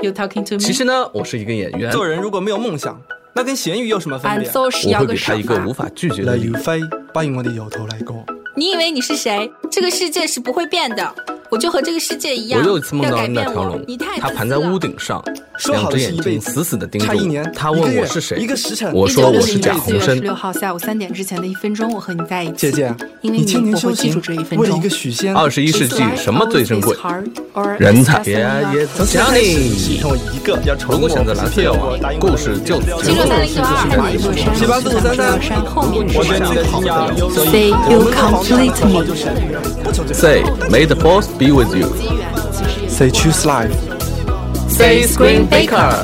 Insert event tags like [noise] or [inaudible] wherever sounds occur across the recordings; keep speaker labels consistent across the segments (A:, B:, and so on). A: You talking to me？
B: 其实呢，我是一个演员，
C: 做人如果没有梦想，那跟咸鱼有什么分
A: ，I'm
C: 别？啊
A: so 是
B: 我
A: 要
B: 会
A: 个
B: 给他
A: 什
B: 一个
A: 么
B: 无？法拒绝的
C: 你
B: 理由。
C: 要飛，不如我哋由頭嚟過。
A: 你以为你是谁？这个世界是不会变的，我就和这个世界一样。
B: 我又一次梦
A: 要
B: 到
A: 改
B: 那
A: 变
B: 条
A: 我
B: 龙
A: 你太，
B: 它
A: 自
B: 盘
A: 私
B: 在
A: 了
B: 屋顶上，
C: 说
B: 两
C: 好
B: 只
C: 的是
B: 眼
C: 一辈
B: 睛
C: 子，
B: 死死的盯
C: 差
B: 着
C: 一年
B: 我。，他
C: 一个
B: 问
C: 月
B: 我是谁
C: 一，个时辰，
B: 我说我是贾
A: 四
B: 宏
A: 月十
B: 生。
A: 六号下午三点之前的一分钟，我和你在一起。
C: 姐姐，
A: 因为
C: 你千年
A: 我
C: 修
A: 会记住
C: 行
A: 这一，分
C: 为了
A: 钟
C: 一个。许仙，
B: 二十一世
A: It's
B: 纪
A: life
B: 什么最珍贵
A: always？hard or
B: 人才
A: successful
B: 也
A: enough
B: 也
C: 从
B: 曾
C: 现在
B: 想
C: 开始只
B: 你
C: 剩。我一个，要成
B: 如果选择
C: 我
B: 蓝
C: 是
B: 色药
C: 骗
B: 丸
C: 我答应，
B: 故
C: 我
B: 事
C: 的
B: 就
C: 目标
B: 结
A: 七
B: 束
A: 六
B: 了
A: 三零九二，看哪一座山？
C: 十八四五三三
A: 山后面
C: 我
A: 是
C: 选
A: 山。
C: 最好的，所以
A: Say
C: 我
A: you
C: 们的好朋友
A: complete
C: 好
A: me
C: 就是
B: Say, may the force be with you.
A: 机缘其实也
C: Say choose life。
B: Say Screen Baker。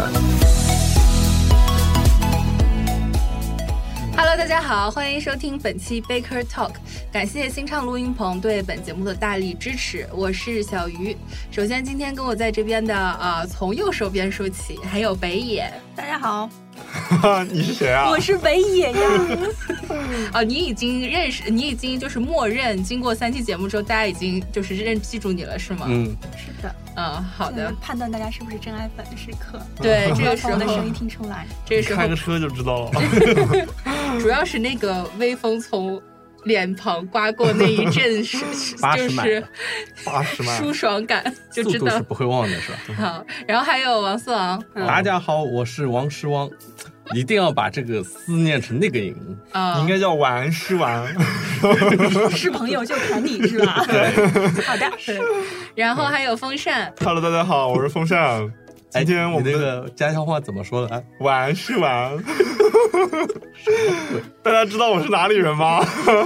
D: Hello，大家好，欢迎收听本期 Baker Talk，感谢新唱录音棚对本节目的大力支持，我是小鱼。首先，今天跟我在这边的啊、呃从右手边说起，还有北野，大家好，
C: 你是谁啊？
D: 是北野呀。啊，你已经认识，你已经就是默认，经过三期节目之后，大家已经就是认记住你了，是吗？
C: 嗯，
E: 是的，
D: 啊好
E: 就能
D: 的，
E: 判断大家是不是真爱粉的时刻，
D: 对，这个时
E: 从我的
D: 候
E: 声音，听出来。
D: 这个时候
F: 开个车就知道了。
D: [laughs] 主要是那个微风从脸庞刮过那一
F: [laughs]
D: 阵是，是
F: 八
D: 就
F: 十迈
D: 是。
F: 八十迈，
D: 舒爽感，就
F: 速
D: 知
F: 度
D: 道
F: 是不会忘的，是吧？
C: 嗯
D: 好。然后还有王四郎，嗯
F: 大家好，我是王诗汪，一定要把这个思念成那个音。
D: 啊，
G: 应该叫玩是玩，
E: 是朋友就砍你是吧？ [laughs] 好的，
D: 对。然后还有风扇，
G: Hello，大家好，我是风 [laughs] 扇。今天我
F: 哎你
G: 们
F: 那
G: 的
F: 个家乡话怎么说的？哎
G: 玩是玩， [laughs] 大家知道我是哪里人吗？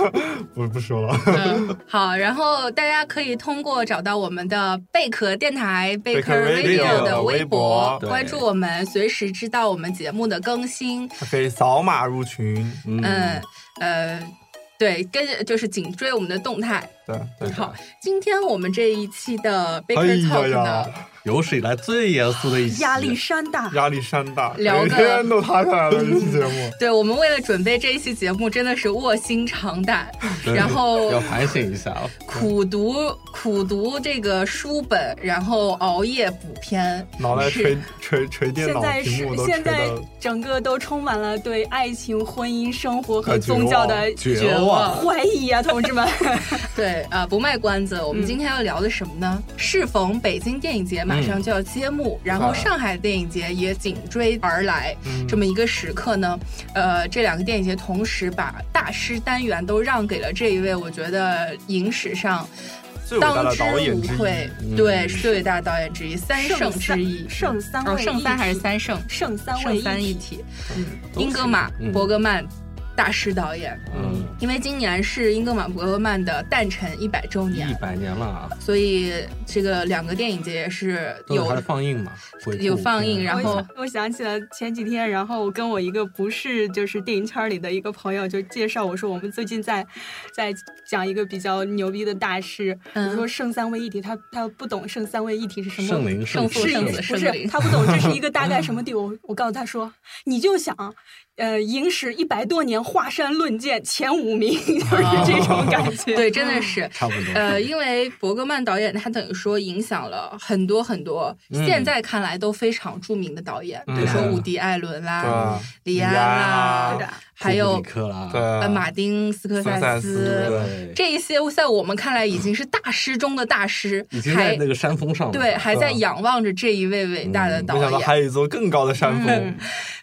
G: [laughs] 我不说了。
D: 嗯，好。然后大家可以通过找到我们的贝壳电台、贝壳
G: Baker Radio
D: Radio 的
G: 的
D: 微
G: 微
D: 博
G: 博，
F: 对
D: 关注我们，随时知道我们节目的更新。
G: 可以扫码入群，
D: 嗯，呃，对，跟着就是紧追我们的动态。
G: 对对。
D: 好，今天我们这一期的
G: 哎
D: Baker
G: 呀
D: Talk 呢，
G: 呀，
F: 有史以来最严肃的一期。
E: 压力山大。
G: 压力山大，
D: 聊
G: 每
D: 个
G: 天都塌下来了。这期节
E: [laughs]
G: 目
D: 对我们为了准备这一期节目，真的是卧薪尝胆，
F: 对，
D: 然后
F: 要反省一下啊。
D: 苦读苦读这个书本，然后熬夜补片，
G: 脑袋
D: 是
G: 锤锤锤电
E: 现
G: 脑，
E: 在
G: 屏
E: 是
G: 幕都锤
E: 现在
G: 的
E: 整个都充满了对爱情、婚姻、生活和
G: 啊绝
E: 宗教的
F: 绝望
E: 怀疑啊，同志们。
D: [laughs]
E: [laughs] 嗯
D: 对啊、不卖关子，我们今天要聊的什么呢？适逢北京电影节马上就要揭幕，然后
F: 啊
D: 上海电影节也紧追而来，
G: 嗯
D: 这么一个时刻呢，呃，这两个电影节同时把大师单元都让给了这一位，我觉得影史上
G: 最伟大
D: 当
G: 的
D: 之
G: 导演
D: 无
G: 之一，
D: 愧，
F: 嗯
D: 对，是最伟大的导演之一，三圣之一，
E: 圣三位
D: 哦，
E: 一体，
D: 圣三还是三圣？
E: 圣三位
D: 圣
E: 一
D: 三一
E: 体？
D: 体，
F: 都是
D: 英格玛
F: 嗯
D: ·伯格曼大师导演，
F: 嗯，
D: 因为今年是英格玛·伯格曼的诞辰一百周
F: 一
D: 年，
F: 百年了啊，
D: 所以这个两个电影节也是
F: 都是
D: 有
F: 还是放映嘛？鬼畜
D: 有放映
F: 片
D: 然
E: 我
D: 后
E: 我想起了前几天，然后我跟我一个不是就是电影圈里的一个朋友就介绍我说，我们最近在在讲一个比较牛逼的大师，
D: 嗯
E: 我说圣三位一体，他他不懂圣三位一体是什么。
F: 圣灵
D: 圣父
F: 父
D: 圣
F: 圣
D: 子
F: 子
E: 不
D: 圣
E: 是
D: 灵。
E: 他不懂这是 [laughs] 一个大概什么地步，我我告诉他说，你就想，呃，影史一百多年华山论剑前五名，就是这种感觉。 [laughs]
F: 嗯
D: 对，真的是。
F: 差不多。
D: 呃，因为伯格曼导演他等于说影响了很多很多
F: 嗯
D: 现在看来都非常著名的导演，比如说
F: 嗯
D: 伍迪·艾伦
G: 对
D: 啦、
G: 吧？
D: 李安
G: 安啊
E: 对
D: 啦，
E: 的，
F: 库
D: 还
F: 布
D: 有
F: 里克啊啦，
G: 对，
D: 呃马丁·斯科
G: 斯科
D: 塞
G: 塞斯
D: 斯
G: 对，
F: 对，
D: 这一些在我们看来已经是大师中的大师
F: 已，经在
D: 还
F: 那个山峰上了。
D: 对还在
F: 嗯
D: 仰望着这一位伟大的导
G: 没想到
D: 演，
G: 还有一座更高的山峰，
A: 嗯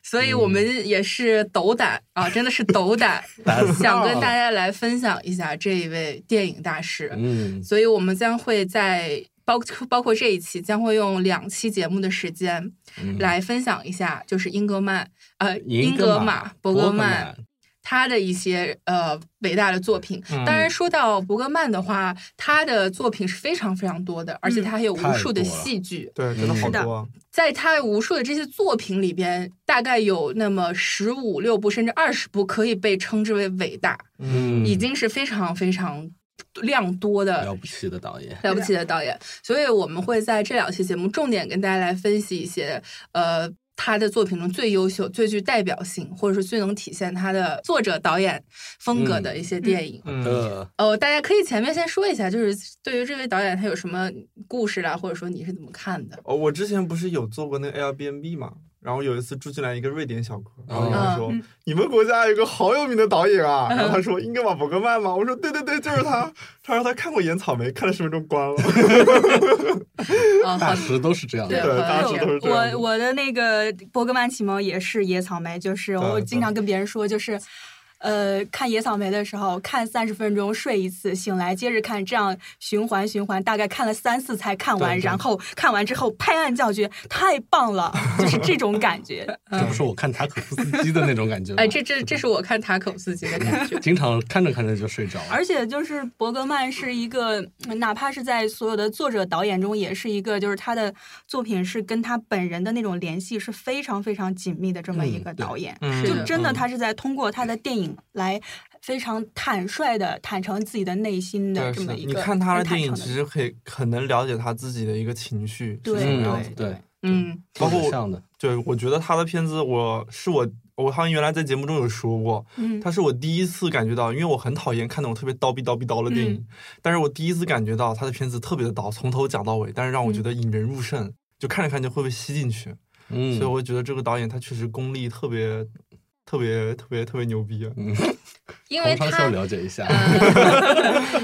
D: 所以我们也是斗胆啊，真的是斗胆
F: 胆，
D: 想跟大家来分享一下这一位电影大师，
F: 嗯，
D: 所以我们将会在。包包括这一期将会用两期节目的时间
F: 嗯
D: 来分享一下，就是英格曼呃英
F: 英
D: 格
F: 玛
D: 玛伯格
F: 格
D: 曼他的一些呃伟大的作品。
G: 嗯
D: 当然，说到伯格曼的话，他的作品是非常非常多的，而且他还有无数
F: 太多了
D: 的戏剧。
G: 对，真的好
E: 是的
G: 多，
D: 在他无数的这些作品里边，大概有那么十五六部甚至二十部可以被称之为伟大，
F: 嗯，
D: 已经是非常非常量多的
F: 了不起的导演。
D: 了不起的导演，所以我们会在这两期节目重点跟大家来分析一些呃他的作品中最优秀、最具代表性，或者是最能体现他的作者导演风格的一些电影。
C: 嗯，
F: 呃，
D: 哦，大家可以前面先说一下，就是对于这位导演他有什么故事啊啦，或者说你是怎么看的？
C: 哦，我之前不是有做过那个 Airbnb 嘛，然后有一次住进来一个瑞典小哥，然后跟我说、
E: 嗯
C: 你们国家有个好有名的导演啊，然后他说英格玛·伯格曼吗？我说对对对，就是他。他说他看过《演草莓》，看了十分钟
E: [laughs]
C: 关了。
D: 啊，好
F: 大师都是这样
D: 对
F: 的。
C: 对，
D: 好像
C: 大
D: 是
C: 家
D: 这
C: 都是这样
E: 我。我的那个伯格曼启蒙也是野草莓，就是我
C: 对
E: 经常跟别人说，就是，呃，看野草莓的时候看三十分钟睡一次，醒来接着看，这样循环循环，大概看了三次才看完，
C: 对对
E: 然后看完之后拍案叫绝，太棒了，就是这种感觉。
F: 这不是我看塔可夫斯基的那种感觉吗？。
D: 哎，这这这是我看塔可夫斯基的感觉
F: 经常看着看着就睡着了。
E: 而且就是伯格曼是一个，嗯哪怕是在所有的作者导演中，也是一个就是他的作品是跟他本人的那种联系是非常非常紧密的这么一
F: 嗯
E: 个
F: 对
E: 导演。
C: 嗯
E: 就是
D: 的
E: 真的
F: 嗯
E: 他是在通过他的电影来非常坦率的坦诚自己的内心的
C: 对，
E: 这
C: 是
E: 么
C: 的，
E: 一
C: 你
E: 个。
C: 看他的
E: 很坦
C: 电影，
E: 诚
C: 其实可以很能了解他自己的一个情绪是
E: 对
C: 什么样子
E: 对
C: 的。
F: 对，
D: 嗯
C: 包括
F: 挺
C: 我
F: 像的，
C: 对，我觉得他的片子我，是我，我好像原来在节目中有说过，
E: 嗯
C: 他是我第一次感觉到，因为我很讨厌看那种特别叨逼叨逼叨的电影，
D: 嗯
C: 但是我第一次感觉到他的片子特别的叨，从头讲到尾，但是让我
D: 嗯
C: 觉得引人入胜，就看着看着会被吸进去，
F: 嗯，
C: 所以我觉得这个导演他确实功力特别。特别特别特别牛逼啊！
F: 嗯，
D: 因为
F: 红烧
D: 他呃
F: 秀了解一下，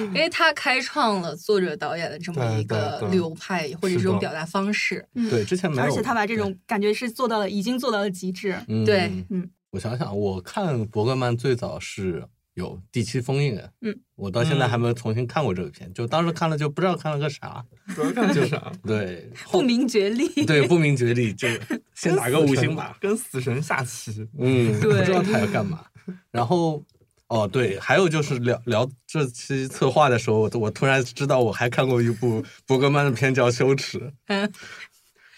D: 因为他开创了作者导演的这么
C: 对
D: 一个
C: 对对
D: 流派或
C: 是
D: 者这
C: 的
D: 种表达方式。
F: 对，之前没有，
E: 而且他把这种感觉是做到了，已经做到了极致。
F: 嗯
D: 对
E: 嗯，
F: 我想想，我看伯格曼最早是有第七封印，
E: 嗯，
F: 我到现在
C: 嗯
F: 还没有重新看过这个片，就当时看了就不知道看了个啥，
C: 主要看就是啊，
F: 对，
E: 不明觉厉，
F: 对，不明觉厉，就先打个五星吧，
C: 跟死神下棋，
F: 嗯，不
E: 对
F: 知道他要干嘛。然后，哦，对，还有就是聊聊这期策划的时候，我我突然知道我还看过一部伯格曼的片叫《羞耻》，
D: 嗯，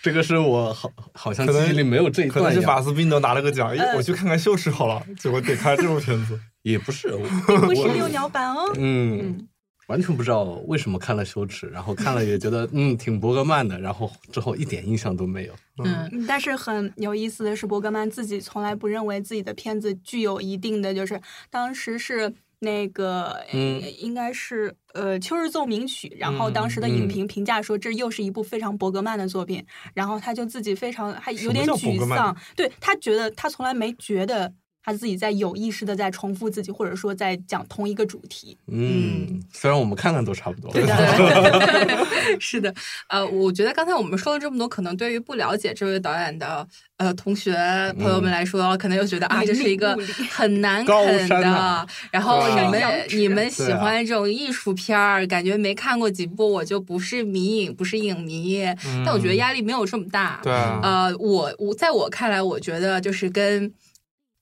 F: 这个是我好好像
C: 可能
F: 记忆里没有这一
C: 可能
F: 段
C: 是
F: 呀，
C: 法斯宾德拿了个
D: [laughs]
C: 奖，
D: 呃
C: 哎，我去看看秀士好了，结果点开这部片子，
F: 也不是，我
E: 不是六鸟版哦。
F: 嗯，完全不知道为什么看了《羞耻》，然后看了也觉得嗯挺伯格曼的，然后之后一点印象都没有。
D: 嗯，
E: 嗯但是很有意思的是，伯格曼自己从来不认为自己的片子具有一定的，就是当时是那个，
F: 嗯
E: 呃应该是呃《秋日奏鸣曲》，然后
C: 嗯
E: 当时的
F: 嗯
E: 影评评价说这又是一部非常伯格曼的作品，然后他就自己非常还有点
C: 什么叫伯
E: 沮
C: 格曼
E: 丧，对他觉得他从来没觉得。他自己在有意识的在重复自己，或者说在讲同一个主题。
F: 嗯，虽然我们看看都差不多，
D: 嗯对， [laughs] 是的，呃，我觉得刚才我们说了这么多，可能对于不了解这位导演的呃同学朋友们来说，可能又觉得啊，
E: 云
D: 这
E: 里
D: 是一个
E: 雾里
D: 很难
F: 高
D: 啃
F: 山
D: 的，
F: 呐
D: 然后
C: 对啊
D: 你们
E: 山羊脂
D: 你们喜
F: 对啊
D: 欢这种艺术片儿，感觉没看过几部，我就不是迷影，不是影迷，但我觉得压力没有这么大，
C: 对啊，
D: 呃，我我在我看来，我觉得就是跟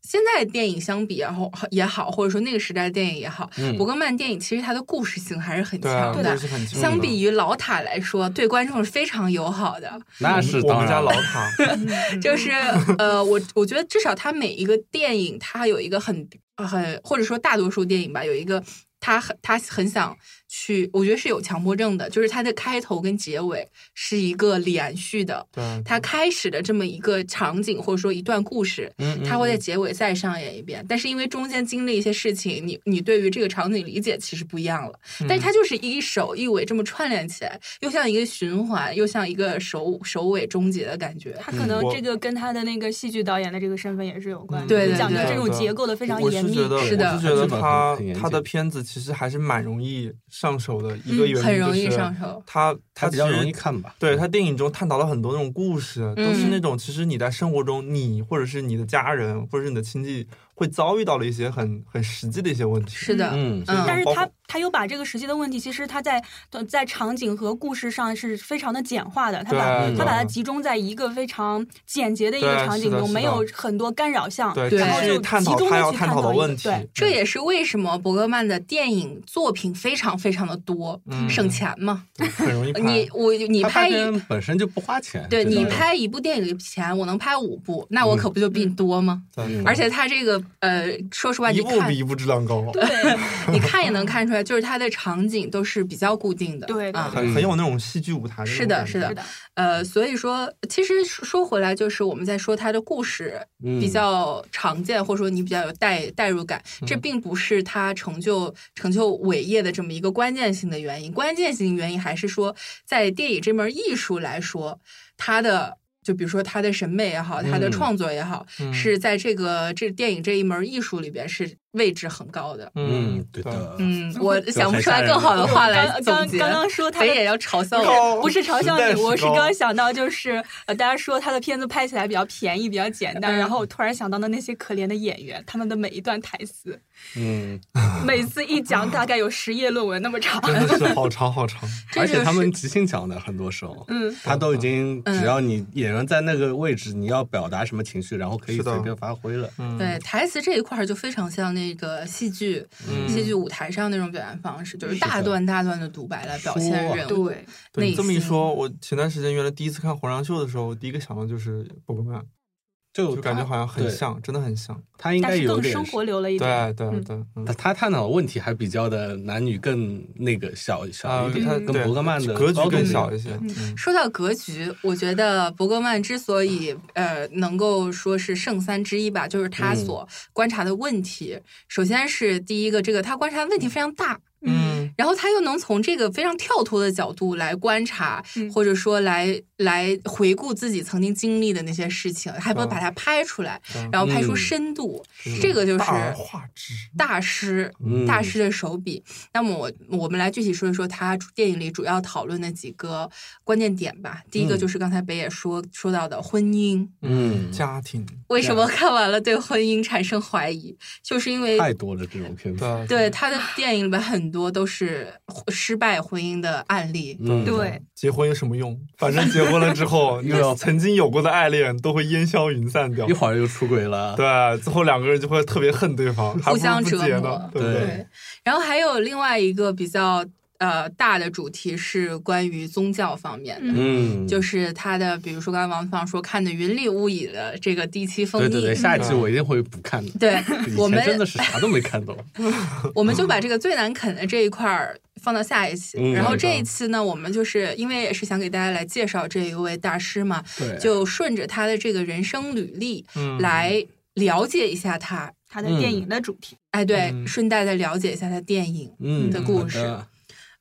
D: 现在电影相比，然后也好，或者说那个时代的电影也好，
F: 嗯
D: 伯格曼电影其实它的故事性还是很
C: 对啊，
D: 强的
C: 故。事很强。
D: 相比于老塔来说，对观众是非常友好的。
F: 那是
C: 我
F: 当
C: 们家
F: 然
C: 老
F: 了。
C: 塔，
D: 就是呃，我我觉得至少它每一个电影，它有一个很呃很，或者说大多数电影吧，有一个它很它很想去，我觉得是有强迫症的，就是它的开头跟结尾是一个连续的，
C: 对，啊
D: 它开始的这么一个场景或者说一段故事，
F: [laughs] 嗯
D: 它会在结尾再上演一遍。但是因为中间经历一些事情，你你对于这个场景理解其实不一样了。但是它就是一首一尾这么串联起来，又像一个循环，又像一个首首尾终结的感觉。
E: 他可能
C: 嗯我嗯
E: 这个跟他的那个戏剧导演的这个身份也是有关的，
D: 对对
E: 讲究
D: 对
E: 这种
C: 对
E: 结构的非常
C: 我
E: 严
C: 是
E: 密。
C: 觉得，我
D: 是的
C: 是觉得
F: 是的
C: 他
F: 很严谨
C: 他的片子其实还是蛮容易上手的，一个
D: 嗯
C: 原因
D: 很容易
C: 就是
D: 上手
C: 他
F: 它
C: 他
F: 比较
C: 其实
F: 容易看吧？
C: 对他电影中探讨了很多那种故事，都是那种其实你在生活中，你或者是你的家人或者是你的亲戚会遭遇到了一些很很实际的一些问题。
D: 是的，
F: 嗯，
D: 嗯
E: 但是
C: 包
E: 他
C: 括
E: 他又把这个实际的问题，其实他在在场景和故事上是非常的简化的，他把
C: 对
E: 他把它
C: 对
E: 集中在一个非常简洁的一个
C: 对
E: 场景
C: 是的
E: 中，
C: 是
E: 没
C: 的
E: 有很多干扰项，
C: 对，
D: 对
E: 然
C: 他
E: 后
C: 是
E: 就
C: 探
E: 集
C: 讨
E: 中
C: 他
E: 的
C: 要
E: 去
C: 探
E: 探
C: 讨的
E: 一个
C: 问题。
E: 对，
D: 这也是为什么伯格曼的电影作品非常非常的多，
C: 嗯
D: 省钱嘛。
C: 对很容易拍。
D: 你我你
F: 它
D: 拍一
F: 片本身就不花钱，
D: 对
F: 这种
D: 你
F: 人
D: 拍一部电影的钱，我能拍五部，那我可不就比你多吗？
C: 对
D: 而且它这个呃，说实话，
G: 一
D: 你
G: 部
D: 看
G: 比一部质量高，
D: 你看也能看出来，就是它的场景都是比较固定的，
E: 对
D: 啊。
F: 嗯
C: 很很有那种戏剧舞台
D: 是的，是的
E: 是，的，
D: 呃，所以说，其实说回来，就是我们在说它的故事
F: 嗯
D: 比较常见，或者说你比较有代代入感，这并不是它成就成就伟业的这么一个关键性的原因。关键性原因还是说，在电影这门艺术来说，它的就比如说它的审美也好，它的
F: 嗯
D: 创作也好，
C: 嗯
D: 是在这个这电影这一门艺术里边是位置很高的。
F: 嗯，对的，
C: 啊
D: 嗯，我想不
F: 很
D: 出来
F: 吓
D: 更
F: 人
D: [laughs] 好的话来
E: 刚
D: 总
E: 刚
D: 结。
E: 刚刚说他
D: 北
E: 的
C: [laughs]
D: 野要嘲笑我，
G: 高
E: 不是嘲笑
G: 实在
E: 你，我是
G: 高
E: 刚刚想到就是呃，大家说他的片子拍起来比较便宜，比较简单，
D: 嗯
E: 然后我突然想到的那些可怜的演员，他们的每一段台词，
F: 嗯，
E: 每次一讲大概有十页论文那么
C: [laughs]
E: 长。
C: 真的 [laughs] 是好长好长。
D: [laughs] 这
F: 而
D: 就
F: 且
D: 是
F: 他们即兴讲的很多时候，
E: 嗯，
F: 他都已经
D: 嗯
F: 只要你演员在那个位置，你要表达什么情绪，然后可以
C: 是的
F: 随便发挥了。
C: 嗯，
D: 对台词这一块儿就非常像那个戏剧、
C: 嗯
D: 戏剧舞台上那种表演方式，就是
F: 是的
D: 大段大段的独白来表现
F: 说
D: 人物。
E: 对，
C: 对
D: 内
C: 你这么一
D: 心
C: 说，我前段时间原来第一次看《火上秀》的时候，我第一个想到就是伯格曼，
F: 就
C: 就感觉
F: 他
C: 好像很
F: 对
C: 像，真的很像。
F: 他应
E: 但
F: 该
E: 是
F: 有
E: 更
F: 点
E: 生活流了一点。
C: 对对
E: 嗯
C: 对，嗯
F: 他他探讨的问题还比较的男女更那个小小
C: 啊，
F: 一点，
C: 他
E: 嗯
F: 跟伯格曼的
C: 格局
F: 高度
C: 更
F: 不一
C: 小
F: 样
C: 一些。嗯
D: 说到格局，我觉得伯格曼之所以呃能够说是圣三之一吧，就是他
F: 嗯
D: 所观察的问题。首先是第一个，这个他观察的问题非常大，
C: 嗯，
D: 然后他又能从这个非常跳脱的角度来观察，
E: 嗯
D: 或者说来来回顾自己曾经经历的那些事情，还会把它拍出来，
C: 对
D: 然后拍出
F: 嗯
D: 深度。这个就是
C: 大而化之。
D: 大师，
F: 嗯
D: 大师的手笔。那么我我们来具体说一说他电影里主要讨论的几个关键点吧。第一个
F: 嗯
D: 就是刚才北野说说到的婚姻，
F: 嗯，
C: 家庭，
D: 为什么看完了对婚姻产生怀疑，就是因为
F: 太多了这种片子，
C: 对
D: 对他的电影里面很多都是失败婚姻的案例。
F: 嗯，
E: 对，
C: 结婚有什么用？反正结婚了之
D: [laughs]
C: 后，你
F: 又要
C: 曾经有过的爱恋都会烟消云散掉
F: 一。会儿又出轨了，
C: 对，最后两个人就会特别恨对方，还不如
D: 相
C: 不
D: 折
C: 结
D: 磨
C: 呢，对不对？
D: 对，然后还有另外一个比较呃大的主题是关于宗教方面的。
F: 嗯，
D: 就是他的，比如说刚才王芳说看的云里雾里的这个第七封
F: 对
D: 印，
F: 对对，下一期我一定会补看的。
D: 对
F: [laughs] 以
D: 我
F: 前
D: 们
F: 真的是啥都没看
D: [laughs]
F: 懂，
D: 我们就把这个最难啃的这一块儿放到下一期。
F: 嗯
D: 然后
F: 好的
D: 这一期呢，我们就是因为也是想给大家来介绍这一位大师嘛，
F: 对，
D: 就顺着他的这个人生履历
C: 嗯
D: 来了解一下他。
E: 他的电影的主题，
D: 哎，对，
C: 嗯
D: 顺带再了解一下他电影。
F: 嗯
D: 的故事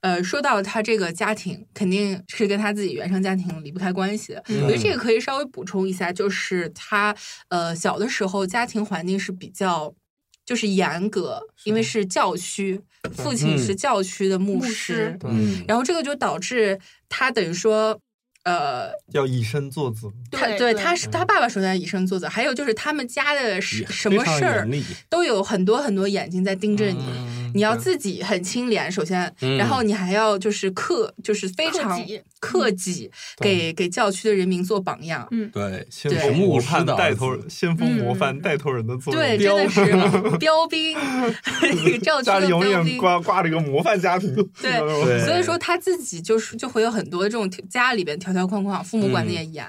D: 呃，说到他这个家庭，肯定是跟他自己原生家庭离不开关系的。
F: 嗯
D: 我觉得这个可以稍微补充一下，就是他呃小的时候家庭环境是比较就是严格，因为是教区，父亲
F: 嗯
D: 是教区的牧
E: 牧师
C: 对
F: 嗯，
D: 然后这个就导致他等于说。呃，
C: 要以身作则。
D: 他对他是他爸爸首先以身作则，还有就是他们家的
F: 嗯也
D: 什什么
F: 非常
D: 事儿
F: 严厉
D: 都有很多很多眼睛在盯着你，
C: 嗯
D: 你要
C: 对
D: 自己很清廉，首先，
F: 嗯
D: 然后你还要就是克，就是非
E: 克
D: 常
E: 己
D: 克己，
C: 对
D: 给给教区的人民做榜样。
F: 对，
C: 先
D: 对嗯
C: 锋
F: 牧
C: 模
F: 师
C: 范
F: 的
C: 带
F: 儿
C: 头人，
F: 子
C: 先锋模范带头人的作用。
D: 对，真的是 [laughs] 标兵，这个教区
G: 家里
D: 的
G: 永
D: 标
G: 远
D: 兵。
G: 挂挂着一个模范家庭。
D: [laughs] 对
F: 对
D: 所以说他自己就是就会有很多这种家里边条条框框，父母管的也严，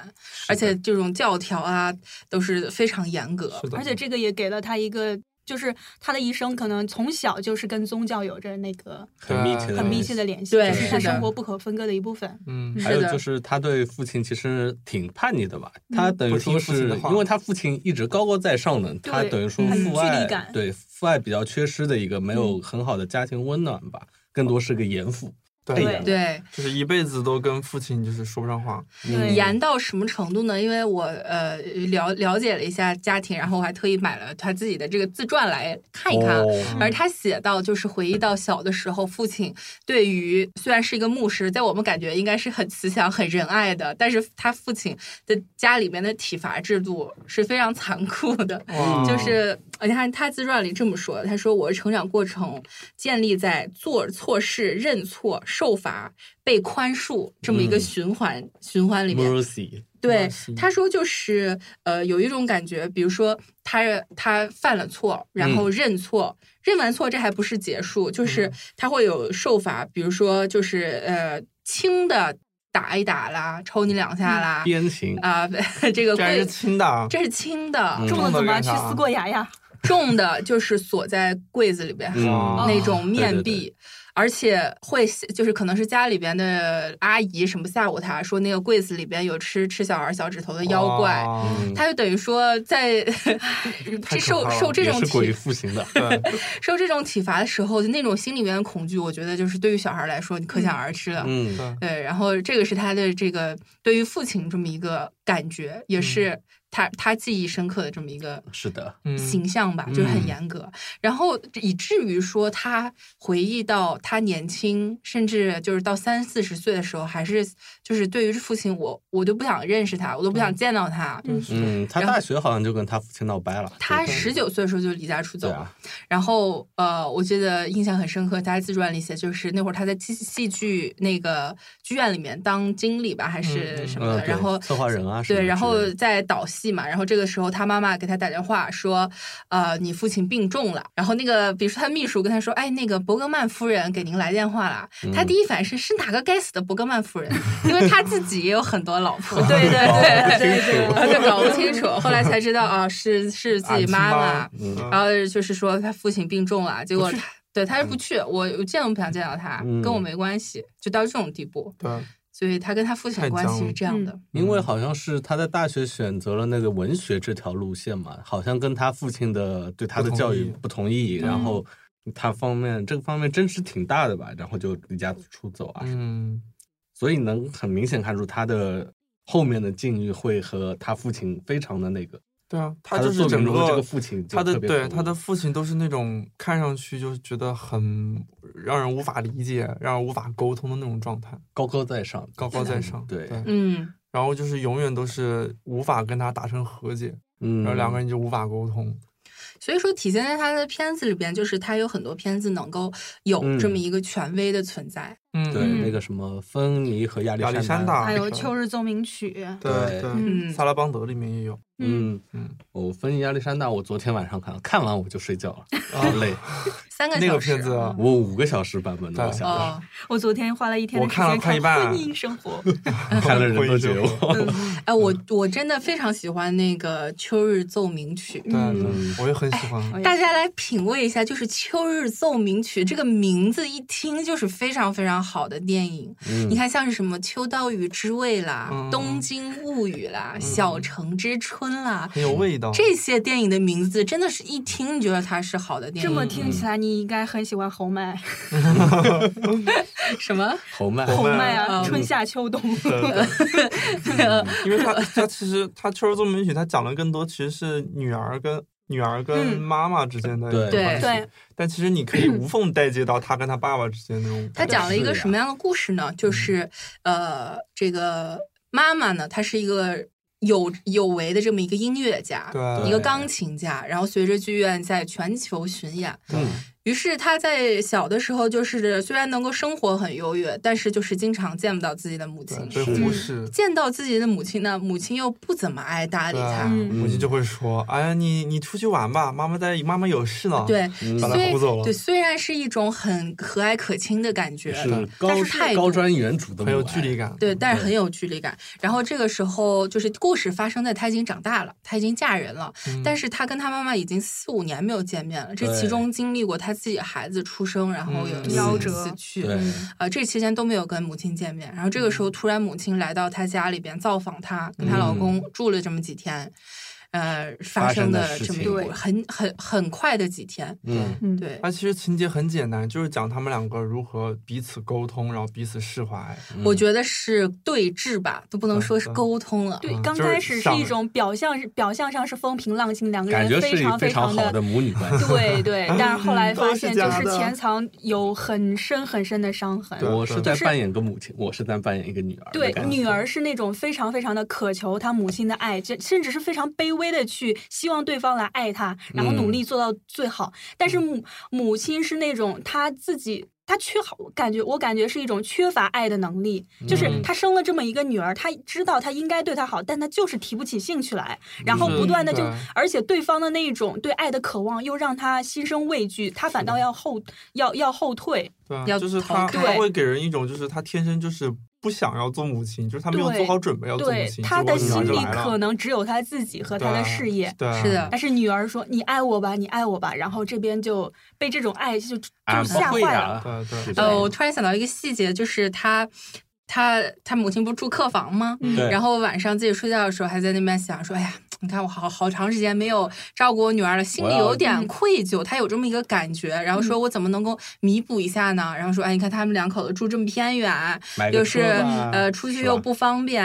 D: 而且这种教条啊都是非常严格。
C: 是的，
E: 而且这个也给了他一个。就是他的一生，可能从小就是跟宗教有着那个
F: 很密切的
E: 啊很密切
F: 的。
E: 的联系，
D: 对
E: 这是他
D: 是的
E: 生活不可分割的一部分。
C: 嗯，
F: 还有
D: 是的
F: 就是他对父亲其实挺叛逆的吧，他等于
C: 不
F: 说
C: 听父亲
F: 是
C: 的话
F: 因为他父亲一直高高在上的，他等于说
E: 很
F: 父
E: 距离
F: 爱
E: 感
F: 对父爱比较缺失的一个没有很好的家庭温暖吧，更多是个严父。
C: 对
E: 对
D: 对，
C: 就是一辈子都跟父亲就是说不上话。
F: 嗯
E: 对
D: 严到什么程度呢？因为我呃了了解了一下家庭，然后我还特意买了他自己的这个自传来看一看。啊。
F: 哦
C: 嗯
D: 而他写到，就是回忆到小的时候，父亲对于虽然是一个牧师，在我们感觉应该是很慈祥、很仁爱的，但是他父亲的家里面的体罚制度是非常残酷的。
A: 嗯
C: 哇
D: 就是呃你看他自传里这么说，他说我的成长过程建立在做错事、认错、受罚、被宽恕这么一个
F: 嗯
D: 循环、循环里面。
F: mercy，
D: 对
C: 是，
D: 他说就是呃，有一种感觉，比如说他他犯了错，然
C: 嗯
D: 后认错，认完错这还不是结束，就是他会有受罚，比如说就是呃轻的打一打啦，抽你两下啦，
F: 鞭刑，
D: 啊、这个
C: 嗯这
D: [laughs]
C: 还
D: 跪
C: 是，亲的啊，
D: 这是轻的，
F: 嗯
E: 重了
C: 重的
E: 怎么
C: 干
E: 去
C: 啥
E: 思过崖呀？
D: 重的就是锁在柜子里边，
C: 哦
F: 嗯，
D: 那种面壁，
F: 对对
D: 而且会就是可能是家里边的阿姨什么吓唬他说那个柜子里边有吃吃小孩小指头的妖怪，
C: 啊
F: 嗯
D: 他就等于说在
C: 太可怕
D: 这受
C: 了
D: 受这
F: 也
D: 种
F: 是鬼
D: 体
F: 复型的，
C: 对，
D: 受这种体罚的时候，就那种心里面的恐惧，我觉得就是对于小孩来说，你可想而知了。
F: 嗯，
D: 对，然后这个是他的这个对于父亲这么一个感觉，
F: 嗯
D: 也是他、他记忆深刻的这么一个
F: 是的，
C: 嗯
D: 形象吧，就是
F: 嗯
D: 很严格。然后以至于说他回忆到他年轻，甚至就是到三四十岁的时候，还是就是对于父亲我，我都不想认识他，我都不想见到他。
E: 嗯
F: 嗯，他大学好像就跟他父亲闹掰了，
D: 他
F: 对
D: 十九岁的时候就离家出走
F: 对
D: 了，
F: 啊，
D: 然后呃，我记得印象很深刻，他自传里写，就是那会儿他在戏戏剧那个剧院里面当经理吧，还是什
F: 嗯
D: 么的，
F: 对
D: 然后
F: 策划人啊什么
D: 对，
F: 之
D: 然后
F: 类的
D: 在导戏嘛，然后这个时候他妈妈给他打电话说，呃，你父亲病重了，然后那个比如说他秘书跟他说，哎，那个伯格曼夫人给您来电话了，
F: 嗯
D: 他第一反应是是哪个该死的伯格曼夫人，因为他自己也有很多老
F: [laughs]
D: 婆，对对对对
E: 对对
D: 然后就搞不清楚，后来才知道啊，是是自己妈妈嗯
C: 俺，
D: 然后就是说他父亲病重了，结果他对
C: 嗯
D: 他又不去，我我见都不想见到他，
F: 嗯
D: 跟我没关系，就到这种地步，
G: 啊
C: 对，
D: 所以他跟他父亲的
C: 太
D: 关系
C: 脏
D: 是
C: 了
D: 这样的，
F: 因
C: 嗯
F: 为好像是他在大学选择了那个文学这条路线嘛，好像跟他父亲的对他的
C: 不同
F: 教育
C: 意嗯
F: 不同意，然后他方面这个方面争执挺大的吧，然后就离家出走啊，
C: 嗯，
F: 所以能很明显看出他的后面的境遇会和他父亲非常的那个，
C: 对啊，他
F: 他
C: 就
F: 的
C: 是
F: 作
C: 整
F: 品中的这
C: 个
F: 个父亲就
C: 他的
F: 特别突
C: 对
F: 兀
C: 他的父亲都是那种看上去就是觉得很让人无法理解、让人无法沟通的那种状态，
F: 高高在上，
C: 高高在上。
F: 对
D: 嗯
C: 然后就是永远都是无法跟他达成和解，
F: 嗯，
C: 然后两个人就无法沟通。
D: 所以说体现在他的片子里边，就是他有很多片子能够有这么一个权威的存在，
C: 嗯，
F: 对
E: 嗯
F: 那个什么芬妮和亚历
C: 亚历山
F: 大，
C: 大
E: 还有《
C: 对
E: 秋日奏鸣曲
C: 对
F: 对
C: 对，
D: 嗯
C: 萨拉邦德里面也有。
E: 嗯
F: 嗯
C: 嗯，
F: 我芬妮亚历山大，我昨天晚上看，看完我就睡觉了，
C: 啊
F: 好累。
D: 三个
C: 那
D: 小
C: 个
D: 时呃
C: 片子啊，
F: 我五个小时版本的，我
C: 对
F: 想
D: 哦
F: 的，，》，
E: 我昨天花了一天
C: 我
E: 的时
C: 看了
E: 间
C: 快一
E: 看
C: 半
E: 婚姻生活。
F: 看了人都绝
C: 婚姻生
F: 望。
D: 哎，我
C: 嗯
D: 我真的非常喜欢那个《秋日奏鸣曲》，
C: 对
F: 嗯，
C: 我也很喜欢。
D: 大家来品味一下，就是《秋日奏鸣曲》这个名字一听就是非常非常好的电影。
F: 嗯
D: 你看，像是什么《秋刀鱼之味》啦，
C: 嗯
D: 东京物语》啦，小城之春》啦，
C: 很有味道，
D: 这些电影的名字真的是一听你觉得它是好的电
E: 这
D: 影。
E: 么听起来，你应该很喜欢侯麦，
D: 什么？
F: 侯麦，
E: 侯麦
D: 嗯
E: 啊，春夏秋冬。
C: 嗯因为他他其实他《秋日奏鸣曲》他讲的更多其实是女儿跟女儿跟
E: 嗯
C: 妈妈之间的
F: 对
C: 一个关
E: [laughs]
C: 系
E: 对，
C: 但其实你可以无缝带接到他跟他爸爸之间那种
D: 他
C: 感觉。
D: 讲了一个
F: 是呀
D: 什么样的故事呢？
C: 嗯
D: 就是呃，这个妈妈呢，她是一个有有为的这么一个音乐家，
C: 对
D: 一个钢琴家，然后随着剧院在全球巡演。
F: 嗯
D: 于是他在小的时候，就是虽然能够生活很优越，但是就是经常见不到自己的母亲。
C: 对被
F: 是
C: 忽视。
D: 见到自己的母亲呢，母亲又不怎么爱搭理
C: 对
D: 他。，
F: 嗯
C: 母亲就会说：“哎呀，你你出去玩吧，妈妈在，妈妈有事呢。”，
D: 对，
F: 嗯
C: 把他
D: 虽
C: 轰走了
D: 对虽然是一种很和蔼可亲的感觉，
F: 是
D: 但
F: 高
D: 是态
F: 高
D: 度
F: 瞻远瞩的，
C: 很有距离。感。
D: 对，但是很有距离感。然后这个时候，就是故事发生在她已经长大了，她已经嫁人了，
C: 嗯
D: 但是她跟她妈妈已经四五年没有见面了。这
F: 对
D: 其中经历过她自己孩子出生，然后有
C: 嗯
E: 夭
D: 四
E: 折
D: 次去，
F: 对，
D: 呃，这期间都没有跟母亲见面。然后这个时候，突然母亲来到她家里边造访她，跟她老公住了这么几天，呃，发
F: 发
D: 生
F: 生的
D: 的
F: 事
D: 这么
F: 情
D: 一个
E: 对
D: 很很很快的几天，
F: 嗯，
E: 嗯，
D: 对。
C: 它其实情节很简单，就是讲他们两个如何彼此沟通，然后彼此释怀。
F: 嗯
D: 我觉得是对峙吧，都不能说是
C: 嗯嗯
D: 沟通了。
E: 对
C: 嗯，
E: 刚
C: 就是
E: 开始是
C: 上
E: 一种表象，是表象上是风平浪静，两个
F: 感觉
E: 人
F: 是
E: 常
F: 非
E: 非
F: 常
E: 常
F: 好的
E: 的。
F: 母女关系。
E: 对啊
F: [laughs]
E: 对，但是后来发现就
C: 嗯都是假
E: 是
C: 的
E: 潜藏有很深很深的伤痕。
C: 对
F: 我是在扮演个母亲，我是在扮演一个女儿的
E: 啊对
F: 感，觉。
E: 女儿是那种非常非常的渴求她母亲的爱，这甚至是非常卑微的去希望对方来爱她，然后
F: 嗯
E: 努力做到最好。但是母母亲是那种她自己。她缺好，感觉我感觉是一种缺乏爱的能力，就是
C: 嗯
E: 她生了这么一个女儿，她知道她应该对她好，但她就是提不起兴趣来，
F: 嗯
E: 然后
C: 是
E: 不断的就
C: 对，
E: 而且对方的那一种对爱的渴望又让她心生畏惧，她反倒要后要要后退，哎
C: 对啊，
D: 要
C: 就是他
D: 逃开
C: 他会给人一种就是他天生就是不想要做母亲，就是他没有
E: 对
C: 做好准备要做母
E: 对
C: 亲，
E: 他的
C: 结
E: 心
C: 果女儿就
E: 里
C: 来了
E: 可能只有他自己和他的事业，
C: 对啊，
D: 是的
E: 但是女儿说你爱我吧，你爱我吧，然后这边就被这种爱就就
F: 俺啊不
E: 吓
F: 会
E: 坏了。
F: 呀，
C: 对对，
D: 呃，我突然想到一个细节，就是他他他母亲不是住客房吗？
E: 嗯
F: 对
D: 然后晚上自己睡觉的时候，还在那边想说：“哎呀，你看我好好长时间没有照顾我女儿了，心里
F: 我要嗯
D: 有点愧疚。”他有这么一个感觉，然后说：“我怎么能够弥补一下呢？”然后说：“哎，你看他们两口子住这么偏远，
F: 买
D: 又
F: 个
D: 是
F: 车吧
D: 呃出去又
F: 是吧嗯
D: 不方便，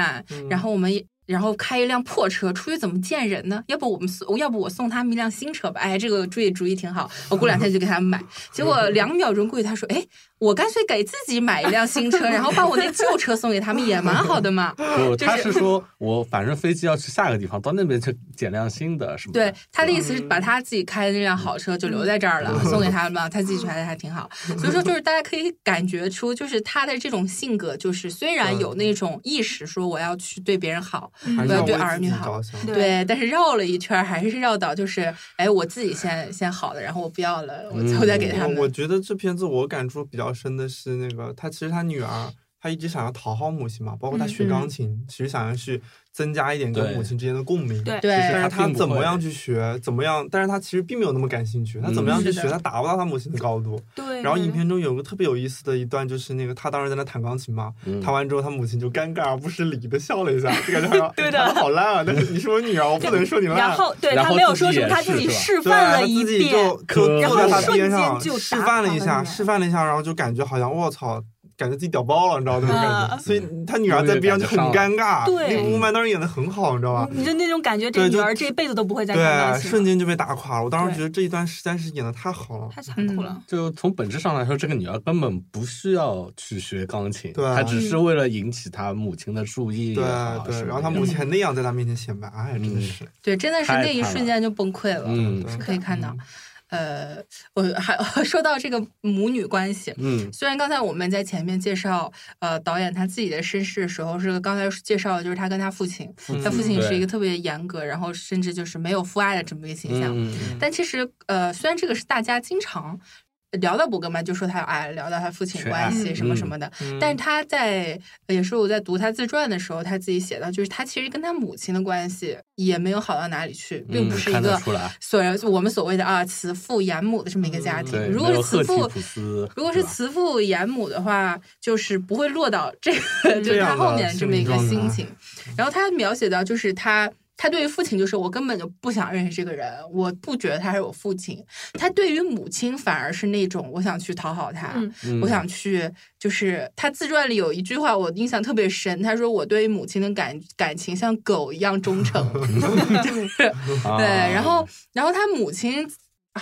D: 然后我们也。”然后开一辆破车出去怎么见人呢？要不我们送，要不我送他们一辆新车吧。哎，这个主意主意挺好，
F: [laughs]
D: 我过两天就给他们买。结
F: 嗯
D: 果两秒钟过去，他说：“哎，我干脆给自己买一
F: [laughs]
D: 辆新车，然后把我那旧车送给他们，也蛮好的嘛。”
F: 不，
D: 就
F: 他
D: 是
F: 是说我反正飞机要去下个地方，到那边去捡辆新的什么的。
D: 对，他的意思是
F: 嗯
D: 把他自己开的那辆好车就留在这儿了，送给他们了，他自己觉得还挺
F: [laughs]
D: 好。所以说，就是大家可以感觉出，就是他的这种性格，就是虽然
F: 嗯
D: 有那种意识说我要去对别人好，
C: 还
D: 我
C: 是
D: 要
C: 要
D: 对
C: 为
D: 儿
C: 自
D: 女
C: 己
D: 好
C: 着想，
E: 嗯对
D: 对，但是绕了一圈儿还是绕到就是，哎，我自己先先好了，然后我不要了，我
F: 嗯
D: 我再给他
C: 我我
D: 们。
C: 觉得这片子我感触比较深的是那个他其实他女儿。他一直想要讨好母亲嘛，包
E: 嗯
C: 括他学钢琴，其实想要去增加一点跟
F: 对
C: 母亲之间的共鸣。
E: 对
D: 对
F: 其实
C: 但是他
F: 并不
C: 怎么
F: 会
C: 样去学，怎么样，但是他其实并没有那么感兴趣。他怎
F: 嗯
C: 么样去
D: 是的
C: 学，他达不到他母亲的高度。
E: 对，
C: 然后
E: 对
C: 影
E: 对
C: 片中有个特别有意思的一段，就是那个他当时在那弹钢琴嘛，
F: 嗯
C: 弹完之后他母亲就尴尬而不失礼的笑了一下，就感觉好像
E: [laughs] 对
C: 你
E: 的
C: 弹的好烂啊，但是你是我女儿，我不能说你烂。
E: 然后对
F: 然
E: 他
F: 后
E: 没有
F: 自己
E: 说什么，
F: 也
E: 他
F: 是
E: 自
F: 是
E: 己
F: 吧
E: 示
C: 对啊
E: 范了一
C: 他自己
E: 遍
C: 就，就
E: 然
C: 坐
E: 后
C: 在他
E: 瞬
C: 边
E: 间
C: 上
E: 就
C: 示
E: 打
C: 范了
E: 垮
C: 一
E: 了
C: 下，
E: 你
C: 示范了一下，然后就感觉好像我操，感觉自己屌爆了，你知道那种感觉。
E: 嗯
C: 所以他女儿在边上就很尴尬，
E: 对
C: 那个乌曼当时演的很好，你知道吧？
E: 你就那种感觉，这
C: 对
E: 女
C: 就
E: 儿这辈子都不会再看
C: 对，啊
E: 钢琴
C: 瞬
E: 了，
C: 间就被打垮了。我当时
E: 对
C: 觉得这一段实在是演的太好了。
E: 太残酷了。
F: 就从本质上来说，这个女儿根本不需要去学钢琴，
C: 对啊
F: 她
D: 嗯
F: 只是为了引起她母亲的注意也
C: 对
F: 好
C: 对，
F: 什么
C: 然后他
F: 也
C: 母
F: 好
C: 亲还那样在他面前显摆，哎，真的是。
D: 对，真的是
F: 太
D: 那一
F: 惨
D: 瞬
F: 了
D: 间就崩溃了，
F: 嗯
C: 对
D: 可以看到。呃，我还 [laughs] 说到这个母女关系，
F: 嗯，
D: 虽然刚才我们在前面介绍呃导演他自己的身世的时候，是刚才介绍的就是他跟他父亲，
F: 嗯
D: 他父亲是一个特别严格，然后甚至就是没有父爱的这么一个形象。
F: 嗯嗯
D: 但其实呃，虽然这个是大家经常聊到伯格曼就说他有爱，聊到他父亲
F: 缺爱嗯
D: 关系什么什么的，但是他在也是我在读他自传的时候，他自己写到，就是他其实跟他母亲的关系也没有好到哪里去，并不是一
F: 嗯看
D: 个
F: 得出来
D: 所我们所谓的啊慈父严母的这么一个家
F: 嗯
D: 庭。
F: 对，
D: 嗯如果
F: 没
D: 是
F: 有
D: 慈
F: 赫
D: 父
F: 梯普斯，
D: 如果是
F: 对吧
D: 慈父严母的话，就是不会落到这个，就
C: 嗯这
D: 是
C: 样
D: 他
C: 的
D: 后面这么一个
C: 心理
D: 心
C: 状态
D: 情。然后他描写到，就是他，他对于父亲就是我根本就不想认识这个人，我不觉得他是我父亲。他对于母亲反而是那种我想去讨好他，
E: 嗯
D: 我想去，就是他自传里有一句话我印象特别深，他说我对于母亲的感感情像狗一样
C: [laughs]
D: 忠诚，就是
F: 啊
D: 对，然后然后他母亲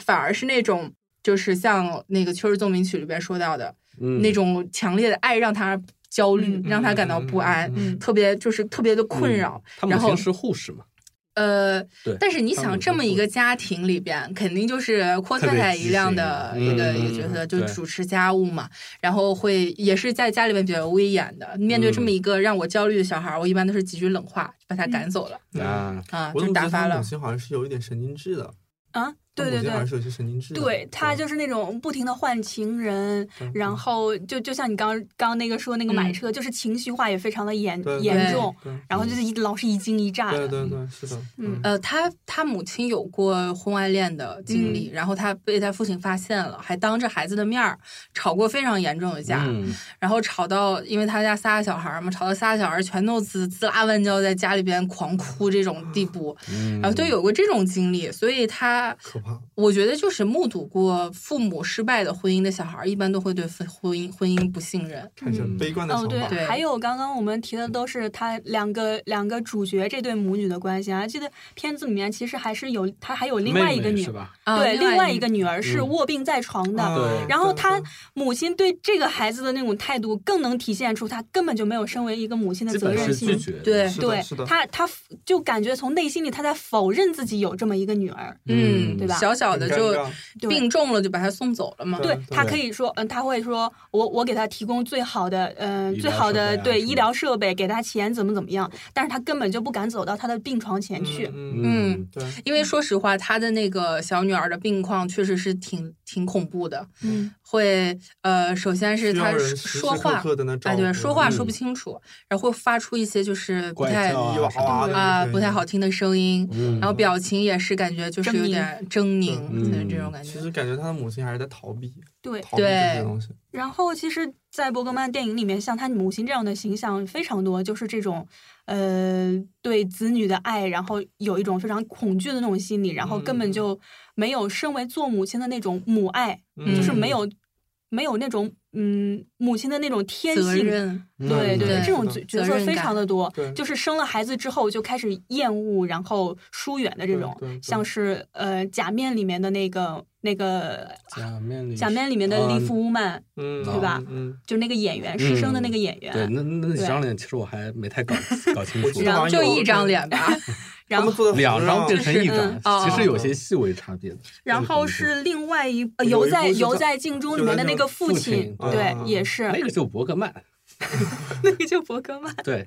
D: 反而是那种，就是像那个《秋日奏鸣曲》里边说到的、
F: 嗯
D: 那种强烈的爱，让他焦虑，
E: 嗯
D: 让他感到不安，
E: 嗯
D: 特别就是特别的困扰。
F: 嗯他
D: 然
F: 母
D: 后
F: 亲是护士嘛，
D: 呃，
F: 对
D: 但是你
F: 他
D: 想，
F: 母
D: 这
F: 亲
D: 么一
F: 会
D: 个家庭里边，肯定就是阔
F: 特
D: 太
F: 别
D: 太
F: 畸
D: 一样
F: 形
D: 的
F: 嗯
D: 一个一
F: 嗯
D: 个角
F: 嗯
D: 色，就
F: 对
D: 主持家务嘛，然后会也是在家里面比较威严的。面对这么
F: 嗯
D: 一个让我焦虑的小孩儿，我一般都是几句冷话就把他
E: 嗯
D: 赶走了
F: 啊，
D: 啊，
C: 我
D: 就
C: 总觉
D: 打
C: 得
D: 发
C: 他
D: 了
C: 母。亲好像是有一点神经质的，
E: 啊，对
C: 他
E: 对
C: 母亲好像
E: 对。
C: 是有些神经质的。
E: 对他就是那种不停的换情人，
C: 对
E: 然后就就像你刚刚那个说那个买车，就是情绪化也非常的严
C: 对
E: 严重，，
C: 对
E: 然后就是一老是一惊一乍
C: 对
E: 的，
C: 对对，是的，
E: 嗯
D: 呃，他他母亲有过婚外恋的经历，
F: 嗯
D: 然后他被他父亲发现了，还当着孩子的面儿吵过非常严重的架，
F: 嗯
D: 然后吵到，因为他家仨小孩儿嘛，吵到仨小孩儿全都滋滋啦乱叫，在家里边狂
C: 啊
D: 哭这种地步，
F: 嗯
D: 然后啊就有过这种经历，所以他
C: 可怕。
D: 我觉得就是目睹过父母失败的婚姻的小孩儿，一般都会对婚婚姻婚姻不信任。
C: 产生悲观的
E: 哦，
C: 想
E: 对
C: 法。，
D: 对
E: 还有刚刚我们提的都是他两个两个主角这对母女的关系啊。记得片子里面其实还是有他还有另外一个
F: 妹妹
E: 女，
F: 是吧？
D: 啊
E: 对，另外一个
D: 女
E: 女儿是
F: 嗯
E: 卧病在床的。
C: 啊
F: 对
E: 然后
C: 对
E: 他
C: 对
E: 母亲对这个孩子的那种态度，更能体现出他根本就没有身为一个母亲的
F: 基
E: 责
F: 本
E: 任
F: 是拒
E: 心。
F: 绝的，
D: 对
C: 是的
E: 对
C: 是的
E: 他，他就感觉从内心里他在否认自己有这么一个女儿。
D: 嗯，
E: 对吧
D: 小小的就
C: 很尴
E: 对
D: 病重了，就把她送走了嘛。
E: 对
C: 对
E: 他可以说，嗯，他会说，我我给他提供最好的，嗯、
F: 医疗
E: 最好的
F: 设备啊
E: 对
F: 什么
E: 医疗设备，给他钱怎么怎么样，但是他根本就不敢走到他的病床前去。
C: 嗯，嗯
F: 嗯，
C: 对，
D: 因为说实话，他的那个小女儿的病况确实是挺挺恐怖的，
E: 嗯，
D: 会呃，首先是
C: 嗯需要
D: 他
C: 人时
D: 说
C: 时
D: 话
C: 刻刻地能照
D: 啊，对，
C: 顾
D: 说话
F: 嗯
D: 说不清楚，然后会发出一些就是不
F: 怪
D: 太
F: 叫啊
C: 哇哇的
D: 啊
C: 声
D: 不太
C: 音
D: 好听的声音，
F: 嗯
D: 然后表情也是感觉就是
E: 狰
D: 有
E: 狞
D: 点狰狞，
F: 嗯
D: 对这种感
C: 其
D: 觉。
C: 实感觉他的母亲还是在逃避，
E: 对
C: 逃避这
D: 对
C: 些东西。
E: 然后其实，在伯格曼电影里面，像他母亲这样的形象非常多，就是这种，呃，对子女的爱，然后有一种非常恐惧的那种心理，然后根本就没有身为做母亲的那种母爱，
C: 嗯
E: 就是没有没有那种嗯母亲的那种天
D: 责
E: 性。
D: 任，
E: 对
F: 嗯
E: 对，
D: 对
E: 这种
C: 是
E: 角
C: 的
E: 角
D: 责
E: 色
D: 任
E: 非常的多
C: 对，
E: 就是生了孩子之后就开始厌恶，然后疏远的这
C: 对
E: 种
C: 对对，
E: 像是呃《假面》里面的那个那个
F: 假面里
E: 《假面》里面的
F: 啊
E: 利弗乌曼，
C: 嗯，
F: 对
E: 吧
C: 嗯，
E: 就是那个演员，师生的那个演员。
F: 对，那那那几
E: 对
F: 张脸其实我还没太
E: [laughs]
F: 搞搞清
C: 我
F: 楚
C: 记，得好像
D: 就
C: 有
D: 一张脸
C: [laughs]
D: 吧。
C: 他
E: 然
C: 们
E: 后，
C: 坐在
F: 两张变
C: 就
F: 成一
E: [laughs] 就是
F: 张
E: 嗯，
D: 哦
F: 其实有些细微差别的。
E: [laughs] 然后是另外一呃《
C: 有
E: 游
C: 一
E: 在
C: 部是
E: 游
C: 在
E: 在镜中》里
C: 游
E: 面
C: 在
E: 的那
C: 镜
E: 个
C: 中
E: 父
F: 父
E: 亲
F: 亲，哎
E: 对，
C: 嗯
E: 也是
F: 那个就伯格曼，
E: 那个 [laughs] 就伯格曼。 [laughs]
F: 对，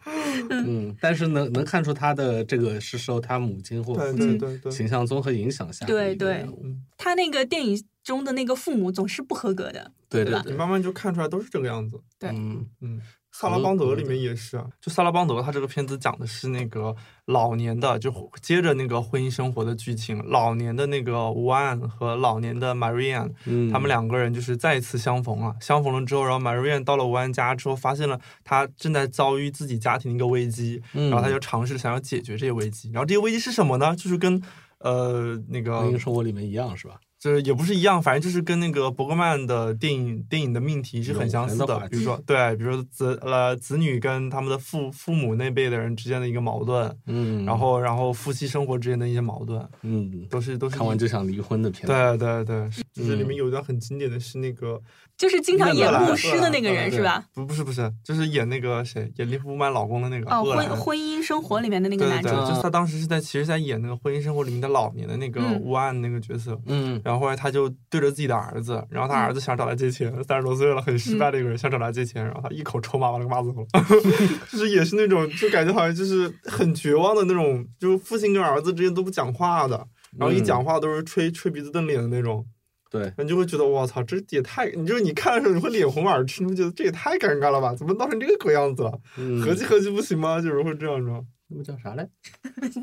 F: 嗯，但是能能看出他的这个是受他母亲或
C: 对
F: 父
C: 对
D: 嗯
F: 亲
C: 对嗯对，
F: 形象综合影响下的
E: 对
F: 一个
E: 对
F: 人物，
E: 他那个电影中的那个父母总是不合格的，
F: 对
E: 对吧
C: 你慢慢就看出来都是这个样子。
E: 对
F: 嗯
C: 嗯，萨拉邦德里面也是啊，就萨拉邦德他这个片子讲的是那个老年的，就接着那个婚姻生活的剧情，老年的那个吴安和老年的 Marianne，
F: 嗯，
C: 他们两个人就是再一次相逢了。相逢了之后，然后 Marianne 到了吴安家之后，发现了他正在遭遇自己家庭的一个危机，
F: 嗯，
C: 然后他就尝试想要解决这些危机。然后这些危机是什么呢？就是跟呃那个
F: 婚姻生活里面一样是吧？
C: 就是也不是一样，反正就是跟那个伯格曼的电影电影的命题是很相似
F: 永恒的
C: 的。
F: 话题
C: 比如说，对，比如说子呃子女跟他们的父父母那辈的人之间的一个矛盾，
F: 嗯，
C: 然后然后夫妻生活之间的一些矛盾，
F: 嗯，
C: 都是都是
F: 看完就想离婚的片子，嗯
C: 对对对，是就是里面有一段很经典的是那个
E: 就是经常
F: 那
E: 演
F: 个
E: 牧
F: 兰
E: 师的那个
C: 嗯
E: 人
C: 对
E: 是吧？
C: 不不是不是，就是演那个谁演利弗曼老公的啊那个
E: 哦，
C: 鄂
E: 婚
C: 兰
E: 婚姻生活里面的那个
C: 对对
E: 男
C: 对，
E: 主，
F: 主
C: 就是他当时是在其实在演那个婚姻生活里面的老年的那个
E: 嗯
C: 乌安那个角色，
F: 嗯，
C: 然后后来他就对着自己的儿子，然后他
E: 嗯
C: 儿子想找他借钱，三十多岁了，很失败的一个人，想找他借钱，然后他一口臭骂把他给骂走了，
E: [laughs]
C: [laughs] 就是也是那种就感觉好像就是很绝望的那种，就是父亲跟儿子之间都不讲话的，然后一
F: 嗯
C: 讲话都是吹吹鼻子瞪脸的那种，
F: 对，
C: 你就会觉得我操，这也太，你就是你看的时候你会脸红耳赤，你会觉得这也太尴尬了吧，怎么闹成这个狗样子了？
F: 嗯
C: [laughs] 合计合计不行吗？就是会这样说。
F: 那部叫啥来？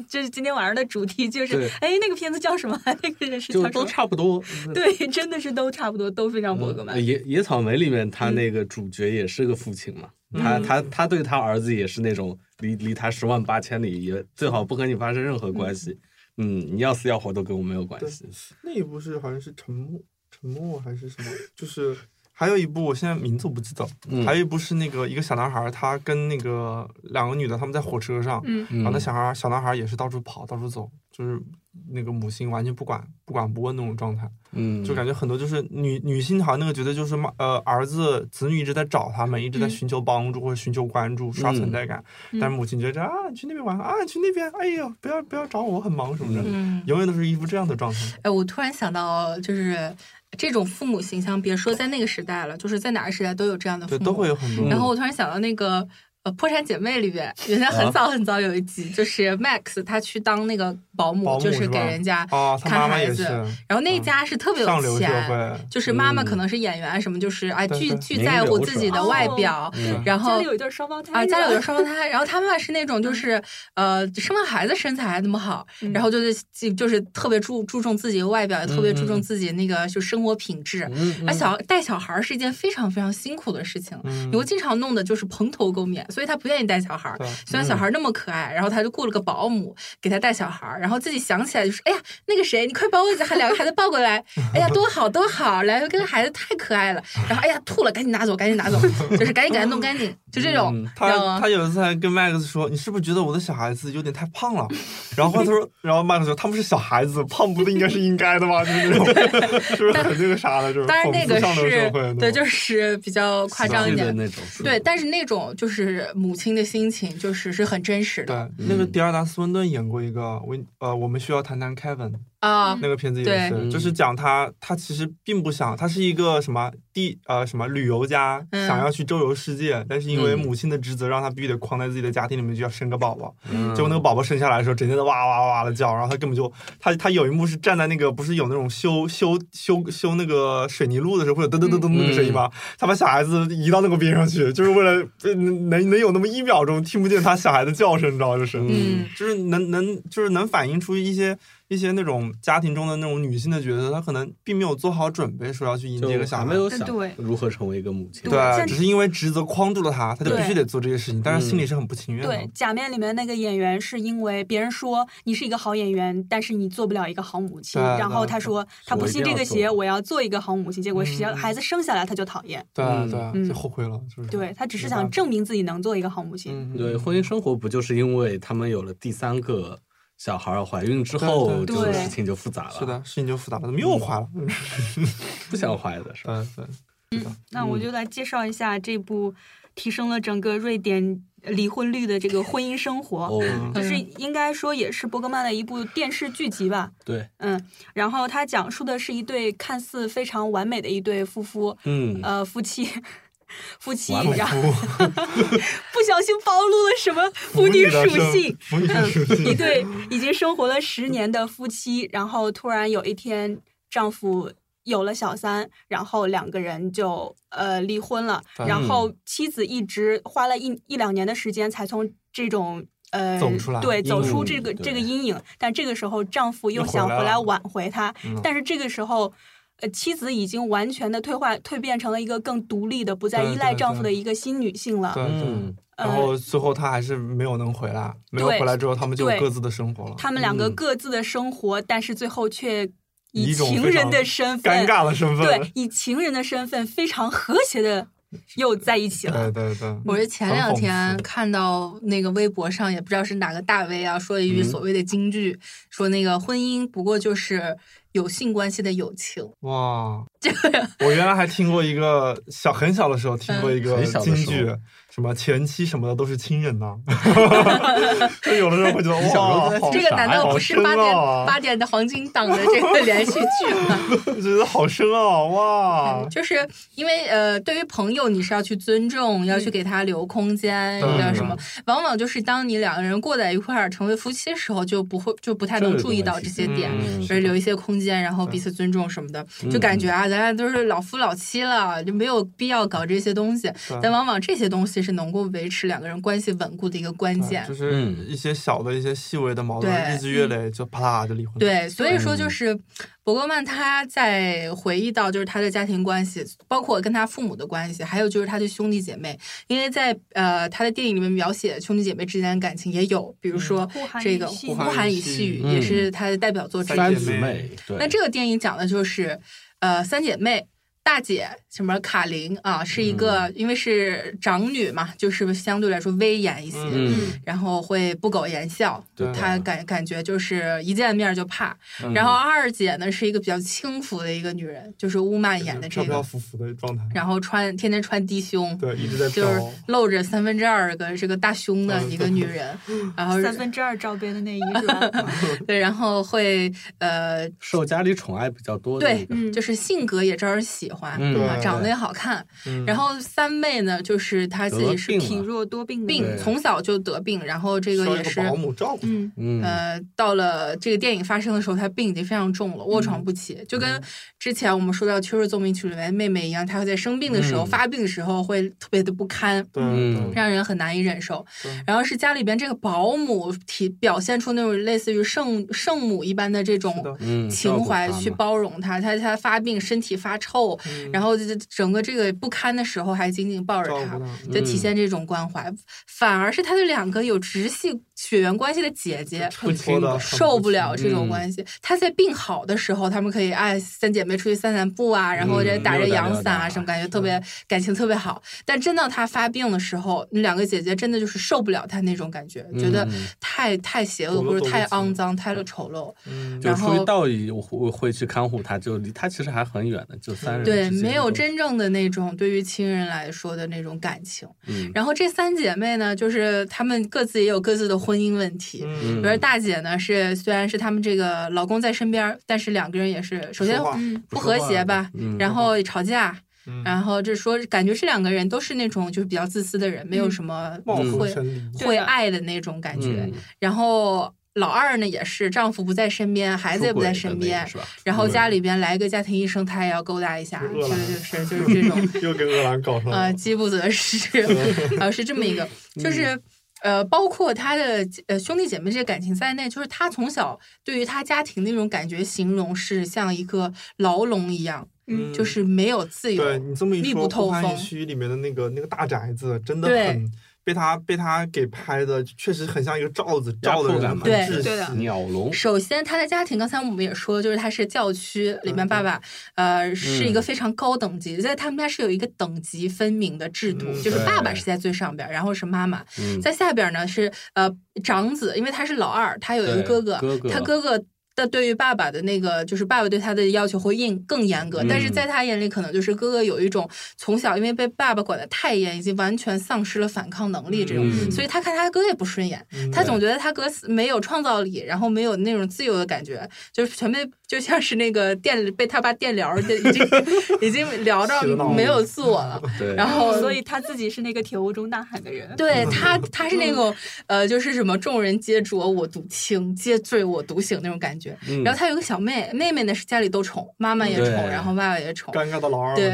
E: 这是今天晚上的主题，就是
F: 对
E: 哎，那个片子叫什么？ [laughs] 那个人是叫
F: 就
E: 什
F: 都
E: 么？
F: 差不多，
E: 对，真的是都差不多，都非常伯格曼
F: 呃。野野草莓里
D: 嗯
F: 面，他那个主角也是个父亲嘛，他他他对他儿子也是那种离离他十万八千里，也最好不和你发生任何关系。嗯，你要死要活都跟我没有关系。
C: 那一部是好像是沉默，沉默还是什么？就是还有一部，我现在名字我不记得了。
F: 嗯
C: 还有一部是那个一个小男孩儿，他跟那个两个女的，他们在火车上，
E: 嗯
F: 嗯
C: 然后那小孩儿小男孩儿也是到处跑，到处走，就是那个母性完全不管不管不问那种状态，
F: 嗯，
C: 就感觉很多就是女女性好像那个角色就是妈呃儿子子女一直在找他们，一直在
E: 嗯
C: 寻求帮助或者寻求关注，刷存在感，
E: 嗯
C: 但是母亲觉得啊你去那边玩啊你去那边，哎呦不要不要找我，我很忙什么的，
D: 嗯，
C: 永远都是一副这样的状态。
D: 哎，我突然想到，就是这种父母形象，别说在那个时代了，就是在哪个时代都有这样的父
C: 对，
D: 母，
C: 都会。嗯有很多。
D: 然后我突然想到那个。呃，破产姐妹里边，原来很
F: 啊
D: 早很早有一集，就是 Max 他去当那个保姆，
C: 保姆
D: 就是
C: 是
D: 给
C: 吧
D: 人家
C: 哦，他
D: 看
C: 妈妈
D: 孩
C: 也
D: 子
C: 是
D: 然后那一家是特别
C: 上
D: 有
C: 流社
D: 钱，
C: 会，
D: 就是妈妈
F: 嗯
D: 可能是演员啊什么，就是哎
C: 对
D: 聚
C: 对
D: 聚
F: 名
D: 在
F: 流
D: 我
F: 是
D: 自己
F: 吧
D: 的外
E: 哦
D: 表，
F: 嗯
E: 家
D: 然后
E: 里有一对双胞胎
D: 啊，
E: 是
D: 家里有
E: 吧
D: 个双胞胎，然后他妈妈是那种就是呃生完孩子身材还那么好，
E: 嗯
D: 然后就是就就是特别注注重自己的外表，也特别注重自己那个就生活品质。
F: 嗯
D: 啊，小带小孩儿是一件非常非常辛苦的事情，
C: 嗯
D: 你会经常弄得就是蓬头垢面，所以他不愿意带小孩儿
C: 对。嗯
D: 虽然小孩儿那么可爱，然后他就雇了个保姆给他带小孩儿，然后自己想起来就是，哎呀，那个谁，你快把我家两个孩子抱过来，哎呀，多好多好，来跟个孩子太可爱了，然后哎呀吐了，赶紧拿走，赶紧拿走，就是赶紧给他弄干净，就这种，你知道
C: 嗯他
D: 吗
C: 他？有一次还跟 Max 说：“你是不是觉得我的小孩子有点太胖了？”然后他说，然后 Max 说：“他们是小孩子，胖不应该是应该的吧？”就是
D: [laughs]
C: 那种，是不是很那个啥的？就是
D: 当然那
C: 讽刺
D: 个
C: 上流
D: 是
C: 社会的那
D: 对，
C: 种
D: 就是比较夸张一
F: 喜剧的
D: 点。
F: 那种，
D: 对，但是那种就是母亲的心情，就是是很真实的
C: 对那个迪尔达斯温顿演过一个，我呃，我们需要谈谈 Kevin，
D: 啊，
C: 那个片子也
D: 对
C: 是，就是讲他，他其实并不想，他是一个什么地呃什么旅游家，
D: 嗯
C: 想要去周游世界，但是因为
F: 嗯
C: 母亲的职责，让他必须得框在自己的家庭里面，就要生个宝宝。
F: 嗯
C: [laughs] 结果那个宝宝生下来的时候，整天在哇哇哇的叫，然后他根本就他他有一幕是站在那个不是有那种修修修修那个水泥路的时候，会有噔噔噔噔那个声音
F: 嗯
C: 吗？他把小孩子移到那个边上去，就是为了呃能能能有那么一秒钟听不见他小孩的叫声，你知道吗就是。
D: 嗯
C: 就是能能就是能反映出一些一些那种家庭中的那种女性的角色，她可能并没有做好准备说要去迎接一个
F: 就
C: 小
F: 还
C: 孩
F: 没。
D: 嗯
F: 有想
E: 对
F: 如何成为一个母亲。
C: 对，
E: 像
C: 只是因为职责框住了她，她就必须得做这些事情，但是心里是很不情愿
E: 对
C: 的。，
E: 假面里面那个演员是因为别人说你是一个好演员，但是你做不了一个好母亲，
C: 对
F: 啊
E: 然后
C: 对
E: 他
C: 对
E: 说他不
F: 我一
E: 信
F: 定要
E: 这个
F: 做
E: 邪，我要做一个好母亲，结果
C: 嗯
E: 小孩子生下来他就讨厌，
C: 对啊
F: 嗯
C: 对，
E: 嗯
C: 就后悔了，是不是？
E: 对他只是
C: 没办
E: 想
C: 法
E: 证明自己能做一个好母亲。
C: 嗯，
F: 对，婚姻生活不就是因为他们有了第三个小孩儿怀孕之后，
C: 对对
F: 这个
E: 对
F: 事情就复杂了。
C: 是，的，事情就复杂了，怎么又坏了？
F: 不想怀的是吧？
C: 嗯，对，
E: 那
F: 嗯
E: 我就来介绍一下这部提升了整个瑞典离婚率的这个婚姻生
C: 嗯
E: 活。
F: 哦，
E: 就是应该说也是伯格曼的一部电视剧集吧，
F: 对，
E: 嗯，然后它讲述的是一对看似非常完美的一对夫妇，
F: 嗯，
E: 呃，夫妻，夫妻，
F: 完美
E: 然后不小心暴露了什么妇女
C: 的
E: 属性，
C: 腐女的属
E: 一
C: [laughs] 性，
E: 对已经生活了十年的夫妻，然后突然有一天丈夫有了小三，然后两个人就呃离婚了，
C: 对
E: 然后妻子一直花了一一两年的时间才从这种。呃，
C: 走出来
E: 对，走出
F: 阴影
E: 这个
F: 对
E: 这个阴影，但这个时候丈夫又
C: 又回
E: 想
C: 来
E: 回来
C: 了
E: 挽回她，
C: 嗯
E: 但是这个时候，呃，妻子已经完全的退化，蜕变成了一个更独立的，不再
C: 对
E: 依赖
C: 对
E: 丈夫
C: 对
E: 的一个新女性了。
C: 对对。
F: 嗯，
E: 呃
C: 然后最后她还是没有能回来，没有
E: 对
C: 回来之后，他们就有
E: 对
C: 各自的生活了，
E: 他们两个
F: 嗯
E: 各自的生活，但是最后却以
C: 以一种
E: 情
C: 非
E: 人
C: 常
E: 的身
C: 尴
E: 份，
C: 尬的身份。
E: 对， [laughs] 以情人的身份非常和谐的又在一起了
C: 对。对对，
D: 我是前
C: 很
D: 两
C: 讽刺
D: 天看到那个微博上，也不知道是哪个大 V 啊，说了一句
C: 嗯
D: 所谓的金句，说那个婚姻不过就是有性关系的友情。
C: 哇，我原来还听过一个小很小的时候听过一个
F: 很小的
C: 京
F: 时候
C: 剧，什么前妻什么的都是亲人呐、就有的时候会觉
F: [laughs]
C: 得
F: 你小时候
C: 哇
F: 在，
C: 好
D: 这个难道不是八
C: 好深
D: 点
C: 奥啊
D: 八点的黄金档的这个连续剧吗？ [laughs]
C: 觉得好深奥啊
E: 嗯
C: 哇，
D: 就是因为呃，对于朋友你是要去尊重，
C: 嗯
D: 要去给他留空间，
C: 对
D: 要
C: 对
D: 什么？往往就是当你两个人过在一块儿成为夫妻的时候，就不会就不太
F: 这
D: 能
F: 个
D: 注意到
F: 关
D: 这
F: 系
D: 些
C: 嗯
D: 点，
F: 嗯
D: 而留一些空间，然后彼此尊重什么的，就感觉啊，咱俩都是老夫老妻了，就没有必要搞这些东
F: 嗯
D: 西。但往往这些东西是能够维持两个人关系稳固的一个关键
C: 就。是
F: 嗯
C: 一些小的一些细微的矛盾，
D: 对嗯
C: 日积月累就啪啦就离婚了。
D: 对，所以说就
F: 嗯
D: 是伯格曼他在回忆到就是他的家庭关系，包括跟他父母的关系，还有就是他的兄弟姐妹，因为在呃他的电影里面描写兄弟姐妹之间的感情也有，比如说
E: 嗯互含
D: 这
E: 以
D: 个
E: 细
D: 呼
E: 语
D: 喊与细语
F: 嗯
D: 也是他的代表作之
C: 三
F: 三
D: 一。
C: 姐
F: 姊
C: 妹
F: 妹，对，
D: 那这个电影讲的就是呃三姐妹。大姐什么卡琳啊，是一个、因为是长女嘛，就是相对来说威严一些，
F: 嗯，
D: 然后会不苟言笑
F: 对，
D: 她感感觉就是一见面就怕。
F: 嗯
D: 然后二姐呢是一个比较轻浮的一个女人，就是乌曼演的这
C: 飘飘
D: 个，
C: 浮浮的状态，
D: 然后穿天天穿低胸，
C: 对，一直在
D: 就
C: 飘
D: 是。露着三分之二个这个大胸的一个女人，然后
E: 嗯三分之二罩杯的内衣是
D: [laughs]
E: 吧？
D: 对，然后会呃
F: 受家里宠爱比较多的一
D: 对
F: 个，，
D: 就是性格也招人喜欢，
F: 嗯
D: 啊
C: 对
D: 长得也好看。
C: 嗯
D: 然后三妹呢，就是她自己是
F: 得
E: 体
F: 病了，
E: 弱多病的
D: 病，
F: 对
D: 从小就得病，然后这
C: 需
D: 个
C: 要
D: 也
C: 一
D: 是
C: 个保姆照顾，
E: 嗯，
F: 嗯，
D: 呃，到了这个电影发生的时候，他病已经非常重了，卧床不起，就跟之前我们说到《秋日奏鸣曲》里面妹妹一样，她会在生病的时候、
F: 嗯
D: 发病的时候会特别的不堪。
C: 对，
F: 嗯
C: 对
D: 让人很难以忍受
C: 对，
D: 然后是家里边这个保姆体表现出那种类似于圣圣母一般的这
C: 是
D: 种
C: 的
F: 嗯，照
D: 情
F: 顾
D: 怀
F: 他
D: 去
F: 嘛
D: 包容她，她她发病身体发臭，
C: 嗯
D: 然后这整个这个不堪的时候还紧紧抱着
C: 照
D: 她
C: 顾，她，
D: 就
F: 嗯
D: 体现这种关怀，反而是她的两个有直系血缘关系的姐姐，
C: 不清的，
D: 受不了这种
F: 嗯
D: 关系。她在病好的时候，她们可以哎三姐妹出去散散步啊，然后
F: 嗯
D: 这打着
F: 溜达
D: 阳
F: 溜
D: 伞啊
F: 达嗯
D: 什么，感觉特别感情特别好。但真到她发病的时候，那两个姐姐真的就是受不了她那种感觉，觉得
F: 嗯
D: 太太邪恶
C: 躲都
D: 或者
C: 躲不
D: 太
C: 起
D: 肮脏、太丑陋。
C: 嗯
F: 就
D: 然
F: 出于
D: 后
F: 道义，我会我会去看护他，就离他其实还很远的，就三人
D: 对，
F: 之间
D: 没有
F: 都
D: 真正的那种对于亲人来说的那种感情。
F: 嗯
D: 然后这三姐妹呢，就是她们各自也有各自的婚姻问题。
C: 嗯
F: 嗯
D: 比如大姐呢，是虽然是她们这个老公在身边，但是两个人也是首先
C: 说话
D: 不和谐吧，
F: 嗯
D: 然后吵架，
C: 嗯
D: 然后就是说感觉这两个人都是那种就是比较自私的人，没有什么
C: 貌合
D: 会
C: 神离。
D: 会爱的那种感觉。
F: 嗯
D: 然后老二呢，也是丈夫不在身边，孩子也不在身
F: 出
D: 边
F: 轨的那个，是吧？
D: 然后家里边来个家庭医生，他也要勾搭一下，
C: 就
D: 就
C: 饿
D: 是
C: 了
D: 就是就是这种
C: 又跟鄂兰搞上
D: 呃
C: 了，
D: 饥不择
C: [laughs]
D: 食，然后是这么一个，
C: 嗯
D: 就是。呃，包括他的呃兄弟姐妹这些感情在内，就是他从小对于他家庭那种感觉形容是像一个牢笼一样，
C: 嗯
D: 就是没有自由。
C: 对你这么一
D: 密
C: 说，
D: 不透
C: 不堪
D: 风
C: 一区里面的那个那个大宅子，真的
D: 对
C: 很被他被他给拍的，确实很像一个罩子罩的
F: 压迫
C: 人，
F: 感
C: 很
F: 嘛
D: 对
C: 窒
E: 对的
C: 息。
F: 鸟笼，
D: 首先，他的家庭，刚才我们也说，就是他是教区里面，
C: 嗯
D: 爸爸、呃是一个非常高等级，在他们家是有一个等级分明的制度，
C: 嗯
D: 就是爸爸
F: 对
D: 是在最上边，然后是妈妈，
F: 嗯
D: 在下边呢是呃长子，因为他是老二，他有一个
F: 对啊
D: 哥哥，
F: 哥哥
D: 他哥哥。的对于爸爸的那个，就是爸爸对他的要求会硬更严格，
F: 嗯
D: 但是在他眼里，可能就是哥哥有一种从小因为被爸爸管得太严，已经完全丧失了反抗能力这种，
F: 嗯
D: 所以他看他哥也不顺眼，
C: 嗯
D: 他总觉得他哥死没有创造力，然后没有那种自由的感觉，就是全被就像是那个电被他爸电疗的，已经已经聊到
C: 洗了脑
D: 没有自我了。 [laughs]
F: 对，
D: 然后，
E: 所以他自己是那个铁屋中呐喊的人。
D: 对他他是那种呃，就是什么众人皆浊我独清，皆醉我独醒那种感觉。
F: 嗯
D: 然后他有个小妹，妹妹呢是家里都宠，妈妈也宠，
F: 对
D: 然后爸爸也宠。
C: 尴尬的老二，
D: 对，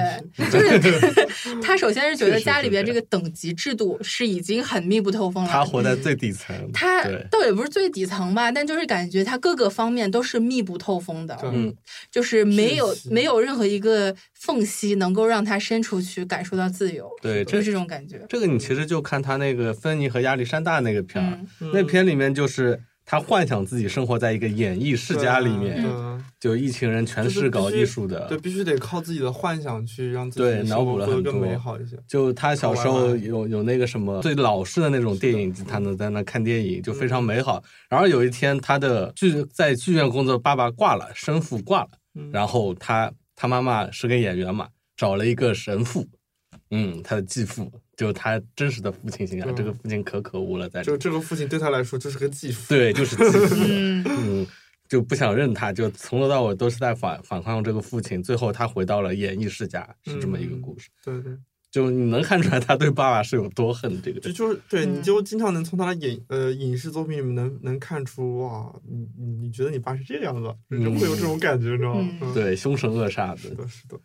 D: 就是他首先是觉得家里边这个等级制度是已经很密不透风了，
F: 他活在最底层，
D: 他
F: 对，
D: 倒也不是最底层吧，但就是感觉他各个方面都是密不透风的，
C: 嗯
F: 嗯，
D: 就是没有
C: 是是
D: 没有任何一个缝隙能够让他伸出去感受到自由，
F: 对，
D: 就
F: 这
D: 是这种感觉。
F: 这个你其实就看他那个芬妮和亚历山大那个片儿
D: 嗯，
F: 那片里面就是他幻想自己生活在一个演艺世家里面，
C: 嗯
F: 就一群人全
C: 就是
F: 搞
C: 必须
F: 艺术
C: 对，
F: 的。
C: 必须得靠自己的幻想去让自
F: 对
C: 己的
F: 脑
C: 生
F: 补
C: 活
F: 了
C: 过得
F: 很
C: 更
F: 多
C: 美好一些。
F: 就他小时
C: 好玩
F: 候
C: 吗
F: 有有那个什么最老式的那种电影机，他能在那看电影，就非
C: 嗯
F: 常美好。然后有一天，他的剧在剧院工作，爸爸挂了，生父挂了，
C: 嗯
F: 然后他他妈妈是个演员嘛，找了一个神父，嗯，他的继父，就是他真实的父亲形象。
C: 嗯
F: 这个父亲可可恶了，在这
C: 就
F: 里
C: 这个父亲对他来说就是个继父，
F: 对，就是继
C: [laughs]
F: 父。
D: 嗯，
F: 嗯，就不想认他，就从头到尾都是在反反抗这个父亲。最后他回到了演艺世家，是这么一个
C: 嗯
F: 故事。
C: 对对，
F: 就你能看出来他对爸爸是有多恨这个
C: 就
F: 人。
C: 就是对，
D: 嗯
C: 你就经常能从他的影呃影视作品里面能能看出哇，你你你觉得你爸是这个样子，你就会有这种感觉，你知道吗
D: 嗯？
C: 嗯，
F: 对，凶神恶煞
C: 是
F: 的。
C: 的，是的，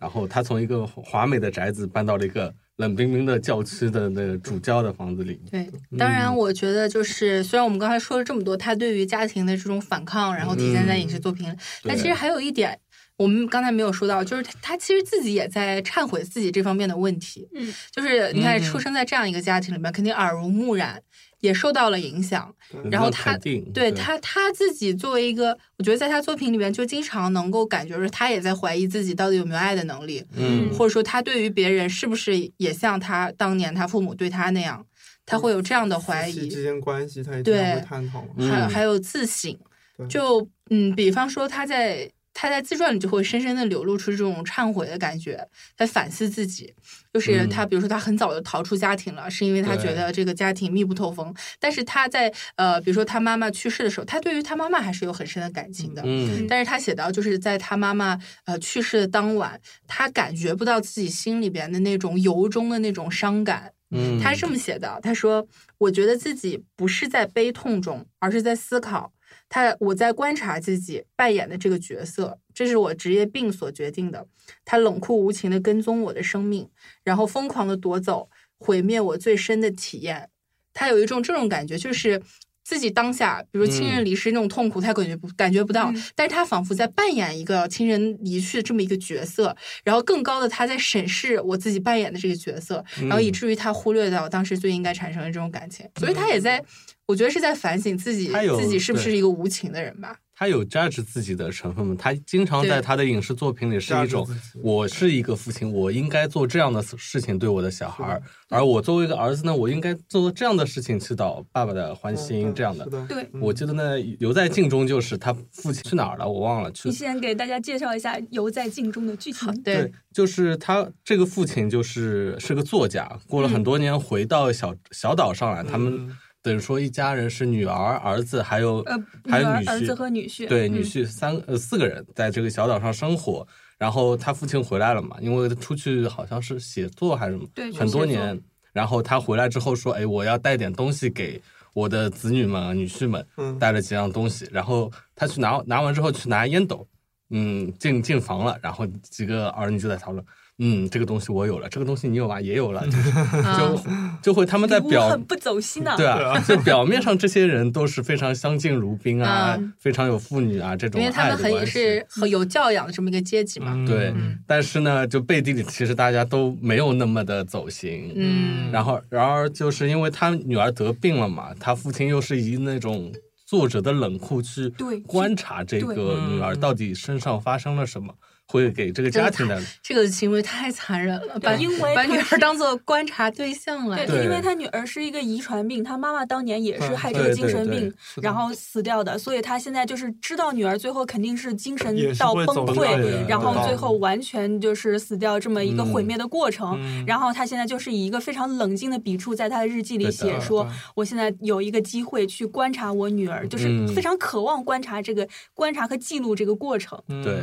F: 然后他从一个华美的宅子搬到了一个冷冰冰的教区的那个主教的房子里。
D: 对。当然，我觉得就是虽然我们刚才说了这么多，他对于家庭的这种反抗，然后体现在影
F: 嗯
D: 视作品里，但其实还有一点。我们刚才没有说到，就是他他其实自己也在忏悔自己这方面的问题。
E: 嗯，
D: 就是你看，
F: 嗯
D: 出生在这样一个家庭里面，肯定耳濡目染，也受到了影响。
F: 嗯
D: 然后
F: 那
D: 他
F: 肯定
D: 对他他自己作为一个，我觉得在他作品里面就经常能够感觉是他也在怀疑自己到底有没有爱的能力，
F: 嗯
D: 或者说他对于别人是不是也像他当年他父母对他那样，他会有这样的怀
C: 夫妻之
D: 疑，
C: 间关系，他也经常
D: 对
C: 会探讨嘛。
F: 嗯
D: 还还有自省
C: 对。
D: 就嗯，比方说他在他在自传里就会深深的流露出这种忏悔的感觉，在反思自己。就是
F: 嗯
D: 他，比如说他很早就逃出家庭了，是因为他
F: 对
D: 觉得这个家庭密不透风。但是他在呃，比如说他妈妈去世的时候，他对于他妈妈还是有很深的感情的。
F: 嗯
D: 但是他写到，就是在他妈妈呃去世的当晚，他感觉不到自己心里边的那种由衷的那种伤感。
F: 嗯，
D: 他是这么写的，他说：“我觉得自己不是在悲痛中，而是在思考。他我在观察自己扮演的这个角色，这是我职业病所决定的。他冷酷无情的跟踪我的生命，然后疯狂的夺走、毁灭我最深的体验。他有一种这种感觉，就是。”自己当下，比如亲人
F: 嗯
D: 离世那种痛苦，他感觉不感觉不到，
E: 嗯
D: 但是他仿佛在扮演一个亲人离去这么一个角色，然后更高的他在审视我自己扮演的这个角色，然后以
F: 嗯
D: 至于他忽略到当时最应该产生的这种感情，所以他也在，我觉得是在反省自己
F: 他有，
D: 自己是不
F: 对
D: 是一个无情的人吧？
F: 他有 judge 自己的成分吗？他经常
D: 对
F: 在他的影视作品里是一
C: judge
F: 种
C: 自己，
F: 我是一个父亲，我应该做这样的事情对我的小孩
C: 嗯
F: 儿，而我作为一个儿子呢，我应该做这样的事情去讨爸爸的欢心，这样的
C: 嗯是。的，
E: 对，
C: 嗯
F: 我记得呢，犹在镜中就是他父亲去哪儿了，我忘了去
E: 你。先给大家介绍一下《游在镜中》的剧情。
F: 对，就是他这个父亲就是是个作家，过
E: 嗯
F: 了很多年回到小、小岛上来，他们等于说一家人是女儿、儿子还有、
E: 呃，
F: 还
E: 女
F: 有
E: 儿
F: 女、婿，
E: 儿子和女婿。
F: 对，
E: 嗯
F: 女婿三个呃四个人在这个小岛上生活。然后他父亲回来了嘛，因为他出去好像是写作还是什么，
E: 对去
F: 很多
E: 写作
F: 年。然后他回来之后说：“哎，我要带点东西给我的子女们、啊女婿们，
C: 嗯
F: 带了几样东西。”然后他去拿拿完之后去拿烟斗，嗯，进进房了。然后几个儿女就在讨论：“嗯，这个东西我有了，这个东西你有吗？也有了。
E: [laughs]
F: 就是”就就会他们在
E: 我
F: 表
E: 很不走心啊。
F: 对啊，就表面上这些人都是非常相敬如宾啊，
D: 嗯
F: 非常有妇女啊这种
D: 因为他
F: 爱
D: 们
F: 的
D: 很
F: 关
D: 也
F: 系。
D: 是很有教养的这么一个阶级嘛。
F: 对
D: 嗯，
F: 但是呢，就背地里其实大家都没有那么的走心。
D: 嗯，
F: 然后，然而就是因为他女儿得病了嘛，他父亲又是以那种作者的冷酷去
E: 对
F: 观察这
E: 对
F: 个女儿到底身上发生了什么，会给这个家庭的
D: 这个行为太残忍了，把
E: 因为
D: 把
E: 他
D: 女儿当做观察对象了。
E: 对，因
F: 对
E: 为
F: 嗯
E: 他女儿是一个遗传病，他妈妈当年也是
C: 对
E: 害这个
F: 对
E: 精
F: 对
E: 神
F: 对
E: 病，
C: 是的
E: 然后死掉的，所以他现在就是知道女儿最后肯定是精神
C: 也是
E: 到
C: 会
E: 崩
C: 走
F: 到
E: 溃
F: 这个，
E: 然后
F: 道
E: 最
F: 路
E: 后完全就是死掉这么一个毁
F: 嗯
E: 灭的过程。
C: 嗯
E: 然后他现在就是以一个非常冷静的笔触，在他的日记里
F: 对的
E: 写
F: 对
E: 说
C: 对：“
E: 我现在有一个机会去观察我女儿，就是
F: 嗯
E: 非常渴望观察这个、观察和记录这个过程。
C: 嗯
F: 对，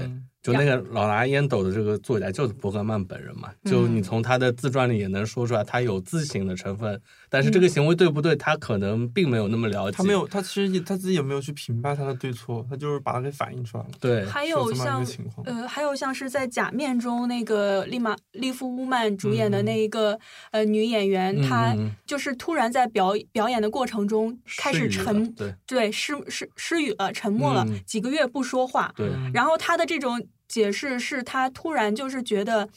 F: 就那个老拿烟斗的这个作家就是伯格曼本人嘛，就你从他的自传里也能说出来，他有自省的成分，但是这个行为对不对，他可能并没有那么了解。
C: 他没有，他其实也他自己也没有去评判他的对错，他就是把它给反映出来了。
F: 对，
E: 还
C: 是
E: 有
C: 这么样
E: 像
C: 一个情况
F: 嗯
E: 呃，还有像是在《假面》中那个利马利夫乌曼主演的那一个、呃女演员，
F: 嗯
E: 她
F: 嗯嗯
E: 就是突然在表表演的过程中开始
F: 失语了
E: 沉，
F: 对
E: 对失失失语了，沉默了、
F: 嗯
E: 几个月不说话。
F: 对，
E: 然后她的这种解释是她突然就是觉得。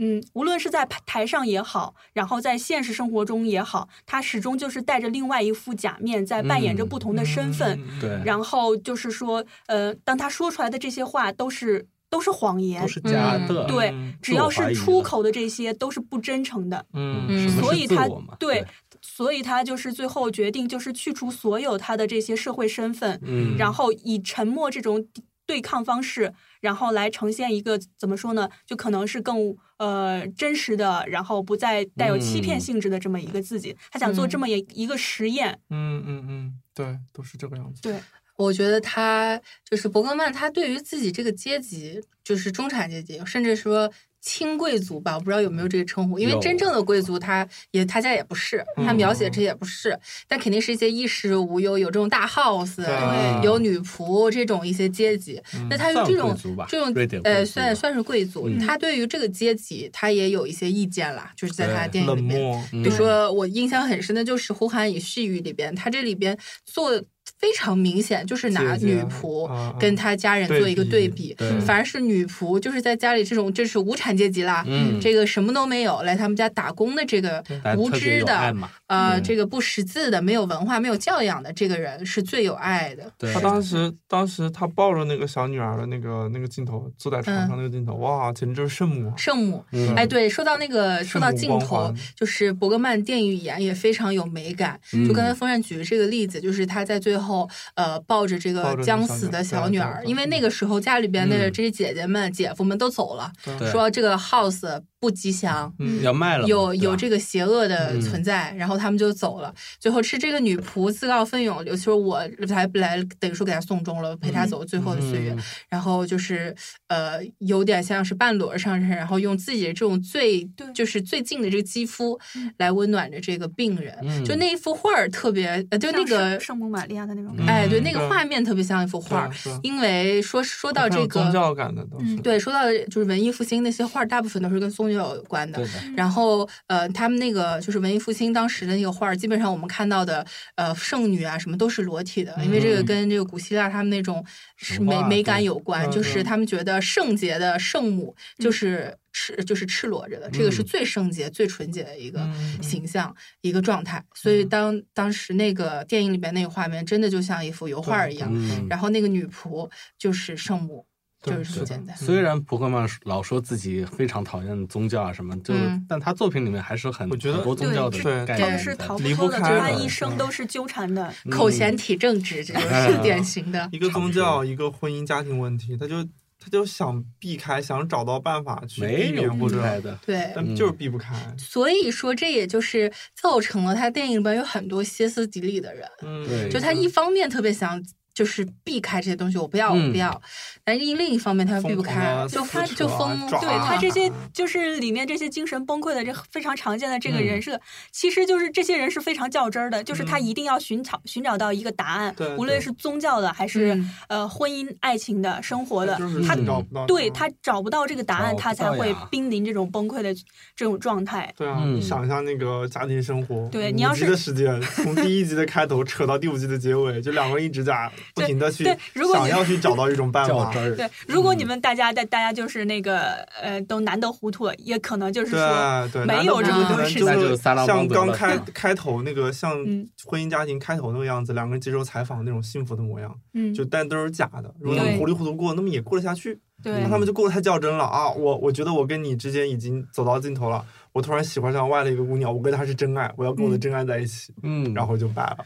E: 嗯，无论是在台上也好，然后在现实生活中也好，她始终就是戴着另外一副假面，在扮演着
F: 嗯
E: 不同的身份。
C: 嗯
F: 对
E: 然后就是说，呃，当他说出来的这些话都是都是谎言
F: 都，是假的，
E: 对，只要
F: 自我怀
E: 是
F: 疑
E: 出
F: 了
E: 口的这些都是不真诚的，
C: 嗯，
F: 嗯，什么
E: 所
F: 是
E: 以
F: 自
E: 他
F: 我嘛
E: 对，所以他就是最后决定就是去除所有他的这些社会身份，
F: 嗯，
E: 然后以沉默这种对抗方式，然后来呈现一个怎么说呢，就可能是更呃真实的，然后不再带有欺骗
F: 嗯
E: 性质的这么一个自己，他想做这
D: 嗯
E: 么一一个实验，
C: 嗯嗯嗯，对，都是这个样子。
E: 对，
D: 我觉得他就是伯格曼，他对于自己这个阶级，就是中产阶级，甚至说清贵族吧，我不知道有没有这个称呼，因为
F: 有嗯
D: 真正的贵族他也他家也不是，他描写这也不是，但肯定是一些衣食无忧，有这种大 house，
C: 对
D: 有女仆这种一些阶级。那他有
F: 嗯算
D: 这
F: 贵
D: 种
F: 族吧
D: 这种
F: 瑞典贵
D: 呃，
F: 族
D: 算
F: 吧
D: 算是贵族，
F: 嗯
D: 他对于这个阶级他也有一些意见啦，就是在他的
F: 对
D: 电影里
C: 冷
D: 面。
C: 漠，
F: 嗯
D: 比如说，我印象很深的就是《呼喊与絮语》里边，他这里边做得非常明显，就是拿
C: 姐姐
D: 女仆
C: 啊
D: 跟他家人做一个对
C: 对
D: 比
C: 比，
F: 对
D: 反而是女仆就是在家里这种这是无产阶级啦，
F: 嗯
D: 这个什么都没有，来他们家打工的这个
F: 但
D: 无
F: 特别
D: 知
F: 有爱
D: 的
F: 嘛，
D: 呃，
F: 嗯
D: 这个不识字的、没有文化、没有教养的这个人是最有爱的。
F: 对
C: 他当时，当时他抱着那个小女儿的那个那个镜头，坐在床
D: 嗯
C: 上那个镜头，哇，简直就是圣母啊！
D: 圣母，
F: 嗯
D: 哎，对，说到那个，说到镜
C: 圣母光
D: 头
C: 环，
D: 就是伯格曼电影语言也非常有美感。
F: 嗯
D: 就刚才风扇举这个例子，就是他在最后，呃，抱着这
C: 抱
D: 个
C: 着那
D: 将
C: 个小
D: 死
C: 女
D: 的
C: 儿
D: 小
C: 对
D: 女
C: 对
D: 儿，
C: 对
D: 因为那个时候家里边的
F: 嗯
D: 这些姐姐们、姐夫们都走了，
F: 对
D: 说这个 house 不吉祥。
C: 嗯
F: 要卖了嘛，
D: 有
F: 对
D: 有
F: 吧
D: 这个邪恶的
F: 嗯
D: 存在，然后他们就走了。最后是这个女仆自告奋勇，尤其是我来来等于说给她送终了，陪她走最后的岁月。
F: 嗯
D: 然后就是呃，有点像是半裸上身，然后用自己的这种最
E: 对嗯
D: 就是最近的这个肌肤来温暖着这个病人。
F: 嗯
D: 就那一幅画儿特别，呃，就那
E: 像
D: 个
E: 圣圣母玛利亚的那种感觉。
D: 哎，对，
F: 嗯
D: 那个
C: 对
D: 画面特别像一幅
C: 对
D: 画
C: 啊
D: 儿。
C: 是啊
D: 因为说说到
C: 很有
D: 这个
C: 宗教感的都是，
E: 嗯
D: 对，说到就是文艺复兴那些画，大部分都是跟宗教有关的
F: 对。的，
D: 然后呃，他们那个就是文艺复兴当时的那个画儿，基本上我们看到的呃圣女啊什么都是裸体的，因为这个
F: 嗯
D: 跟这个古希腊他们那种是
F: 神
D: 美
F: 话
D: 美
F: 对
D: 感有关，
C: 嗯
D: 就是
C: 嗯
D: 他们觉得圣洁的圣母就是赤就是赤裸着的，这个是
C: 嗯
D: 最圣洁、最纯洁的一个
C: 嗯
D: 形象、一个状态。所以当当时那个电影里边那个画面，真的就像一幅油画一样。
F: 嗯，
D: 然后那个女仆就是圣母，
C: 对
D: 就是这么
C: 是的
D: 简单。
F: 虽然普克曼老说自己非常讨厌宗教啊什么，就
D: 嗯
F: 但他作品里面还是很
C: 我觉得
F: 很多宗教的
C: 对
F: 概
E: 他
F: 念在。
E: 们是逃不
C: 离不
E: 脱的，就
C: 开
E: 他
C: 的
E: 一生
C: 嗯
E: 都是纠缠的。
D: 口嫌体正直，这就
C: [laughs]
F: 哎
D: 是典型的。
C: 一个宗
F: 差不
C: 教，一个婚姻家庭问题，他就他就想避开，想找到办法去
F: 没
C: 避
F: 有
C: 免或
F: 不
C: 者，
F: 开的，
D: 对，
C: 但
F: 嗯
C: 就是避不开。
D: 所以说这也就是造成了他电影里边有很多歇斯底里的人，
C: 嗯，
F: 对
D: 就他一方面特别想。就是避开这些东西，我不要，我
F: 嗯
D: 不要。但是另一方面，他又避不开，
C: 疯
D: 就
C: 狂地
D: 他
C: 撕扯啊
D: 就疯，
C: 抓
D: 对
E: 对他
D: 他
E: 这些就是里面这些精神崩溃的这非常常见的这个
C: 嗯
E: 人设，其实就是这些人是非常较真儿的，就是他一定要寻找寻找到一个答案
C: 对，
E: 无论
C: 对
E: 是宗教的还是
D: 嗯
E: 呃婚姻、爱情的、生活的
C: 就是，嗯
E: 他
C: 寻找不到
E: 对
C: 答案
E: 他找不到这个答案，
F: 找
E: 他
F: 不
E: 才
F: 到
E: 会
F: 呀
E: 濒临这种崩溃的这种状态。
C: 对啊，
F: 嗯
C: 你想一下那个家庭生活，
E: 对
C: 五
E: 你要
C: 集
E: 是
C: 的时间，从第一集的开头扯到第五集的结尾，就两个人一直在不停的去
E: 对如果
C: 想
E: 你
C: 要去找到一种
F: [laughs]
C: 办
F: 较
C: 法，
F: 真儿
E: 对，如果你
C: 嗯
E: 们大家大大家就是那个呃都难得糊涂，也可能就是说
C: 对啊对，
E: 没
C: 难道
E: 有
C: 不
E: 这
C: 可
E: 么
C: 能
E: 回事
C: 就
F: 那
C: 是
F: 就撒拉帮
C: 像
F: 得
C: 刚
F: 了
C: 开开头那个，像
E: 嗯
C: 婚姻家庭开头那个样子，两个人接受采访那种幸福的模样，
E: 嗯，
C: 就但都是假的。如果他们
E: 对
C: 糊里糊涂过，那么也过得下去。
E: 对，
C: 那，他们就过得太较真了啊！我我觉得我跟你之间已经走到尽头了，我突然喜欢上外的一个姑娘，我跟她是真爱，我要跟我的真爱在一起，
F: 嗯，
C: 然后就掰了，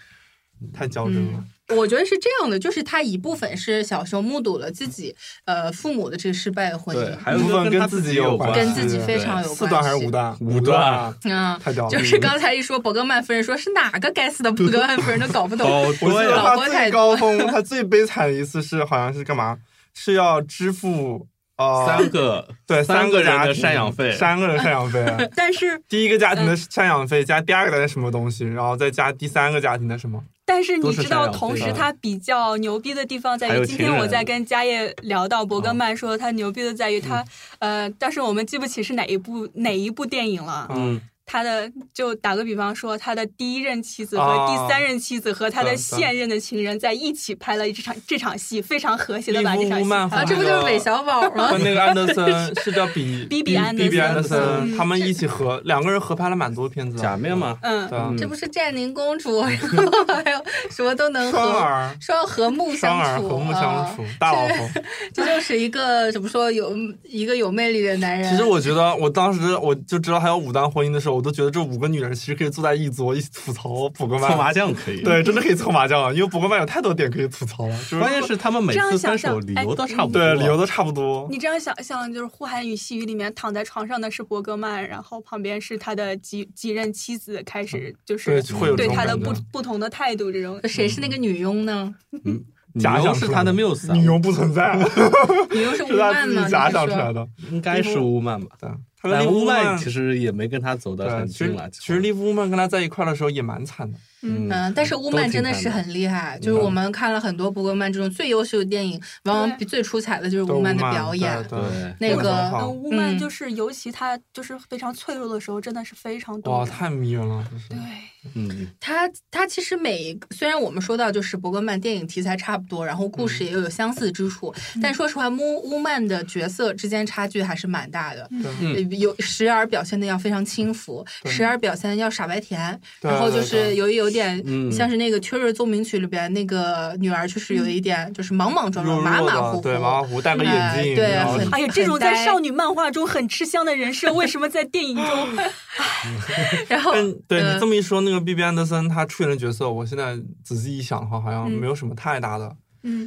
C: 太较真了。
D: 我觉得是这样的，就是他一部分是小熊目睹了自己呃父母的这个失败的婚
F: 对，
D: 姻，
F: 还有一
C: 部分
F: 个
C: 跟
F: 他
C: 自己
F: 己
C: 有
F: 关
C: 关
F: 系的，
D: 跟自己非
F: 对
D: 常有关系。
C: 四段还是五段？啊
F: 五段，
D: 嗯，
C: 太屌了！
D: 就是刚才一说伯格曼夫人说是哪个该死的伯格曼夫人都搞
C: [laughs]
D: 不懂，
F: 好
C: 我记
F: 多
C: 得
F: 呀，
D: 呀
C: 他最高峰，他最悲惨的一次是好像是干嘛？是要支付呃
F: 三个
C: 对
F: 三
C: 个
F: 个人
C: 家
F: 的
C: 庭
F: 赡养费，
C: 三个人赡养
D: [laughs]
C: 费
E: 但是
C: 第一个家庭
D: 嗯
C: 的赡养费加第二个的什么东西，然后再加第三个家庭的什么？
E: 但是
F: 都
E: 你
F: 是
E: 知
F: 这
E: 道，
F: 样
E: 同
F: 对
E: 时
F: 吧
E: 他比较牛逼的地方在
F: 还有
E: 于，今天
F: 情
E: 我
F: 人啊
E: 在跟家业聊到伯格曼，说他牛逼的在于他，呃，但是我们记不起是哪一部哪一部电影了。
F: 嗯，
E: 他的就打个比方说，他的第一任妻子和
C: 啊
E: 第三任妻子和他
C: 对
E: 的
C: 对
E: 现任的情人在一起拍了这场这场戏，非常和谐的
C: 利
E: 把
C: 夫
E: 这场
C: 乌
E: 戏
C: 曼
E: 拍
D: 啊，
E: 了
D: 这不就是韦小宝吗
C: 和？那个安德森是叫比
E: 比比
C: 比
E: 安德
C: 比比
E: 森
C: 安德森，
E: 嗯
C: 他们一起合两个人合拍了蛮多片子的，
F: 假面嘛，
E: [laughs] 嗯
C: 对，啊，
D: 这不是占宁公主，然后还有什么都能
C: 双
D: 和
C: 儿
D: 双和睦
C: 双
D: 相
C: 儿
D: 处，
C: 和睦
D: 啊
C: 相处，大老婆。
D: 这就是一个怎么说有一个有魅力的男人。
C: 其实我觉得，我当时我就知道还有五段婚姻的时候，我都觉得这五个女人其实可以坐在一桌一起吐槽补个
F: 搓
C: 曼。
F: 麻将可以。
C: 嗯对，真的可以凑麻将了，因为补个曼有太多点可以吐槽了，就是
F: 关键是他们每
E: 这样
F: 次
E: 想
F: 分
E: 想
F: 手理
E: 哎
F: 由都差不多，
C: 对理由都差不多。
E: 你这样想象，就是《呼韩语细语》里面躺在床上的是伯格曼，然后旁边是他的几几任妻子，开始就是
C: 对会有这
E: 对
C: 种
E: 他的
C: 感觉
E: 不不同的态度，这种嗯
D: 谁是那个女佣呢？
F: 女
C: 假想
F: 佣是
C: 出
F: 他
C: 来
F: 的
C: 的
F: muse，啊
C: 女佣不存在，
D: 女佣是乌
C: 是他
D: 曼
C: 自
D: 吗？
C: 己
D: 你
C: 假
D: 是
C: 想出来
D: 说
C: 的。
F: 应该是乌曼吧？
C: 对，他跟利
F: 但
C: 夫
F: 乌
C: 乌
F: 曼
C: 曼
F: 其实也没跟他走得
C: 对，
F: 很
C: 其
F: 近
C: 实
F: 了。
C: 其实利夫乌曼跟他在一块儿的时候也蛮惨的，
F: 嗯
D: 嗯，但是乌曼真的是很厉害，就是
C: 嗯
D: 我们看了很多伯格曼这种最优秀的电影，往往比最出彩的就是
C: 对
D: 乌曼的
C: 乌曼
D: 表演。
C: 对
F: 对，
D: 那
C: 非常
D: 个
E: 嗯，
C: 好
E: 乌曼
D: 嗯
E: 就是，尤其他就是非常脆弱的时候，真的是非常动
C: 哇，
E: 人。
C: 太迷人了，就是
E: 对，
F: 嗯，
D: 他他其实每一个，虽然我们说到就是伯格曼电影题材差不多，然后故
C: 嗯
D: 事也有相似之处，但说实话，乌乌曼的角色之间差距还是蛮大的。
E: 嗯
F: 嗯
D: 呃有时而表现的要非常轻浮，
C: 对
D: 时而表现得要傻白甜，
C: 对
D: 然后就
C: 对
D: 是有一有点
F: 嗯
D: 像是那个《秋日奏鸣曲》里边那个女儿，就是有一点就是莽莽
C: 嗯
D: 撞
C: 弱
D: 撞、马
C: 弱
D: 马
C: 的，
D: 虎虎，
C: 对，马马虎虎，戴个眼
D: 哎
C: 镜，
D: 对
C: 然后
D: 很
E: 哎呀，这种在
D: 呆
E: 少女漫画中很吃香的人设，为什么在电影 [laughs] 中
D: 然后
C: 但对
D: 呃
C: 你这么一说，那个 B B 安德森他出演的角色，我现在仔细一想的话，好
D: 嗯
C: 像没有什么太大的、
E: 嗯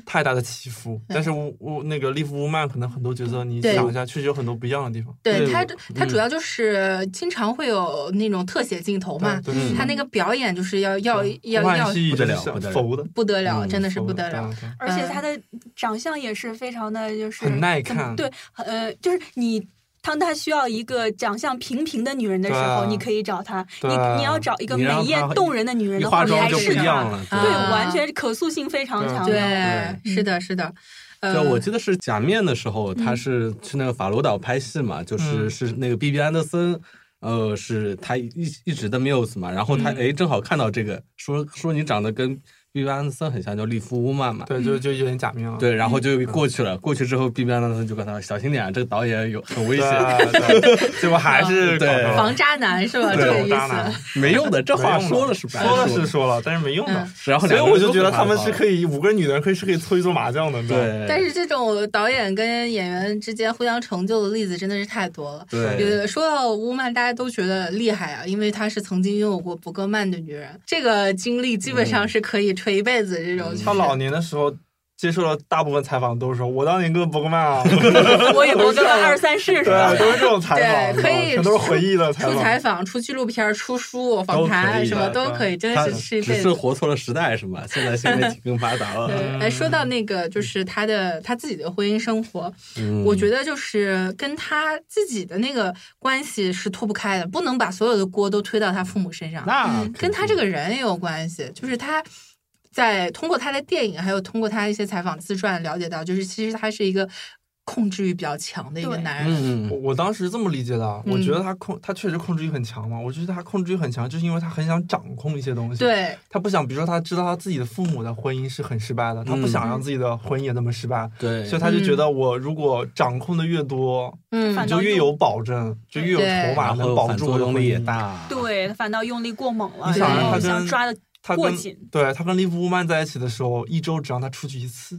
C: 太大的起伏。但是乌乌那个利夫乌曼可能很多角色，你
D: 对
C: 想一下，确实有很多不一样的地方。
D: 对
F: 对
D: 他
F: 我，
D: 他
C: 嗯
D: 主要就是经常会有那种特写镜头嘛，
C: 对，
F: 嗯
D: 他那个表演就是要要要
C: 乌曼
D: 要
C: 蜥蜴
F: 不得
C: 真
F: 了
C: 的是
F: 不得了
C: 浮的，
D: 不得了，真的是
C: 浮
D: 不得了。。
C: 对对
E: 而且他的长相也是非常的，就是
C: 嗯很耐
E: 怎么
C: 看
E: 对，呃，就是你当他需要一个长相平平的女人的时候，
C: 对啊
E: 你可以找她；你
C: 对啊
E: 你要找一个
F: 你让
E: 美
F: 她
E: 艳动人的女人
F: 一
E: 的
F: 化
E: 话，你
F: 妆
E: 还
F: 就不
E: 是
F: 一样
E: 她。
F: 了。
D: 啊
E: 对，完全可塑性非常强。
C: 对啊
D: 对，是的，是的，
F: 对，我
D: 呃，
F: 记得是假面的时候，他是去那个法罗岛拍戏嘛，就是
C: 嗯
F: 是那个 B B 安德森，呃，
C: 嗯
F: 是他一一直的 muse 嘛，然后他哎正好看到这个，说说你长得跟毕班安德森很像，叫利夫乌曼嘛。
D: 嗯
C: 对，嗯就就有点假面了。
F: 对，然后就过去了。过去之后，毕班安德森就跟他说小心点啊，这个导演有很危
C: 对，
F: 险，啊
C: [laughs] 对结果还是搞
F: 对
C: 成了
D: 防渣男是吧？这
C: 对
D: 个
C: 防
D: 意
C: 渣男
F: [laughs]
D: 思。
F: 没用的。这话
C: 没用的
F: 说了是白
C: 说了
F: 说
C: 是说了，但是没用的
D: 嗯。
F: 然后
C: 所以
F: 两个
C: 我
F: 人
C: 就
F: 都
C: 觉得
F: 不
C: 他们
F: 害怕
C: 是可以五个女的人可以是可以凑一桌麻将的，你知道吗？
F: 对，
D: 但是这种导演跟演员之间互相成就的例子真的是太多了。
F: 对
D: 有说到乌曼，大家都觉得厉害啊，因为她是曾经拥有过伯格曼的女人，这个经历基本上是可以吹一辈子这种。
C: 他老年的时候接受了大部分采访，都是说我当年跟伯格
F: [laughs]
C: 曼啊，
E: 我也不跟了二三世是吧？
C: 对，都啊是这种采访，
D: 对可以
C: 你知道吗全都是回忆的采
D: 出
C: 访。
D: 采访、出纪录片、出书、访
F: 都可
D: 谈
F: 以
D: 什么
F: 对
D: 都可以，真
F: 他
D: 的是吃一
F: 只
D: 辈
F: 是
D: 子。
F: 活错了时代是吧？现在新媒体更发达了，
D: [laughs] 对，哎，说到那个，就是她的她自己的婚姻生活，
F: 嗯
D: 我觉得就是跟她自己的那个关系是脱不开的，不能把所有的锅都推到她父母身上。
F: 那肯
D: 嗯跟他
F: 定
D: 这个人也有关系，就是他在通过他的电影，还有通过他一些采访自传了解到，就是其实他是一个控制欲比较强的一个
E: 对
D: 男人。
F: 嗯
C: 我
F: 嗯
C: 我当时这么理解的，我
D: 嗯
C: 觉得他控，他确实控制欲很强嘛。我觉得他控制欲很强，就是因为他很想掌控一些东西。，
D: 对，
C: 他不想，比如说他知道他自己的父母的婚姻是很失败的，他
F: 嗯
C: 不想让自己的婚姻也那么失败，
F: 对，
C: 所以他就觉得我如果掌控的越多，
D: 嗯
E: 反，
C: 就越有保证，就越有
D: 对
C: 筹码
F: 然
C: 能
F: 后
C: 保
F: 反
C: 住我
F: 作
C: 的
F: 用
C: 婚
F: 力也
C: 姻。
F: 大，
E: 对，反倒用力过猛了，
C: 你
D: 想
E: 然后
D: 他
E: 想
C: 跟
E: 抓
C: [laughs]
E: 的
C: 他
E: 过
C: 跟
E: 紧。
C: 对他跟利夫乌曼在一起的时候，一周只让他出去一次，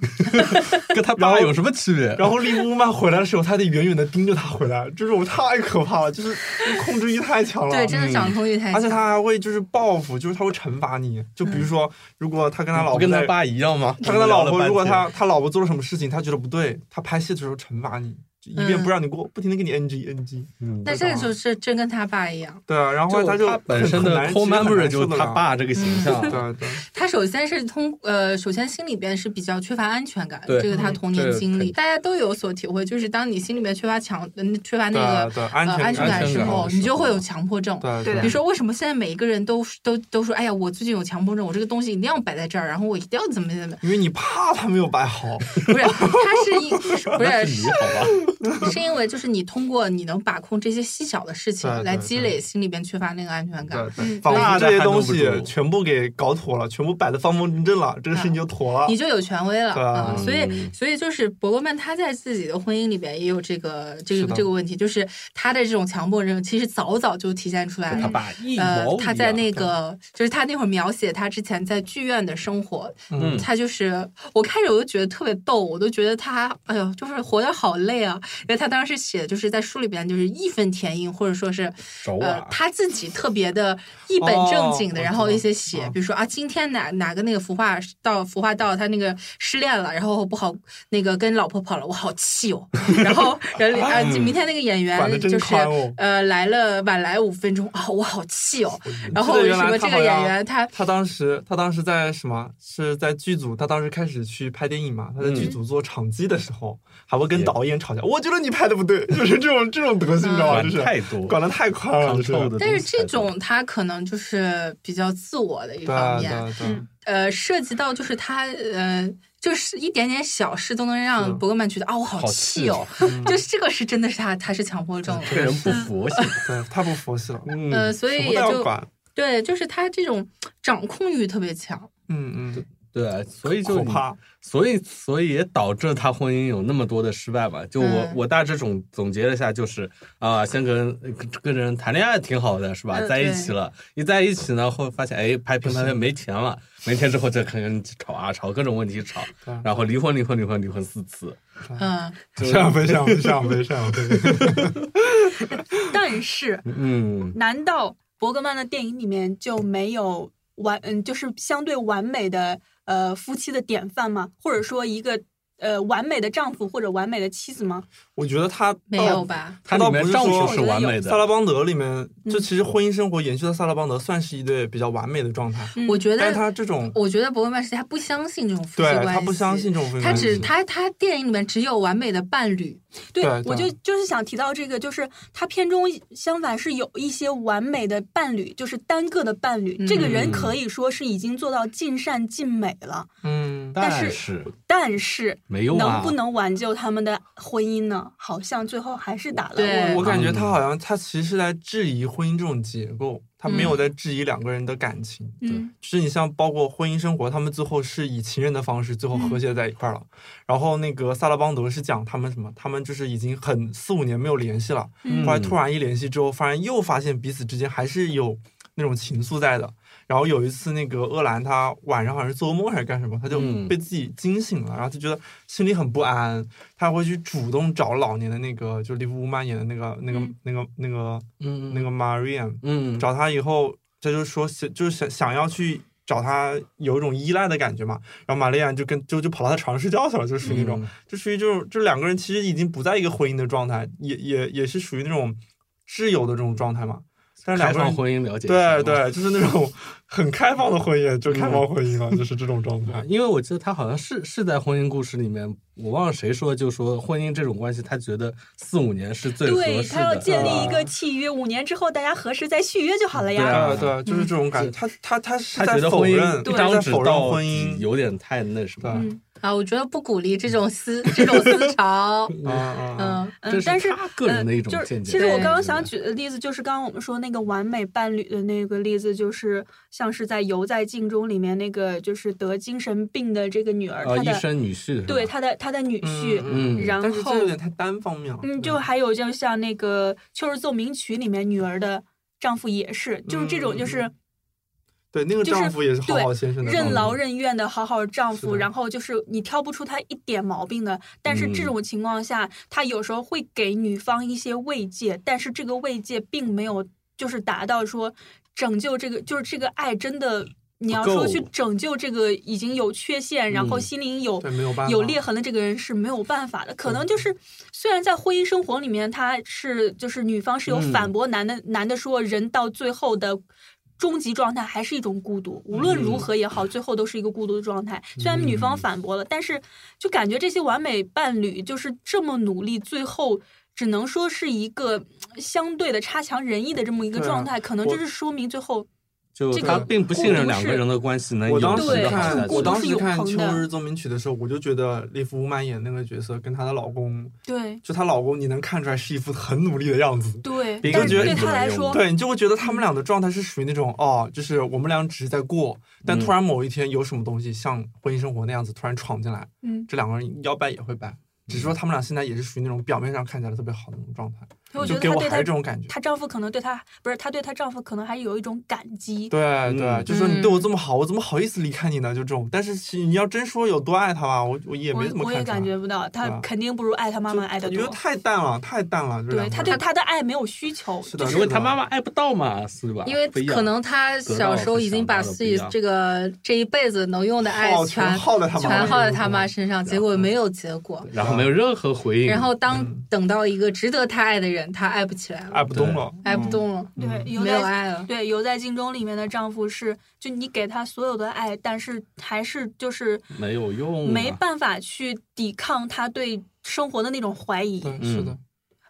C: [laughs]
F: 跟他
C: 然
F: 爸
C: 后
F: 有什么区别？
C: 然后利夫乌曼回来的时候，他得远远的盯着他回来，这种太可怕了，就是控制欲太强了。
F: 嗯
D: 对，真的掌控欲太
C: 而
D: 强。
C: 且他还会就是报复，就是他会惩罚你。就
D: 嗯
C: 比如说，如果他跟他老
F: 不
C: 婆
F: 跟他
C: 在
F: 爸一样吗？
C: 他跟他老婆，如果
F: 聊了
C: 他他老婆做了什么事情，他觉得不对，他拍戏的时候惩罚你，就一遍
D: 嗯
C: 不让你过，不停的给你 NG NG。
F: 半天，
D: 那这就是真跟他爸一样，
C: 对啊，嗯然后他
F: 就
C: 就
F: 他本
C: 很
F: 身
C: 很
F: 的
C: 难
F: core
C: 其实很
F: memory
C: 难
F: 就是
C: 受得
F: 他
C: 了
F: 爸这个形象，
C: [laughs] 对啊对，
D: 他首先是通呃，首先心里边是比较缺乏安全感，
F: 对
D: 这个他童年
F: 这个
D: 经
F: 肯
D: 历，
F: 定
D: 大家都有所体会，就是当你心里面缺乏强，嗯，缺乏那
F: 啊
C: 对啊
D: 个
C: 对，
D: 呃
C: 安全
D: 安全
F: 感
D: 感
F: 安
D: 之
F: 全感
D: 后，
F: 的时
D: 你就
F: 候
D: 会有强迫症。
C: 对啊
E: 对的
D: 比如说，为什么现在每一个人都都都说，哎呀，我最近有强迫症，我这个东西一定要摆在这儿，然后我一定要怎么怎么，
C: 因为你怕他没有摆
D: [laughs]
C: 好，[laughs]
D: 不是，它是一
F: [laughs]
D: 不
F: 那
D: 是
F: 是
D: 是
F: 你好吧？
D: 是因为就是你通过你能把控这些细小的事情
C: 对对
D: 来积累心里边缺乏那个安全感
C: 对，对，仿佛这
F: 大的
C: 些东
F: 还弄
C: 西
F: 不住
C: 全部给搞妥了，全部摆的方方正正了，这个事情就妥了
D: 嗯你。就有权威了
C: 对
D: 啊、
C: 嗯
D: 所以所以就是伯格曼他在自己的婚姻里边也有这个这
C: 是
D: 个
C: 的
D: 这个问题，就是他的这种强迫症其实早早就体现出来
F: 跟他
D: 了。
F: 爸一
D: 呃
F: 模一，样。
D: 他在那个就是他那会儿描写他之前在剧院的生活，
F: 嗯
D: 他就是我开始我就觉得特别逗，我都觉得他哎呦，就是活得好累啊，因为他当时写的就是在书里边就是义愤填膺，或者说是
F: 手
D: 呃
F: 啊，
D: 他自己特别的一本正经的，
C: 哦
D: 然
C: 我
D: 后
C: 知道
D: 一些写，
C: 嗯
D: 比如说啊，今天哪哪个那个服化到服化道他那个失恋了，然后不好那个跟老婆跑了，我好气哦， [laughs] 然后然后
C: [laughs]
D: 啊，明天那个演员
C: 嗯管得真
D: 就是
C: 宽哦
D: 呃来了晚来五分钟啊，我好气哦，然
C: 记
D: 后
C: 得原来
D: 什么
C: 他
D: 这
C: 好
D: 个演
C: 像
D: 员他
C: 他当时，他当时在什么？是在剧组，他当时开始去拍电影嘛？他在
F: 嗯
C: 剧组做场记的时候，还会跟导演吵架。我觉得你拍的不对，就是这种这种德行，你知道吧？
F: 管
C: 就是
F: 太多，
C: 管的太宽了，就是。
F: control 的东西太多。
D: 但是这种他可能就是比较自我的一
C: 对啊
D: 方
C: 对
D: 面，
C: 对，
D: 呃，涉及到就是他呃，就是一点点小事都能
C: 是
D: 让伯格曼觉得啊，我好
F: 好
D: 气哦，就是这个是真的是他他是强迫症，
F: 这个人不佛系，
C: 对，太不佛系了。
F: 嗯
D: 呃，所
C: 什
D: 以
C: 么
D: 也
C: 都要
D: 就
C: 管。
D: 对，就是他这种掌控欲特别强，
C: 嗯嗯，
F: 对，所以就
C: 可
F: 你
C: 怕。
F: 所以，所以也导致他婚姻有那么多的失败吧？就我，
D: 嗯
F: 我大致总总结了一下，就是啊、先跟跟跟人谈恋爱挺好的，是吧？
D: 嗯
F: 在一起了，一在一起呢，会发现哎，拍片拍片没钱了，没钱之后再可能吵啊吵，各种问题吵
C: 对，
F: 然后离婚，离婚，离婚，离婚四次，
D: 嗯，
C: [laughs] 上飞上飞上飞上飞， [laughs]
E: 但是，
F: 嗯，
E: 难道伯格曼的电影里面就没有完嗯，就是相对完美的呃夫妻的典范吗？或者说一个呃完美的丈夫或者完美的妻子吗？
C: 我觉得他
D: 没有？吧？嗯
F: 他
C: 倒
F: 里
C: 不
F: 面
C: 是
F: 丈
C: 说
F: 夫是完美的
C: 萨，拉邦德里面，就其实婚姻生活延续到萨拉邦德，算是一对比较完美的状态。
E: 嗯
D: 我觉
C: 但
D: 得
C: 是他这种，
D: 我觉得伯格曼是他不相信这种夫妻
C: 对
D: 关系，
C: 他不相信这种婚姻
D: 他
C: 关
D: 只
C: 系。
D: 他他电影里面只有完美的伴侣，
E: 对，
C: 对
E: 我就
C: 对
E: 就是想提到这个，就是他片中相反是有一些完美的伴侣，就是单个的伴侣，这个人
F: 嗯
E: 可以说是已经做到尽善尽美了，
C: 嗯，
E: 但
F: 但
E: 是
F: 是
E: 但是
F: 没用啊，
E: 能不能挽救他们的婚姻呢？好像最后还是打了
D: 对
E: 我
C: 我感觉
F: 嗯
C: 他好像他其实是在质疑婚姻这种结构，他没
D: 嗯
C: 有在质疑两个人的感情。
E: 嗯
C: 就是你像包括婚姻生活，他们最后是以情人的方式最后
F: 嗯
C: 和谐在一块儿了。然后那个萨拉邦德是讲他们什么，他们就是已经很四五年没有联系了，
F: 嗯
C: 后来突然一联系之后，发现又发现彼此之间还是有那种情愫在的。然后有一次，那个鄂兰她晚上好像是做梦还是干什么，她就
F: 嗯
C: 被自己惊醒了，然后就觉得心里很不安，她会去主动找老年的那个，就利夫乌曼演的那个、那个、那个、那个、
F: 嗯
C: 那个 Mariam，
F: 嗯
C: 找他以后，他就说想就是想想要去找他，有一种依赖的感觉嘛。然后玛丽亚就跟就就跑到他床上睡觉去了，就属于那种，
F: 嗯
C: 就属于这种，就两个人其实已经不在一个婚姻的状态，也也也是属于那种挚友的这种状态嘛。但是
F: 开
C: 两个
F: 放
C: 人
F: 婚姻了解一下
C: 对对，就是那种很开放的婚姻，就开
F: 嗯
C: 放婚姻了，就是这种状态
F: 啊。因为我记得他好像是是在婚姻故事里面，我忘了谁说，就说婚姻这种关系，他觉得四五年是最合
E: 对
F: 适
E: 他要
F: 的。啊
E: 建立一个契约，五年之后大家合适再续约就好了
F: 对
E: 呀。
F: 啊
C: 对对，
E: 嗯
C: 就是这种感觉。他他他是
F: 他
C: 在
F: 觉得
C: 否
F: 婚
C: 认，
F: 姻
C: 他
F: 张
C: 在
F: 指
C: 否认
F: 到
C: 婚
F: 底
C: 姻。
F: 有点太那什么了。
C: 对
D: 啊，我觉得不鼓励这种思这种 [laughs] 思潮。
C: 啊啊！啊
D: 嗯，
E: 嗯
F: 这，
E: 但是嗯
F: 他个人的一种
E: 就是
F: 见解。
E: 其实我
D: 对
E: 刚刚想举的例子，就是刚刚我们说那个完美伴侣的那个例子，就是像是在《游在镜中》里面那个就是得精神病的这个女儿，
F: 呃，
E: 她
F: 医
E: 的
F: 生女婿是吧
E: 对，她的她的女婿，
F: 嗯
E: 然
C: 但是
E: 后
C: 这有点太单方面了。
E: 嗯，就还有就像那个《秋日奏鸣曲》里面女儿的丈夫也是，就是这种
F: 嗯
E: 就是
C: 对那个
E: 就是
C: 丈夫也是好
E: 对
C: 好先生的丈
E: 任
C: 夫
E: 劳任怨的好好丈
C: 是
E: 夫，
C: 的
E: 然后就是你挑不出他一点毛病的。但是
C: 嗯
E: 这种情况下，他有时候会给女方一些慰藉，但是这个慰藉并没有就是达到说拯救这个，就是这个爱真的。你要
F: 不
E: 说
F: 够
E: 去拯救这个已经有缺陷，然后心灵有
C: 嗯对没有办法
E: 有裂痕的这个人是没有办法的。可
C: 嗯
E: 能就是虽然在婚姻生活里面，他是就是女方是有
F: 嗯
E: 反驳男的，男的说人到最后的终极状态还是一种孤独，无论
C: 嗯
E: 如何也好，最后都是一个孤独的状态。虽然女方反驳了，但是就感觉这些完美伴侣就是这么努力，最后。只能说是一个嗯相对的差强人意的这么一个
C: 对啊
E: 状态，可能
C: 我
E: 就是说明最后
F: 就
E: 这
F: 他
E: 个
F: 并不信任两个人的关系能有
C: 我
F: 效
C: 当
F: 地
C: 时
E: 对
F: 好
E: 这
F: 下
C: 看，
E: 种
C: 我
E: 孤独
C: 当
E: 是
F: 去。
C: 时
E: 有
C: 看《
E: 疼
C: 秋
E: 的
C: 日奏鸣曲》的时候，我就觉得利弗乌曼演那个角色跟她的老公，
E: 对
C: 就她老公，你能看出来是一副很努力的样子。
E: 对，
C: 别人
E: 但
C: 觉
E: 是
C: 得
E: 对
C: 你
E: 他来
F: 没有
E: 说，
C: 对你就会觉得他们俩的状态是属于那种哦，就是我们俩只是在过，但
F: 嗯
C: 突然某一天有什么东西像婚姻生活那样子突然闯进来，
E: 嗯，
C: 这两个人要掰也会掰，只
F: 嗯
C: 是说他们俩现在也是属于那种表面上看起来特别好的那种状态，
E: 所以我觉
C: 就
E: 得
C: 给
E: 他
C: 我
E: 对
C: 还
E: 他
C: 是这种感觉。
E: 她丈夫可能对她不是，她对她丈夫可能还有一种感激。
C: 对对，
F: 嗯
C: 就说你对我这么好，我怎么好意思离开你呢？就这种，但是其实你要真说有多爱他吧，我我也
E: 我
C: 没怎么
E: 我
C: 看
E: 也
C: 出来
E: 感觉不到，她
C: 对啊
E: 肯定不如爱她妈妈爱的
C: 我觉得
E: 多。
C: 太淡了，太淡了。这
E: 对
C: 两个
E: 她对
C: 人
E: 她的爱没有需求，
C: 是的
E: 就
F: 因为
E: 是
F: 他妈妈爱不到嘛，是吧？
D: 因为
F: 不一样
D: 可能他小时候已经把自己这个这一辈子能用的爱
C: 耗全
D: 全
C: 耗在他妈妈
D: 全耗在
C: 身上
D: 他妈身上，结果没有结果。
F: 然后没有任何回应，
D: 然后当
C: 啊嗯
D: 等到一个值得他爱的人，他爱不起来了，
C: 爱不动了，
D: 爱不动了，
E: 对有
D: 嗯没有
E: 在
D: 爱了。
E: 对《游在镜中》里面的丈夫是，就你给他所有的爱，但是还是就是
F: 没有用啊，
E: 没办法去抵抗他对生活的那种怀疑，
C: 嗯。对，
F: 嗯
C: 是的，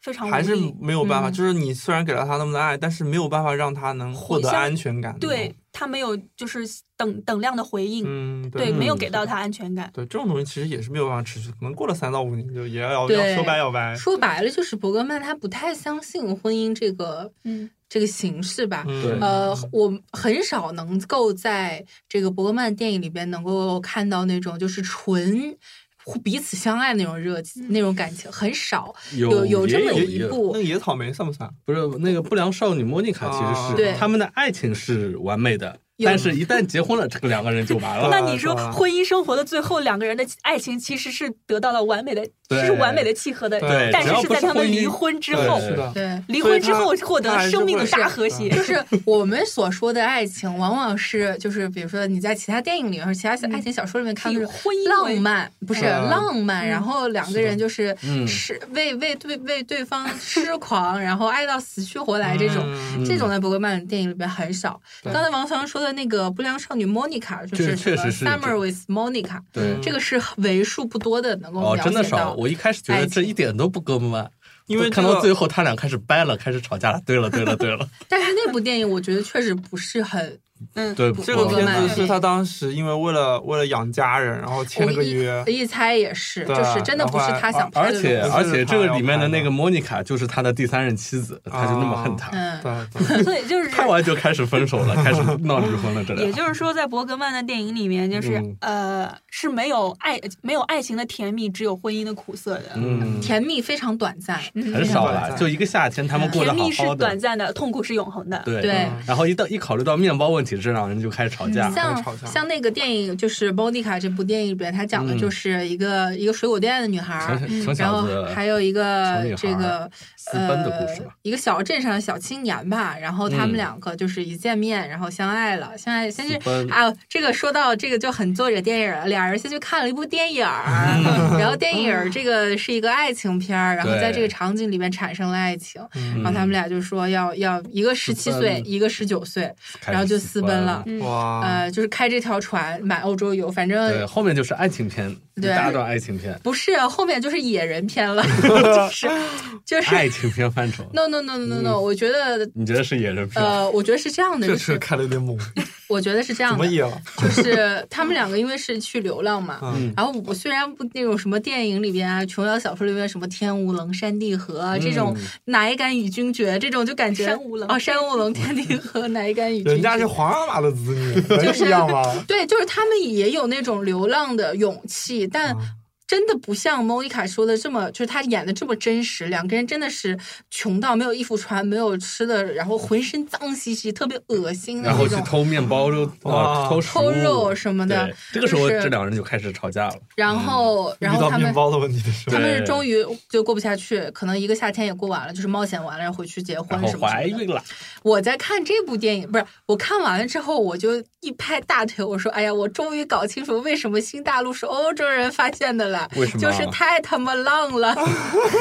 E: 非常无
C: 还是
E: 力。
C: 没有办法。
D: 嗯
C: 就是你虽然给了他那么多爱，但是没有办法让他能获得
E: 互相
C: 安全感。
E: 对，他没有就是等等量的回应，
C: 嗯，
E: 对，没有给到
C: 他。
E: 他安全感。
C: 对，这种东西其实也是没有办法持续，可能过了三到五年就也要要
D: 对
C: 说掰要掰。
D: 说白了就是伯格曼他不太相信婚姻这个
E: 嗯，
D: 这个形式吧。
C: 嗯
F: 对
D: 呃，我很少能够在这个伯格曼电影里边能够看到那种就是纯互彼此相爱那种热情、那种感情，很少有
F: 有
D: 这么
F: 也有
D: 一
F: 个
C: 那
D: 部
C: 个。野草莓算不算？
F: 不是那个不良少女莫妮卡，
C: 啊
F: 其实
D: 对
F: 是他们的爱情是完美的，
D: 有
F: 但是一旦结婚了，这个两个人就完
E: [laughs] 那
F: 了。
E: 你说
C: 对吧
E: 婚姻生活的最后，两个人的爱情其实是得到了完美的，
F: 对
E: 是完美的契合的，
C: 对
E: 但
F: 只
E: 是
F: 要
E: 是
F: 不
E: 在
F: 是
E: 他们
F: 婚姻
E: 离婚之
F: 对
E: 后，
F: 是的
D: 对，
E: 离婚之后
C: 所以他
E: 获得
C: 他还
E: 了
C: 是
E: 生命的
C: 会
E: 大和谐
C: 嗯。
D: 就是我们所说的爱情，往往是就是比如说你在其他电影里面、或者其他小
E: 嗯
D: 爱情小说里面看
E: 以
D: 到
E: 婚姻
D: 浪
E: [laughs] 为
D: 漫，不是
C: 嗯
D: 浪漫，
E: 嗯
D: 然后两个人就是
F: 嗯
D: 是为为对为对方痴狂，然后爱到死去活来这种。
C: 嗯
F: 嗯
D: 这种在伯格曼电影里边很少。
C: 对
D: 刚才王强说的那个不良少女 Monica，就是
F: 这确实是
D: Summer with Monica，
F: 对
D: 这个是为数不多的能够
F: 哦，
D: 描
F: 真的
D: 写
F: 少。
D: 到。
F: 我一开始觉得这一点都不哥们儿，啊
C: 因为
F: 看
C: 这
F: 到
C: 个
F: 最后他俩开始掰了，开始吵架了。对了，对了，对了，对了。 [laughs]
D: 但是那部电影我觉得确实不是很嗯，
F: 对
D: 普
C: 这个
D: 普格曼
C: 片子
D: 对
C: 是他当时因为为了为了养家人，然后签了个约
D: 我。一一猜也是，
C: 对
D: 就是真的不是他想拍
F: 而
D: 的
F: 且
D: 东西
F: 而且这个里面的那个莫妮卡就是他的第三任妻子，他就那么恨他，
D: 嗯，
C: 对对，
E: 所以就是
F: 拍完就开始分手了，开始闹离婚了，这
E: [laughs] 也
F: 俩。
E: 就是说，在伯格曼的电影里面，就是、
F: 嗯
E: 呃是没有爱没有爱情的甜蜜，只有婚姻的苦涩的。
F: 嗯，
D: 甜蜜非常短暂，
F: 很少
C: 短
F: 啦，
C: 暂
F: 就一个夏天，他们过得
E: 甜
F: 好
E: 蜜是
F: 好
E: 短
F: 的。
E: 暂的，痛苦是永恒的。
F: 对
D: 对。嗯
C: 嗯
F: 然后一到一考虑到面包问题，这两人就开始吵架。
C: 会吵
D: 像
C: 架
D: 像那个电影，就是《莫妮卡》这部电影里边，他讲的
F: 嗯
D: 就是一个、一个水果店的女孩儿，
F: 穷
D: 嗯
F: 穷
D: 然
F: 小
D: 后
F: 子，
D: 还有一
F: 小
D: 个
F: 女孩
D: 这个呃
F: 私奔的故事吧。
D: 一个小镇上的小青年吧，然后他们
F: 嗯
D: 两个就是一见面，然后相爱了，相爱先是
F: 私奔
D: 啊，这个说到这个就很作者电影了，俩人先去看了一部电影
F: [laughs]
D: 儿，然后电影儿这个是一个爱情片儿，然后在这个场景里面产生了爱情，
C: 嗯
D: 然后他们俩就说要要一个十七岁，
F: 私奔
D: 一个十九岁，
F: 嗯开始
D: 然后就私奔了，
C: 哇，
D: 呃，就是开这条船买欧洲游，反
F: 对，
D: 正。
F: 后面就是爱情片，一
D: 对
F: 大段爱情片，
D: 不是，后面就是野人篇
C: [laughs]
D: 了，就是就是
C: 哎
F: 爱情片范畴。
D: no no no no
C: 嗯
D: no no，、我觉得
F: 你觉得是野人片？
D: 呃，我觉得是这样的，
C: 这
D: 就
C: 车
D: 是
C: 开的有点猛，
D: 我觉得是这
C: 嗯怎
D: 样
C: 么
D: 的，
C: 野
D: [laughs]
C: 了？
D: 就是他们两个因为是去流浪嘛。
C: 嗯
D: 然后我虽然不那种什么电影里边啊，琼瑶小说里边什么天无棱山地合啊、这种
C: 嗯
D: 哪一敢与君绝这种就感觉
E: 山无棱
D: 哦山无棱天地合哪一敢与君绝。
C: 人家是皇阿玛的子女，
D: 就
C: 能
D: 是
C: 一样吗？
D: 对，就是他们也有那种流浪的勇气，但
C: 啊
D: 真的不像莫妮卡说的这么，就是她演的这么真实。两个人真的是穷到没有衣服穿，没有吃的，然后浑身脏兮兮，特别恶心的
F: 然后
D: 那
F: 去
D: 种。
F: 偷面包肉，
C: 哇
F: 啊，偷食物
D: 偷肉什么的
F: 对，这个时候
D: 就是
F: 这两人就开始吵架了。
D: 然后， [laughs]
F: 嗯
D: 然
C: 遇
D: 后
C: 到
D: 他
C: 面
D: 们
C: 包的问题的时候
D: 他，们是
F: 对
D: 终于就过不下去，可能一个夏天也过完了，就是冒险完了，然后回去结婚
F: 然后
D: 什么
F: 怀
D: 什么的。
F: 孕了，
D: 我在看这部电影，不是我看完了之后，我就一拍大腿，我说：“哎呀，我终于搞清楚为什么新大陆是欧洲人发现的了，
F: 为什么啊
D: 就是太他妈浪了。
F: [laughs]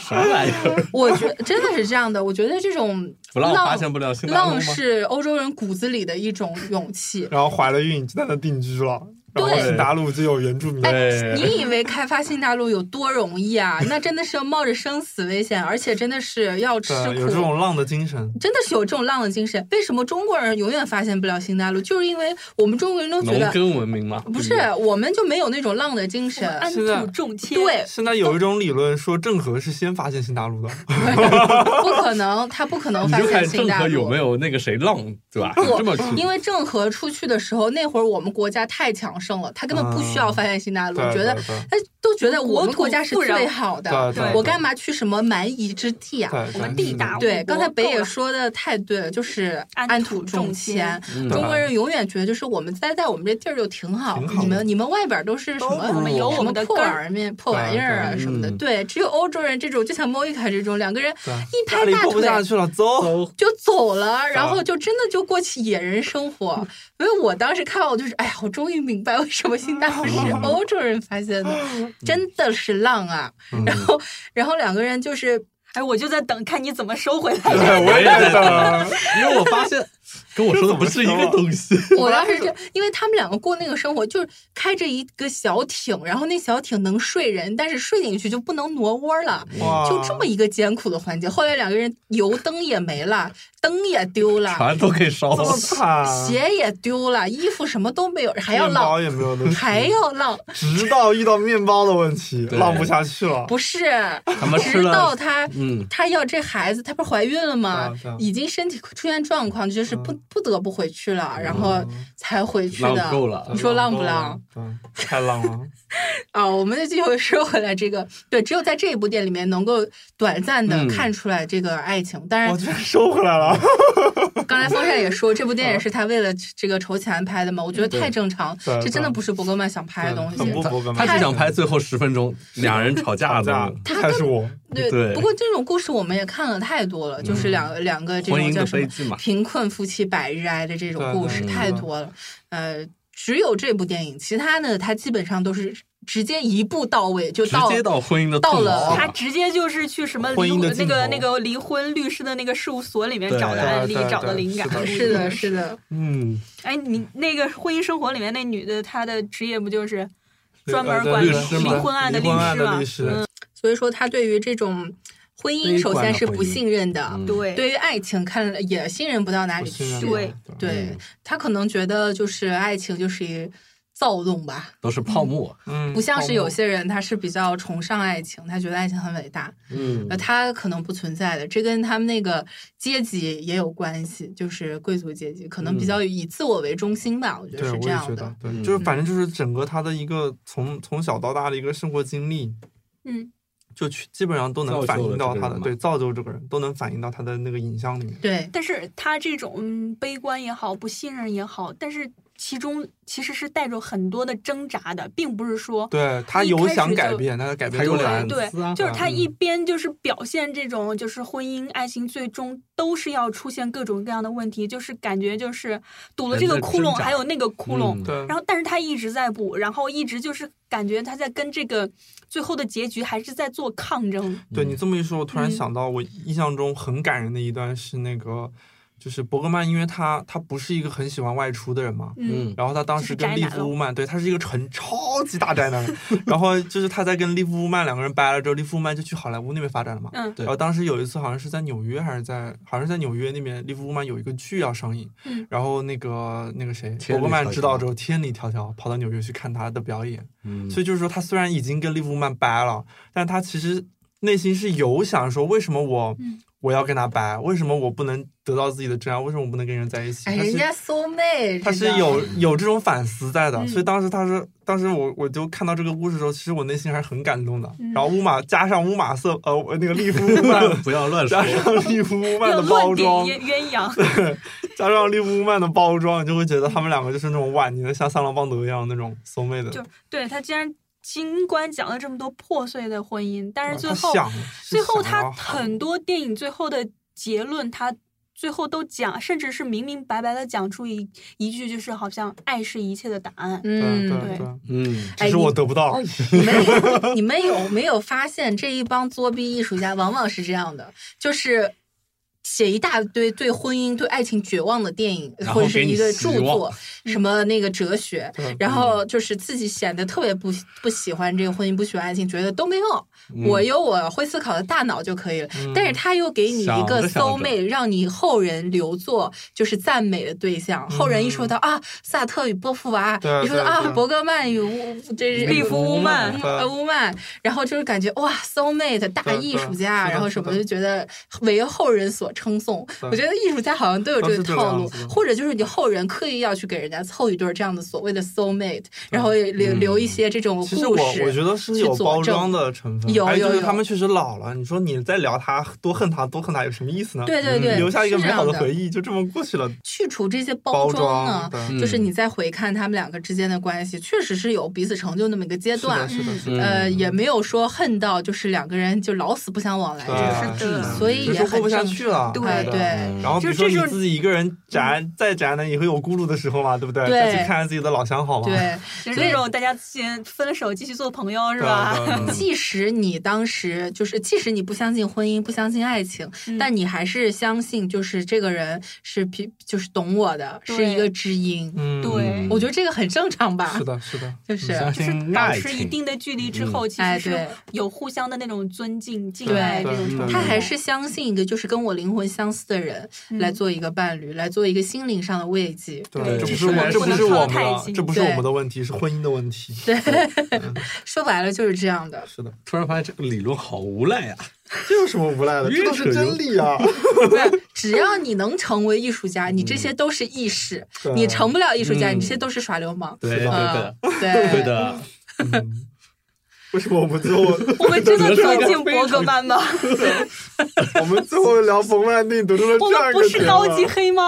F: 什么玩意
D: [laughs]
F: 儿？”
D: 我觉真的是这样的，我觉得这
F: [laughs]
D: 种
F: 不浪发现不了新大陆
D: 浪
F: 吗？
D: 是欧洲人骨子里的一种勇气。
C: 然后怀了孕就在那定居了，然后
D: 对
C: 新大陆就有原住民，
D: 哎，你以为开发新大陆有多容易啊？那真的是要冒着生死危险，而且真的是要吃
C: 对，有这
D: 苦。
C: 种浪的精神。
D: 真的是有这种浪的精神。为什么中国人永远发现不了新大陆？就是因为我们中国人都觉
F: 农
D: 得
F: 耕文明吗？
D: 不是，我们就没有那种浪的精神。
E: 安
C: 现在
E: 土重迁，
D: 对，
C: 现在有一种理论说郑和是先发现新大陆的，
D: 不可能，他不可能
F: [laughs] 你
D: 发
F: 就看
D: 现新
F: 郑
D: 大
F: 和有
D: 陆
F: 没。有那个谁浪，对吧？
D: 我
F: 这么去
D: 因为郑和出去的时候，那会儿我们国家太强盛了，他根本不需
C: 啊
D: 要发现新大陆，
C: 对
D: 觉得
C: 对对
D: 他都觉得我
E: 国
D: 们
E: 土
D: 国家是
E: 富饶
D: 最好的
C: 对对，对
D: 我干嘛去什么蛮夷之地啊？
C: 对，
F: 嗯
E: 我们
C: 对
E: 地大物
D: 对，刚才北
E: 够
D: 野
E: 了
D: 说的太对了，就是
E: 安
D: 安
E: 土
D: 土
E: 重
D: 重
E: 迁
D: 迁。
F: 嗯
D: 中国人永远觉得就是我们待在我们这地儿就挺好，
C: 挺好
D: 你们你们外边都是什么
C: 都不如我们
E: 有
D: 什
E: 我
D: 么
E: 们的
D: 破
E: 根儿
D: 玩意儿、破玩意儿啊
C: 对
D: 什么的。
F: 嗯
D: 对，只有欧洲人这种，就像莫妮卡这种，两个人
C: 对
D: 一
C: 家
D: 拍
C: 里
D: 大
C: 过不下
D: 腿
C: 去了，走。
F: 都
D: 就走了，然
F: 啊
D: 后就真的就过起野人生
F: 嗯
D: [laughs] 活。因为我当时看完，我就是哎呀，我终于明白为什么新大陆是
F: 嗯
D: 欧洲人发现的，真的是浪啊！
F: 嗯
D: 然后然后两个人就是
E: 哎，我就在等看你怎么收回
F: [laughs]
E: 来。
C: 对，我也在等。
F: 因为我发现跟我说的不是一个东
D: [laughs]
F: 西。
D: 我当时就，因为他们两个过那个生活，就是开着一个小艇，然后那小艇能睡人，但是睡进去就不能挪窝了，
C: 哇，
D: 就
F: 啊
D: 这么一个艰苦的环节。后来两个人油灯也没了，灯也丢了，
F: 船都可以烧
C: 这么
F: 了，
C: 惨，
D: 鞋也丢了，衣服什么都没有，还要
C: 面包
D: 浪，
C: 也没有东西，
D: 还要浪，
C: [laughs] 直到遇到面包的问题，
F: 对
C: 浪不下去了。
D: 不是，
F: 他们吃
D: 直到
F: 了，
D: 他。
F: 嗯，
D: 他要这孩子，他不是怀孕了吗
C: 对啊对啊？
D: 已经身体出现状况，就是不不得不回去了，然后才回去
F: 浪
D: 的。
F: 够了
D: 你。说浪不浪？
C: 嗯，太浪了。
D: 啊、我们就继续说回来，这个对，只有在这一部电影里面能够短暂的
F: 嗯
D: 看出来这个爱情。当
C: [laughs] 我
D: 然，
C: 居然收回来了。
D: 刚才风扇也说，这部电影是他为了这个筹钱拍的嘛，我觉得太正常，
C: [laughs] 对
D: 这真的不是伯格曼想拍的东
C: 很
D: 西
C: 不。伯格
F: 他
C: 曼，
F: 只想拍最后十分钟，两人吵架
C: 打
F: 的
C: 架，还是我。
D: 对，
F: 对
D: 不过这种故事我们也看了太多了，就是两、两个
F: 嗯
D: 这
F: 婚
D: 种
F: 姻
D: 叫
F: 的
D: 什
F: 悲
D: 么
F: 剧嘛。嗯
D: 贫困夫妻百日哀的这种
C: 对
D: 故事
C: 对
D: 太
C: 对
D: 多了，呃，只有这部电影，其他的它基本上都是直接一步到位就
F: 直
D: 到
F: 接到婚姻的啊痛
D: 到
F: 苦
D: 了
F: 了
E: 他直接就是去什么
C: 婚
E: 离
C: 姻的
E: 那
C: 尽头
E: 个那个离婚律师的那个事务所里面
F: 对
E: 找的案例
C: 对，对
E: 找的灵感。
D: 是的，是的，
F: 嗯，
E: 哎，你那个婚姻生活里面那女的，她的职业不就是专门
C: 呃对
E: 管
F: 律师嘛
E: 离婚案的
C: 离
E: 律
C: 婚案
E: 师
C: 的
E: 吗
C: 律？师，
D: 所以说他对于这种婚姻首先是不信任的，
F: 嗯
E: 对
D: 对于爱情看也信任不嗯到哪里去。
E: 对
D: 对他可能觉得就是爱情就是一躁动吧，
F: 都是泡沫。
C: 嗯，
D: 不像是
C: 泡
D: 有
C: 沫
D: 些人他是比较崇尚爱情，他觉得爱情很伟大，
F: 嗯
D: 呃，他可能不存在的。这跟他们那个阶级也有关系，就是贵族阶级可能比较以自我为中心吧，我觉得
C: 嗯对，
D: 是
C: 我
D: 这
C: 也
D: 样
C: 觉
D: 的
C: 得。，对，
F: 嗯
C: 就是反正就是整个他的一个从从小到大的一个生活经历，
E: 嗯，
C: 就去基本上都能
F: 造
C: 反
F: 就
C: 映
F: 了这
C: 到
F: 个
C: 他的
F: 人嘛
C: 对造就这个人都能反映到他的那个影像里面。
D: 对，
E: 但是他这种嗯悲观也好，不信任也好，但是其中其实是带着很多的挣扎的，并不是说
C: 对他
E: 一
C: 有
E: 开
C: 想
E: 始
C: 改
E: 就
C: 变，但他改变
F: 他有
C: 不了
F: 懒。
E: 对
F: 丝啊，
E: 就是他
C: 嗯
E: 一边就是表现这种，就是婚姻、爱情，最终都是要出现各种各样的问题，就是感觉就是堵了这个窟
F: 人
E: 窿，
F: 在挣扎
E: 还有那个窟窿，
F: 嗯
C: 对，
E: 然后但是他一直在补，然后一直就是感觉他在跟这个最后的结局还是在做抗争。
C: 对你这么一说，我突然
E: 嗯
C: 想到，我印象中很感人的一段是那个，就是伯格曼，因为他他不是一个很喜欢外出的人嘛，
F: 嗯，
C: 然后他当
E: 就
C: 时
E: 是
C: 跟
E: 宅
C: 利
E: 男了
C: 夫乌曼，对他是一个很超级大宅
E: [laughs]
C: 男，然后就是他在跟利夫乌曼两个人掰了之后，利夫乌曼就去好莱坞那边发展了嘛，
E: 嗯
F: 对
C: 然后当时有一次好像是在纽约还是在，好像是在纽约那边，利夫乌曼有一个剧要上映，
E: 嗯
C: 然后那个那个谁，
F: 千
C: 伯
F: 里
C: 格曼
F: 迢
C: 知道
F: 迢
C: 之后千里迢迢跑到纽约去看他的表演，
F: 嗯
C: 所以就是说，他虽然已经跟利弗曼掰了，但他其实内心是有想说，为什么我、
E: 嗯
C: 我要跟他掰？为什么我不能得到自己的真爱？为什么我不能跟人在一起？
D: 哎，
C: 他
D: 人
C: 是
D: 家 soul mate，
C: 他是
D: 真的 [laughs]
C: 有有这种反思在的，
E: 嗯
C: 所以当时他是，当时我我就看到这个故事的时候，其实我内心还是很感动的。
D: 嗯
C: 然后乌马加上乌马瑟呃我那个利
F: [laughs]，
C: 弗乌曼
F: 不要乱说
C: 加。上利弗乌曼
D: [laughs]
E: 要
C: 的
E: 乱
C: 包
E: 点
C: 装，
E: 鸳鸳
F: [laughs]
E: 鸯，
C: 加上利弗乌曼的包装，你就会觉得他们两个就是那种晚年的像三郎邦德一样那种 soul mate 的
E: 就。对他竟然尽管讲了这么多破碎的婚姻，但
F: 啊
E: 是最
C: 他
E: 后
C: 想
E: 最后
C: 是想
E: 他
C: 要好
E: 很多电影最后的结论，他最后都讲，甚至是明明白白的讲出一一句，就是好像爱是一切的答案。
C: 对
D: 嗯，
C: 对
E: 对
C: 对，
F: 嗯，
D: 哎
C: 只是
D: 你
C: 我得不到。
D: 你们你们有没有发现，这一帮作弊艺术家往往是这样的，就是写一大堆对婚姻、对爱情绝望的电影，
F: 然后
D: 或者是
F: 给你
D: 一个
F: 希
D: 著作
F: 望，
D: 什么那个哲学
E: 嗯
C: 对，
D: 然后就是自己显得特别不不喜欢这个婚姻，不喜欢爱情，觉得都没用，
F: 嗯
D: 我有我会思考的大脑就可以了。
C: 嗯
D: 但是他又给你一
F: 想着
D: 个
F: 想着
D: soul mate，让你后人留作就是赞美的对象。后人一说到啊，萨特与波伏娃，
C: 嗯对
D: 一说
C: 对
D: 到啊
C: 对，
D: 伯格曼与乌，这是
E: 利弗乌曼
C: [laughs]
D: 乌呃乌曼，然后就是感觉哇，soul mate 大
C: 对
D: 艺术
C: 是
D: 家，
C: 的
D: 然后什么
C: 是的
D: 就觉得为后人所称颂。
C: 对
D: 我觉得艺术家好像都有
C: 都
D: 这
C: 是
D: 个
C: 这个
D: 套
C: 样
D: 路
C: 子的，
D: 或者就是你后人刻意要去给人家凑一对儿这样的所谓的 soul mate，然后留留一些这种故
C: 嗯其
D: 事。
C: 实我我觉得是
D: 去
C: 有
D: 佐
C: 包
D: 证
C: 装的成分，
D: 有
C: 还
D: 有
C: 就是
D: 有
C: 他们确实老了。你说你再聊他，多恨他，多恨他有什么意思呢？
D: 对对对，
C: 嗯留下一个
D: 是
C: 美好
D: 这
C: 的
D: 样
C: 回忆，就这么过去了。
D: 去除这些包
C: 包
D: 装
C: 装
D: 呢，
C: 对
F: 嗯
D: 就是你再回看他们两个之间的关系，确实是有彼此成就那么一个阶
C: 是的，
D: 段，
C: 是的，是的。嗯
D: 呃，也没有说恨到就是两个人就老死不相往来这
C: 对
D: 种，
E: 是的
D: 所以
C: 就
D: 也
C: 是
D: 很
C: 嗯过不下
D: 正
C: 去了，
E: 对
D: 哎
C: 的
D: 对。
F: 嗯
C: 然后比如
E: 就是
C: 说你
E: 这种
C: 自己一个人宅再宅呢，也会有孤独的时候嘛，对不对？
D: 对
C: 再去看看自己的老乡好吗？
D: 对，
E: 就是那种大家先分手继续做朋友是
C: 对啊
E: 吧？
C: 对对
D: 即使你当时就是，即使你不相信婚姻，不相信爱情，
E: 嗯
D: 但你还是相信，就是这个人是比就是懂我的，是一
E: 对
D: 个知音。
C: 嗯，
E: 对
D: 我觉得这个很正常吧
C: 是，的，是的，
D: [laughs] 就是
F: 相
E: [laughs] 就是
F: 信
E: 保
F: 爱
E: 持一
F: 情。
E: 定的距离
C: 嗯
E: 之后，其
D: 哎
E: 实是
D: 对
E: 有互相的那种尊敬、敬
D: 对
E: 爱这
C: 对
E: 种
C: 对
E: 程度。
D: 他还是相信一个就是跟我灵魂相似的人
E: 嗯
D: 来做一个伴侣，来做一个心灵上的慰藉。
C: 对，啊这不
F: 就是
C: 我，
F: 是
C: 这
F: 不
C: 不
F: 能
C: 是
E: 靠
C: 我们
E: 太
C: 的，
E: 近
C: 这不是我
D: 对
C: 们的问题，是婚姻的问题。
D: 对，说白了就是这样的。
C: 是的，
F: 突然发现这个理论好无赖啊！
C: [laughs] 这有什么无赖的？这都是真理啊！
D: 不是，只要你能成为艺术家，你这些都是意识；
C: [laughs] 对啊
D: 你成不了艺术家，
F: 嗯
D: 你这些都是耍流氓。
F: 对对
D: 嗯
F: 的，对，的，
C: 为什么我们最后
E: 我们真的尊敬伯格曼吗？
C: 我们最后聊冯曼定得出了
E: [laughs] 我
C: [laughs] 这
E: 们
C: 样一
E: 不
C: 个啊
E: 是
C: 结
E: 高
C: 论
E: 级黑吗？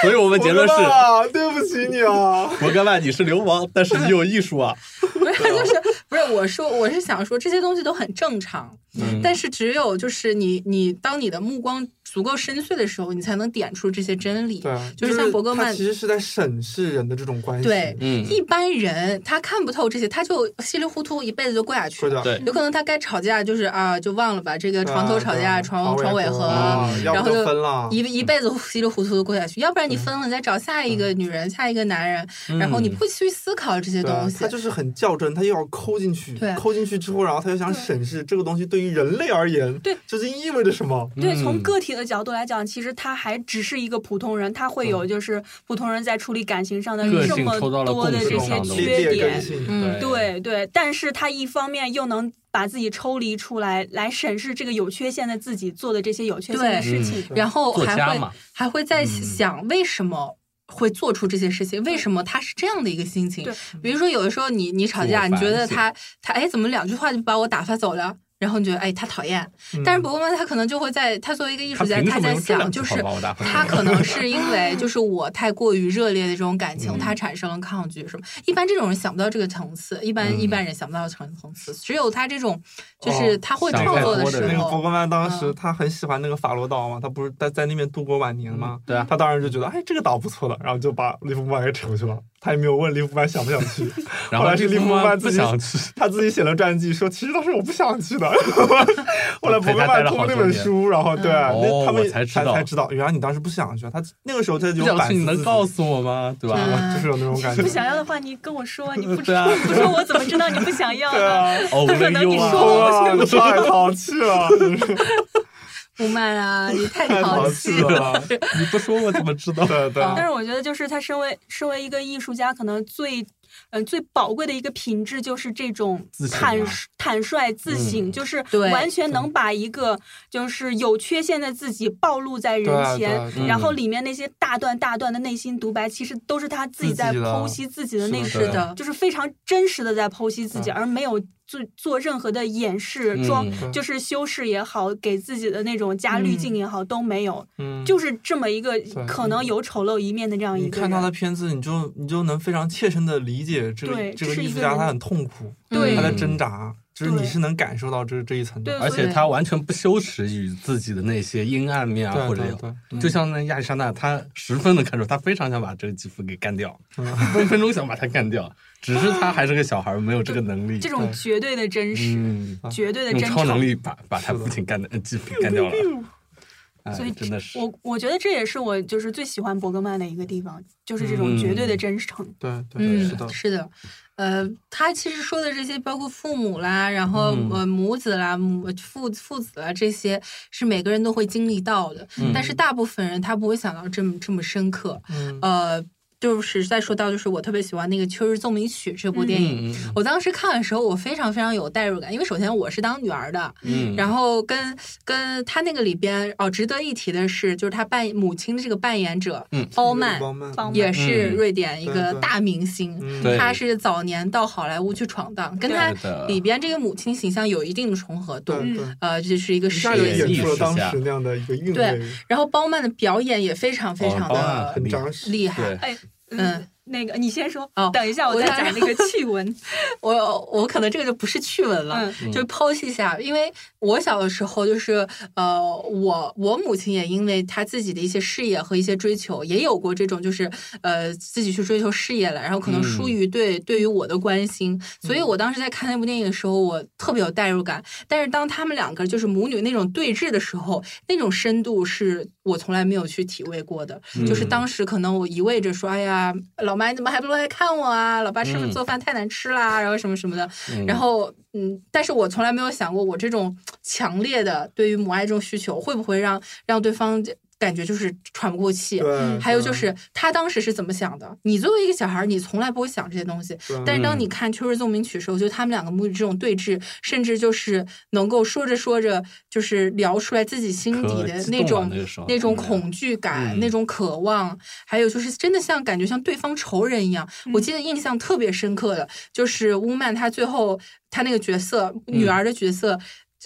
F: 所以我们结论
C: 我知道
F: 是：
C: 啊，对不起你啊。
F: 伯格曼，你是流氓，但是你有艺术啊！
D: [laughs] 不是， [laughs] 就是不是？我说，我
F: 嗯
D: 是想说，这些东西都很正常，但是只有就是你，你当你的目光足够深邃的时候，你才能点出这些真理。
C: 对，啊
D: 就是是像伯格曼
C: 他其实是在审视人的这种关系。
D: 对，
F: 嗯，
D: 一般人他看不透这些，他就稀里糊涂一辈子就过下去
C: 是
D: 了。
C: 的，
F: 对
D: 有可能他该吵架就是啊，就忘了吧，这个
C: 对，
D: 床头吵架，
C: 对啊
D: 床
C: 床
D: 尾和，
C: 啊要
D: 然
C: 不
D: 后
C: 就
D: 就
C: 分了。
D: 一一辈子稀里糊涂的过下去。要不然你分了，你再找下一个女人，下一个男人，
F: 嗯
D: 然后你不去思考这些
C: 对啊
D: 东西
C: 他。就是很较真，他又要抠进去
D: 对，
C: 抠进去之后，然后他又想审视这个东西对于人类而言，
E: 对，
C: 究竟意味着什么？
E: 对，
F: 嗯
E: 从个体的角度来讲，其实他还只是一个普通人，他会有就是普通人在处理感情上的
F: 嗯个
E: 这
F: 性
E: 么
F: 抽到了
E: 多的
F: 共
E: 这
F: 性
E: 些
F: 上的
C: 劣
E: 缺
C: 劣根
E: 点。
C: 性，
D: 嗯，
E: 对对，但是他一方面又能把自己抽离出来，来审视这个有缺陷的自己做的这些有缺陷的
D: 对
E: 事情。
F: 嗯
D: 然后
F: 作
D: 还
F: 家
D: 会
F: 嘛，
D: 还会在
F: 嗯
D: 想为什么。会做出这些事情，为什么他是这样的一个心情
E: 对？
D: 比如说，有的时候你你吵
F: 自我
D: 架，你
F: 反
D: 觉得
F: 省
D: 他他哎，怎么两句话就把我打发走了？然后你觉得哎，他讨厌。
C: 嗯
D: 但是伯格曼他可能就会在他作为一个艺术
F: 他
D: 家，
F: 嗯凭
D: 他
F: 什么用
D: 在
F: 这
D: 想
F: 两
D: 就
F: 句
D: 是
F: 话把我打发走？
D: 他可能是因
F: [laughs]
D: 为就是我太过于热烈的这种感情，
F: 嗯
D: 他产生了抗拒，什么？一般这种人想不到这个层次，一般、
F: 嗯哦
D: 一般人想不到层层次，只有他这种就是他会
F: 想
D: 创
F: 太
D: 作的
F: 多的
D: 时
C: 那
F: 人
C: 个伯
D: 候，
C: 格曼当时
D: 嗯
C: 他很喜欢那个法罗岛嘛，他不是在在那边度过晚年嘛，
F: 对啊
C: 他当然就觉得哎这个岛不错的，然后就把利夫曼给扯过去了，他也没有问利夫曼想不想去，
F: 然
C: 后
F: 后
C: 来是利夫曼
F: 不
C: 自己 [laughs]
F: 想去，
C: 他自己写了传记说其实当时我不想去的， [laughs] 后来伯格曼通过那本书，然后对、啊
F: 嗯
C: 那他
F: 哦
C: 们
F: 我才知道
C: 才知道原来你当时不想去，他那个时候他
F: 不
C: 就有
F: 想
C: 反
F: 去，你
C: 思自
F: 能
C: 己啊
F: 告诉我吗？对吧？
D: 嗯
C: 就是有那种感觉，
E: 不想要的话，你跟我说，你不
F: [laughs] 对啊
E: 不说我怎么知道你不想要
C: 对
E: 呢？
C: 啊，
F: [laughs] 哦，
E: 他可能你说 [laughs]
C: 哇，你太淘气了，
D: 不曼啊，
C: [laughs]
D: 你太
C: 太淘
D: 淘
C: 气
D: 气
C: 了，
F: 你不说我怎
C: [laughs]
F: 么知
E: [laughs]
F: 道？
C: 对对。
E: 但是我觉得，就是他身为身为一个艺术家，可能最嗯、呃最宝贵的一个品质就是这种
F: 自省啊
E: 坦坦率、自
C: 嗯
E: 省，就是
D: 对
E: 完全能把一个就是有缺陷的自己暴露在
C: 对啊
E: 人前
C: 对，嗯
E: 然后里面那些大段大段的内心独白，其实都是他自己
C: 自己
E: 在
C: 的
E: 剖析自己的内
C: 是
E: 心
F: 的，
D: 是的，
E: 嗯就是非常真实的在剖析自己，
C: 嗯
E: 而没有做做任何的掩饰、装
F: 嗯，
C: 对
E: 就是修饰也好，给自己的那种加滤镜也好、都没有，
C: 嗯
E: 就是这么一个可能有丑陋一面的这样一
C: 你
E: 个人。
C: 看他的片子，你就你就能非常切身的理解这个
E: 对
C: 这
E: 这
C: 个
E: 是
C: 艺
E: 一
C: 术
E: 个
C: 家，
E: 人
C: 他很痛苦，
E: 对
C: 他在
F: 嗯
C: 挣扎，啊就是
E: 对
C: 你是能感受到这这一层的。
E: 对
F: 而且
D: 对
F: 他完全不羞耻于自己的那些阴暗面啊，
C: 对
F: 或者
C: 对
F: 有
C: 对
F: 就像那亚历山大，他十分的看出他非常想把这个继父给干掉，
C: 嗯
F: 分分钟想把他干掉，只是他还是个小孩，没有这个能力
E: 这。种绝对的真实，
F: 嗯，
E: 绝对的
F: 用
E: 真
F: 超
E: 诚。
F: 能力把把他父亲干的呃继父干掉了，哎
E: 所以，
F: 真的是
E: 我我觉得这也是我就是最喜欢伯格曼的一个地方，就是这种
F: 嗯
E: 绝对的真诚。
C: 对对对，
D: 嗯
C: 是的，，
D: [laughs] 是的。呃，他其实说的这些，包括父母啦，然后
F: 嗯
D: 呃母子啦、母父父子啦，这些是每个人都会经历到的。
F: 嗯
D: 但是大部分人他不会想到这么这么深刻。
C: 嗯
D: 呃，就是再说到，就是我特别喜欢那个《秋日奏鸣曲》这部电
F: 嗯
D: 影。
F: 嗯
D: 我当时看的时候，我非常非常有代入感，因为首先我是当女儿的，
F: 嗯，
D: 然后跟跟他那个里边哦，值得一提的是，就是他扮母亲的这个扮演者
F: 嗯
D: 包曼，
C: 包曼
E: 包曼
D: 也是
F: 嗯
D: 瑞典一个
C: 对对
D: 大明星，
C: 嗯
F: 对
D: 他是早年到好莱坞去闯荡，跟
E: 对
D: 他
F: 的
D: 里边这个母亲形象有一定的重合度
C: 对。对，
D: 呃，这是一个
C: 一
D: 事
C: 下就
F: 是
D: 业
C: 演
F: 艺
C: 出了
F: 术
C: 当
F: 家
C: 时那样的一个韵
D: 对
C: 味，
D: 然后包曼的表演也非常非常
F: 哦包曼
D: 的
F: 很
C: 很扎实。
D: 厉害。
F: 对，
E: 哎，
D: 嗯，
E: 那个你先说，
D: 哦
E: 等一下我
D: 我
E: 再
D: 想
E: 讲那个趣闻。
D: 我我可能这个就不是趣闻了，
E: 嗯
D: 就是剖析一下，因为我小的时候就是呃，我我母亲也因为她自己的一些事业和一些追求，也有过这种就是呃自己去追求事业了，然后可
F: 嗯
D: 能疏于对、对于我的关心，所以我当时在看那部电影的时候，我特别有代入感。但是当他们两个就是母女那种对峙的时候，那种深度是我从来没有去体味过的。就是
F: 嗯
D: 当时可能我意味着说，哎呀，老妈你怎么还不过来看我啊？老爸是不是
F: 嗯
D: 做饭太难吃啦？然后什么什么的。
F: 嗯
D: 然后嗯，但是我从来没有想过，我这种强烈的对于母爱这种需求，会不会让让对方感觉就是喘不过气？
C: 对，
D: 还有
C: 对
D: 就，是他当时是怎么想的？你作为一个小孩儿，你从来不会想这些东西。
C: 对
D: 但是当
F: 嗯
D: 你看《秋日奏鸣曲》的时候，就他们两个母女这种对峙，甚至就是能够说着说着，就是聊出来自己心
F: 可
D: 底的
F: 激
D: 那
F: 动了
D: 种
F: 那个时候
D: 那种
F: 真的
D: 恐惧感、
F: 嗯
D: 那种渴望，还有就是真的像感觉像对方仇人一样。我
E: 嗯
D: 记得印象
C: 嗯
D: 特别深刻的就是乌曼，她最后她那个角色女
F: 嗯
D: 儿的角色。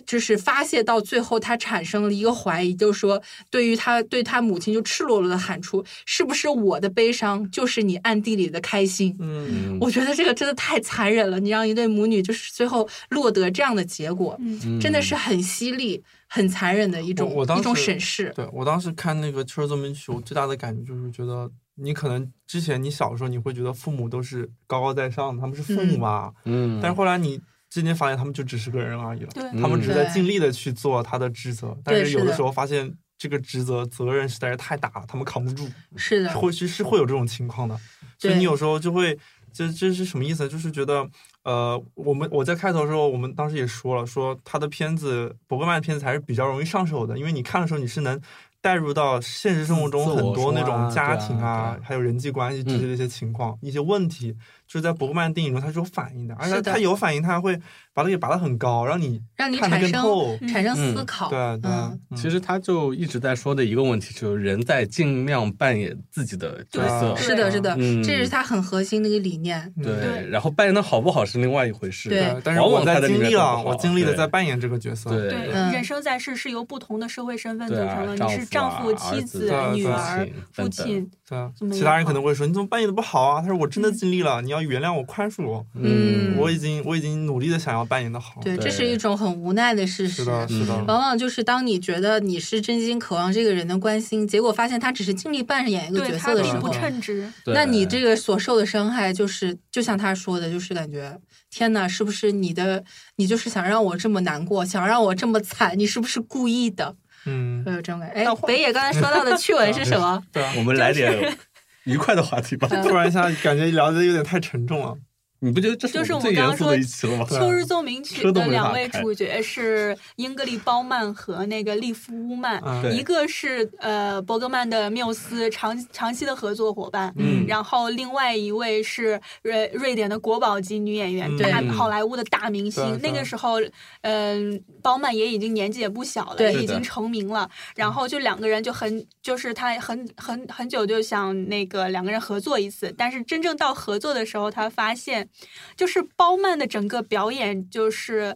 D: 就是发泄到最后，他产生了一个怀疑，就是说，对于他对他母亲就赤裸裸的喊出：“是不是我的悲伤就是你暗地里的开心？”
C: 嗯，
D: 我觉得这个真的太残忍了，你让一对母女就是最后落得这样的结果，
E: 嗯
D: 真的是很犀利、很残忍的一种
C: 我我当时
D: 一种审视。
C: 对我当时看那个《车座民曲》，我最大的感觉就是觉得，你可能之前你小时候你会觉得父母都是高高在上的，他们是父母嘛，
F: 嗯
C: 但是后来你渐渐发现他们就只是个人而已了，
E: 对，
F: 嗯
C: 他们只是
D: 对
C: 在尽力的去做他的职责，但
D: 对
C: 是
D: 是
C: 有的
D: 的
C: 时候发现这个职责责任实在是太大了，他们扛不住，
D: 是的，
C: 会是是会有这种情况的，所以
D: 对
C: 你有时候就会，这这是什么意思呢？就是觉得，呃，我们我在开头的时候，我们当时也说了，说他的片子，伯格曼的片子还是比较容易上手的，因为你看的时候你是能带入到现实生活中
F: 自我
C: 很多那
F: 说啊
C: 种家庭
F: 对啊
C: 啊，
F: 对啊
C: 还有人际关系之类的一些情况、一些问题，就是在伯格曼的电影中它是有反应的，而且
D: 是的
C: 它有反应，它还会把它给拔得很高，让你
D: 让你
C: 看得
D: 产
C: 更
D: 生
C: 透。
D: 产生
F: 嗯
D: 思考。
C: 对对，
D: 嗯
C: 嗯
F: 其实他就一直在说的一个问题，就是人在尽量扮演自己的角色，
D: 是的，是的，
F: 嗯
D: 这是他很核心的一个理念。
C: 嗯
F: 对，
E: 对
F: 然后扮演的好不好是另外一回事，
D: 对
C: 但是
F: 往
C: 我
F: 往他
C: 在
F: 的里
C: 经
F: 面
C: 历
F: 都不
C: 了，
F: 好
C: 我经历的
F: 对
C: 在扮演这个角色。
F: 对
E: 对，
D: 嗯
E: 人生在世是由不同的社会身份组
F: 对啊
E: 成的，
F: 丈
E: 你是
F: 夫
E: 丈
F: 啊
E: 夫、
F: 儿
E: 妻
F: 子
E: 子
C: 对、
E: 女
C: 对
E: 儿
F: 亲、
E: 父
F: 等等
E: 亲，
C: 对啊
E: 这么，
C: 其
E: 一
C: 他人可
E: 放
C: 能会说你怎么扮演的不好啊？他说我真的尽力了，你要原谅我，宽恕我。
D: 嗯
C: 我已经我已经努力的想要扮演的好。
D: 对，这
F: 对
D: 是一种很无奈的事
C: 是
D: 实。
C: 的，是的，
D: 往往就是当你觉得你是真心渴望这个人的关心，结果发现他只是尽力扮演一个
E: 对
D: 角
E: 他
D: 色的时
E: 并不
D: 候，
E: 称职。
F: 对
D: 那你这个所受的伤害，就是就像他说的，就是感觉天哪，是不是你的你就是想让我这么难过，想让我这么惨，你是不是故意的？
C: 嗯
D: 会，有这种感觉。哎，北野刚才说到的趣
C: [laughs]
D: 闻是什么？
C: 对啊。
F: 我们来点 [laughs] 愉快的话题吧。
D: 嗯
C: 突然一下感觉聊的有点太沉重了。
F: 你不觉得这
E: 就是
F: 我
E: 我
F: 们最
E: 刚
F: 严
E: 刚
F: 肃
E: 说
F: 的一期了吗？
E: 《秋日奏鸣曲
F: 车》都
E: 的
F: 没
E: 两
F: 法
E: 位
F: 开
E: 主角是英格丽·褒曼和那个利夫·乌曼，
C: 嗯
F: 对
E: 一个是呃伯格曼的缪斯长长期的合作伙伴，
F: 嗯
E: 然后另外一位是瑞瑞典的国宝级女演员，
C: 嗯
E: 大
F: 对
E: 好莱坞的大明星。
C: 对
E: 那个时候，嗯、褒曼也已经年纪也不小了，
D: 对
E: 也已
F: 是的
E: 经成名了。然后就两个人就很，就是他很很很久就想那个两个人合作一次，但是真正到合作的时候，他发现就是褒曼的整个表演就是。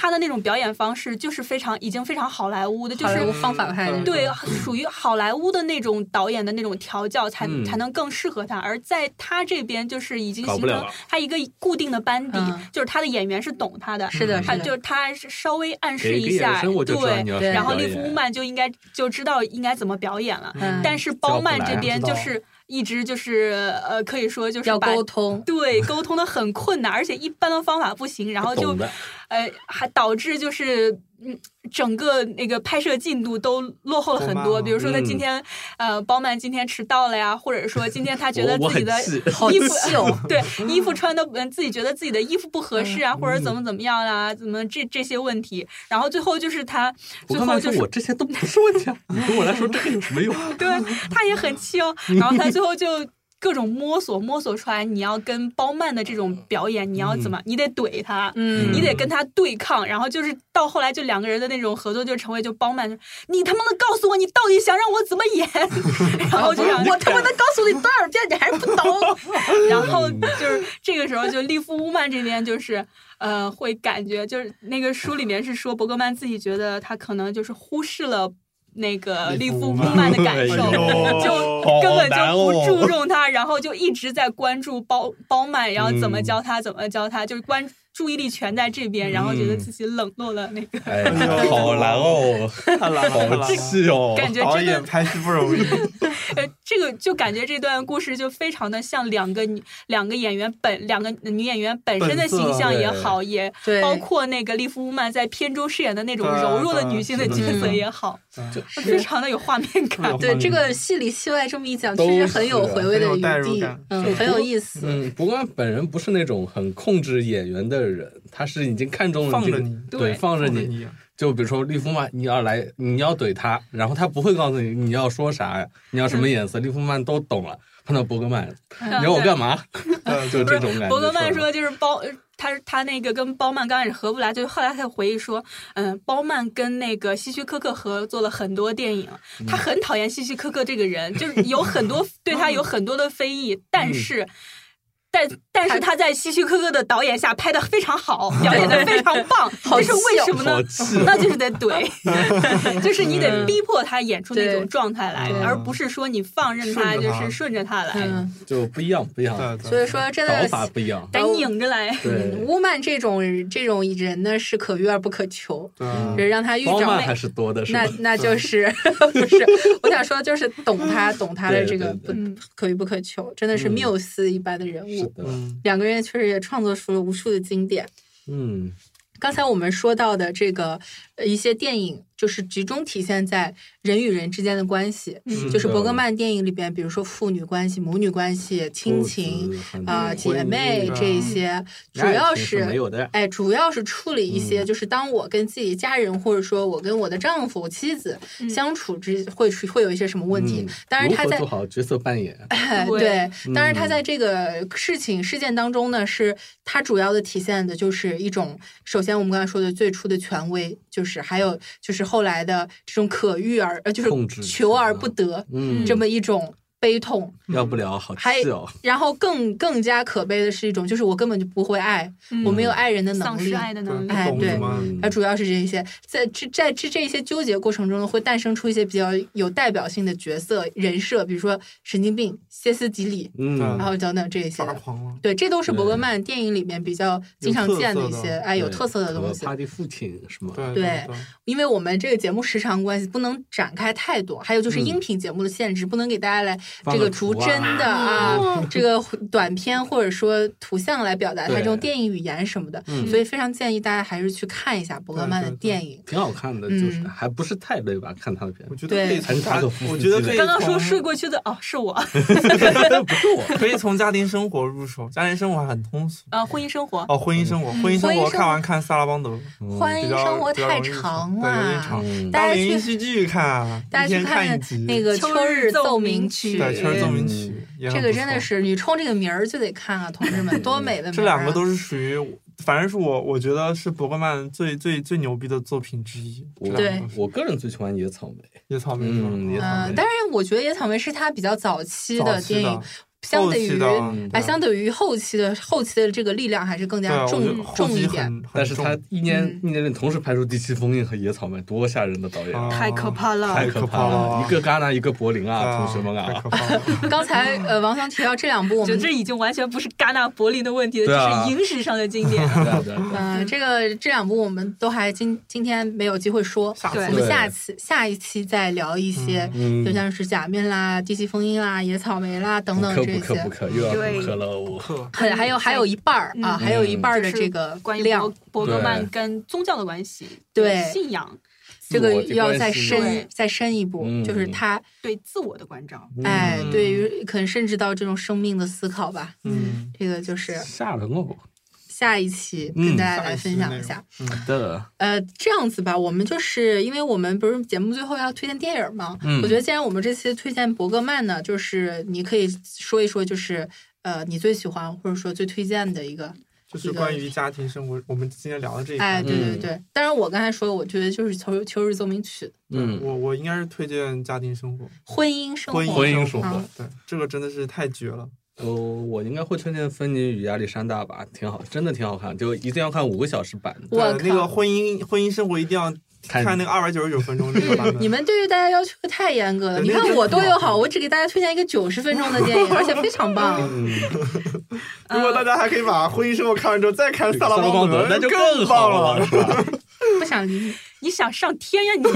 E: 他的那种表演方式就是非常已经非常好莱坞的，就
D: 好
E: 是
D: 莱坞方法派的，
E: 对，属于好莱坞的那种导演的那种调教才、
F: 嗯
E: 才能更适合他，而在他这边就是已经
F: 搞
E: 形
F: 不了
E: 成
F: 了
E: 他一个固定的班底，
D: 嗯
E: 就是他的演员是懂他的，
D: 是的，
E: 他
D: 是
E: 就
D: 的，
E: 是他稍微暗示
F: 给一个
E: 一
F: 眼
E: 下，
F: 神我就知道你
E: 对，
F: 要
D: 对
E: 然后
F: 利
E: 利夫乌曼就应该就知道应该怎么表演了，
D: 嗯，
E: 但
D: 是
E: 是包曼
F: 教不来啊
E: 这边
C: 知道
E: 就是一直就是呃，可以说就是
D: 要
E: 把
D: 沟通，
E: 对沟通的很困难，而且一般的方法不行，然后就
F: 懂的，
E: 呃，还导致就是嗯，整个那个拍摄进度都落后了很
C: 多慢
E: 多。
C: 了
E: 比如说他今
F: 嗯
E: 天、呃，包曼今天迟到了呀，或者说今天他觉得
F: 我我
E: 自
F: 很
E: 己的
F: 气，
E: [laughs]
D: 好
E: 衣服
D: 气哦，
E: 对衣服穿的嗯，自己觉得自己的衣服不合适啊，
F: 嗯
E: 或者怎么怎么样啊，怎么这这些问题，然后最后就是他
F: [laughs] 我
E: 最
F: 刚才
E: 后就
F: 说
E: 是
F: 我这些都不是问题啊，你对我来说这个有什么用？ [laughs] 啊
E: 对，他也很气哦。然后他最后就各种摸索摸索出来，你要跟包曼的这种表演，你要怎么，你得怼他，
D: 嗯
E: 你得跟他对抗。然后就是到后来，就两个人的那种合作就成为就包曼，你他妈的告诉我，你到底想让我怎么演？ [laughs] 然后就想
D: 我他妈的告诉你多少遍，你还是不懂。
E: 然后就是这个时候，就利夫乌曼这边就是呃，会感觉就是那个书里面是说伯格曼自己觉得他可能就是忽视了。那个利夫乌曼的感受，
F: 哎呦
E: 就
F: 好
E: 根本
F: 难
E: 就
F: 哦
E: 不注重他，然后就一直在关注包包曼，然后怎么教他，怎么教他，就是关注意力全在这边，然后觉得自己冷落了那个，
F: 哎呀，好难哦，
C: [laughs] 太难了，太
E: [laughs]
C: 难
F: 好
C: 了。
F: 气哦，
E: 感觉
C: 导
E: 真的
C: 演拍戏不
D: [laughs]
C: 容易，
E: 呃，这个就感觉这段故事就非常的像两个女两个演员本两个女演员本身的
C: 本色
E: 形象也
F: 对
E: 好，也
D: 对，
E: 包括那个利夫乌曼在片中饰演的那种
C: 对
E: 柔弱的
C: 对
E: 女性的
C: 是的
E: 角
D: 是
E: 色
D: 的
E: 也好，
C: 对
E: 非常的有画面感。
C: 有
D: 对
C: 嗯
D: [laughs] 这个戏里戏外这么一讲，确实很有回味的
C: 很有代
D: 余
C: 入
D: 地
C: 感，
D: 嗯，很有意思。
F: 嗯，不过他本人不是那种很控制演员的人，他是已经看中了
C: 放
F: 这
C: 着
F: 个
C: 你
F: 对，放着你。
C: 啊
F: 就比如说利夫曼，你要来，你要怼他，然后他不会告诉你你要说啥呀，你要什么
D: 嗯
F: 眼色，利夫曼都懂了。碰到伯格曼，你
E: 嗯
F: 要我干嘛？ [laughs] 就这种感觉。
E: 伯格曼说，就是包，呃他他那个跟包曼刚开始合不来，就是后来他就回忆说，嗯，包曼跟那个希区柯克合作了很多电影，他很讨 [laughs] 厌希区柯克这个人，就是有很多对他有很多的非议，但是。但但是他在希区柯克的导演下拍的非常好，表演的非常
D: [laughs]
E: 棒，这是为什么呢
F: 好？气
E: 那就是得怼，就是你得逼迫他演出那
D: 嗯对
E: 种状态来，
C: 嗯
E: 而不是说你放任他
C: 顺着
E: 就
C: 他
E: 是顺着他来，
D: 嗯，
F: 就不一样，不一样，
C: 对对，
D: 所以说真
F: 导
D: 的
F: 法不一样。
E: 得拧着来。
F: 对，
D: 乌曼这种这种人呢是可遇而不可求，
C: 对啊
F: 嗯
D: 人让他遇
F: 包
D: 着
F: 曼
D: 那
F: 还是多的，是吧
D: 那？那就是不是？ [laughs] 我想说就是懂他懂他的
F: [laughs] 对
D: 这个
F: 对
D: 不
E: 嗯
D: 可遇不可求，真的是
F: 嗯
D: 缪斯一般的人
F: 是
D: 物。
F: 的，
C: 嗯
D: 两个人确实也创作出了无数的经典。
F: 嗯，
D: 刚才我们说到的这个呃一些电影，就是集中体现在人与人之间的关系，
C: 嗯
D: 就是伯格曼电影里边，比如说父女关系、母女关系、亲情
F: 父子
D: 啊、
F: 很嗯
D: 姐妹
C: 啊
D: 这一些，主
F: 爱
D: 要
F: 情是没有嗯的
D: 哎，主要是处理一些，就是当我跟自己家人，或者说我跟我的丈夫、妻子
E: 嗯
D: 相处之，会出会有一些什么问题
F: 嗯。
D: 当然，
F: 如
D: 他
F: 何
D: 在
F: 做好角色扮演，
D: [laughs] 哎
E: 对
D: 对，当然他
F: 嗯
D: 在这个事情事件当中呢，是他主要的体现的就是一种，首先我们刚才说的最初的权威，就是还有就是后来的这种可遇而呃就
F: 控制
D: 是求而
F: 啊
D: 不得
F: 嗯，
D: 这么一种悲痛，
F: 要不了，好
D: 还
F: 气哦，
D: 然后更更加可悲的是一种，就是我根本就不会爱，
E: 嗯
D: 我没有爱人的能
E: 丧
D: 力
E: 失。爱的能力
C: 对，，
D: 哎
C: 懂
D: 对
C: 什么？
F: 嗯
D: 它主要是这些，在这在这这些纠结过程中呢，会诞生出一些比较有代表性的角色人设，比如说神经病、歇斯底里，然
F: 嗯，
D: 后等等这一些
C: 抓
D: 的。
C: 狂了。
D: 对，这都是伯格
F: 对
D: 曼电影里面比较经常见一些哎有特色的东西
F: 他。的父亲是吗？
C: 对
D: 对
C: 对，
D: 因为我们这个节目时长关系，不能展开太多，还有就是
F: 嗯
D: 音频节目的限制，不能给大家来
F: 放
D: 这个
F: 个
D: 逐
F: 图啊
D: 帧
C: [laughs]
D: 的啊，这个短片或者说图像来表达它
F: 对
D: 这种电影语言什么的，
F: 嗯
D: 所以非常建议大家还是去看一下伯格曼的
C: 对对对
D: 电影。
F: 挺好看的，就是
D: 嗯
F: 还不是太累吧？看他的片
D: [laughs]
C: 我，觉得
D: 对
C: 可以
F: 还
C: 从
F: 是塔
C: 家，
F: 可夫
C: 我
F: 斯
C: 觉得
F: 基
C: 可
F: 的
C: 以
E: 刚刚说
C: 从
E: 睡过去的哦，是我
F: 不是
D: [laughs]
F: 我，
C: [laughs] 可以从家庭生活入手，家庭生活还很通俗。
E: 啊，婚姻生活
C: 哦，婚姻生活，婚姻
D: 嗯婚
C: 生
D: 姻
C: 活
D: 生
C: 看
D: 活
C: 完看《萨拉邦德》，
D: 欢
C: 嗯比
D: 迎
C: 较
D: 生活
C: 比较
D: 太
C: 容易入手
D: 长
C: 对有点
D: 了，
C: 长
F: 嗯
D: 大家
C: 当连
D: 去
C: 续剧看，
D: 大
C: 一
D: 家
C: 天
D: 去
C: 看
D: 看
C: 一集
D: 那个《
E: 秋
D: 秋
E: 日
D: 日
E: 奏
D: 奏
E: 鸣
D: 鸣
E: 曲
D: 曲》，
C: 对《全是奏鸣
F: 嗯
C: 曲》也
D: 这
C: 很
D: 个
C: 不
D: 真的
C: 错
D: 是你冲这个名儿就得看啊，同志们，
C: [laughs]
D: 多美的名儿、啊！
C: 这两个都是属于我，反正是我，我觉得是伯格曼最最最牛逼的作品之一。
F: 我
C: 这两个都是
F: 我个人最喜欢野草莓，
C: 野草莓是吧，
F: 嗯野草
D: 嗯、
F: 莓
D: 当然我觉得《野草莓》是他比较早期
C: 早
D: 的
C: 期
D: 电
C: 的
D: 影，，相
C: 后
D: 嗯对
C: 期
D: 于
C: 的啊
F: 嗯
D: 哎，相对哎于后期的后期的这个力量还是更
C: 对啊，
D: 加
C: 我觉
D: 重
C: 得后
D: 重
C: 期
D: 一点。
C: 很，很
F: 但是
C: 重
F: 他一年
D: 嗯
F: 一年里同时拍出《第七封印》和《野草莓》，多吓人的导演啊！
C: 啊
E: 太可怕了，
F: 太可怕了，一个戛纳，一个柏林啊，
C: 啊
F: 同学们
C: 太
F: 啊
C: 可！怕
D: [laughs]
C: 了。
D: 刚才呃，王强提到这两部，我
E: 就
D: 们
E: 这已经完全不是戛纳柏林的问题
F: 对
E: 了，
F: 啊
E: 这是影史上的经典。
F: 对啊对啊对
D: [laughs]
F: 啊
D: 呃，这个这两部我们都还今今天没有机会说，
C: 下
E: 对
D: 我们下次下一期再聊一些，
F: 嗯
D: 就像是假面啦、地气风音啦、野草莓啦等
F: 不
D: 等
F: 磕
D: 这
F: 不磕不
D: 些，
F: 磕，又要
E: 对
F: 补课了我。
C: 可
D: 很还有还有一半儿啊，
E: 嗯
D: 还有一半儿的
E: 就是
D: 这个
E: 关于
D: 量
E: 伯，伯格曼
F: 对
E: 跟宗教的关系，
D: 对
E: 信仰，
D: 这个
F: 自我的
D: 要
F: 关
D: 再
F: 系
D: 深
E: 对
D: 再深一步，
F: 嗯
D: 就是他
E: 对自我的关照。
C: 嗯
D: 哎，对于可能甚至到这种生命的思考吧，
C: 嗯，
D: 这个就是
F: 吓人哦！
D: 下一期
F: 嗯
D: 跟大家来
C: 下期
D: 分
C: 的
D: 享
C: 内
D: 一
C: 容
D: 下。
F: 的，
D: 呃，这样子吧，我们就是因为我们不是节目最后要推荐电影嘛，
F: 嗯
D: 我觉得既然我们这期推荐伯格曼呢，就是你可以说一说，就是呃，你最喜欢或者说最推荐的一个，
C: 就是关于家庭生活，我们今天聊的这一
D: 哎，
C: 块。
D: 对对对。当然，我刚才说，我觉得就是秋《秋日奏鸣曲》
F: 嗯，
C: 我我应该是推荐家庭生活，
D: 婚姻生活，
C: 婚
F: 婚姻
C: 生
D: 嗯
F: 生活
C: 活，对这个真的是太绝了。
F: 哦，我应该会推荐《芬妮与亚历山大》吧，挺好，真的挺好看，就一定要看五个小时版的。
D: 我
C: 对那个
D: 靠。
C: 婚姻婚姻生活一定要
F: 看
C: 看那个二百九十九分钟这个版本。
D: [laughs] 你们对于大家要求太严格了，
C: 对嗯
D: 你
C: 那
D: 看
C: 个
D: 我
C: 真的
D: 多
C: 不好
D: 友好，我只给大家推荐一个九十分钟的
C: [laughs]
D: 电影，而且非常棒。
C: 如果大家还可以把婚姻生活看完之后再看萨拉邦
F: 德，那就
C: 更
F: 好
C: 棒了。
F: 是吧？
D: 不想理你，
E: 你想上天呀你？ [laughs]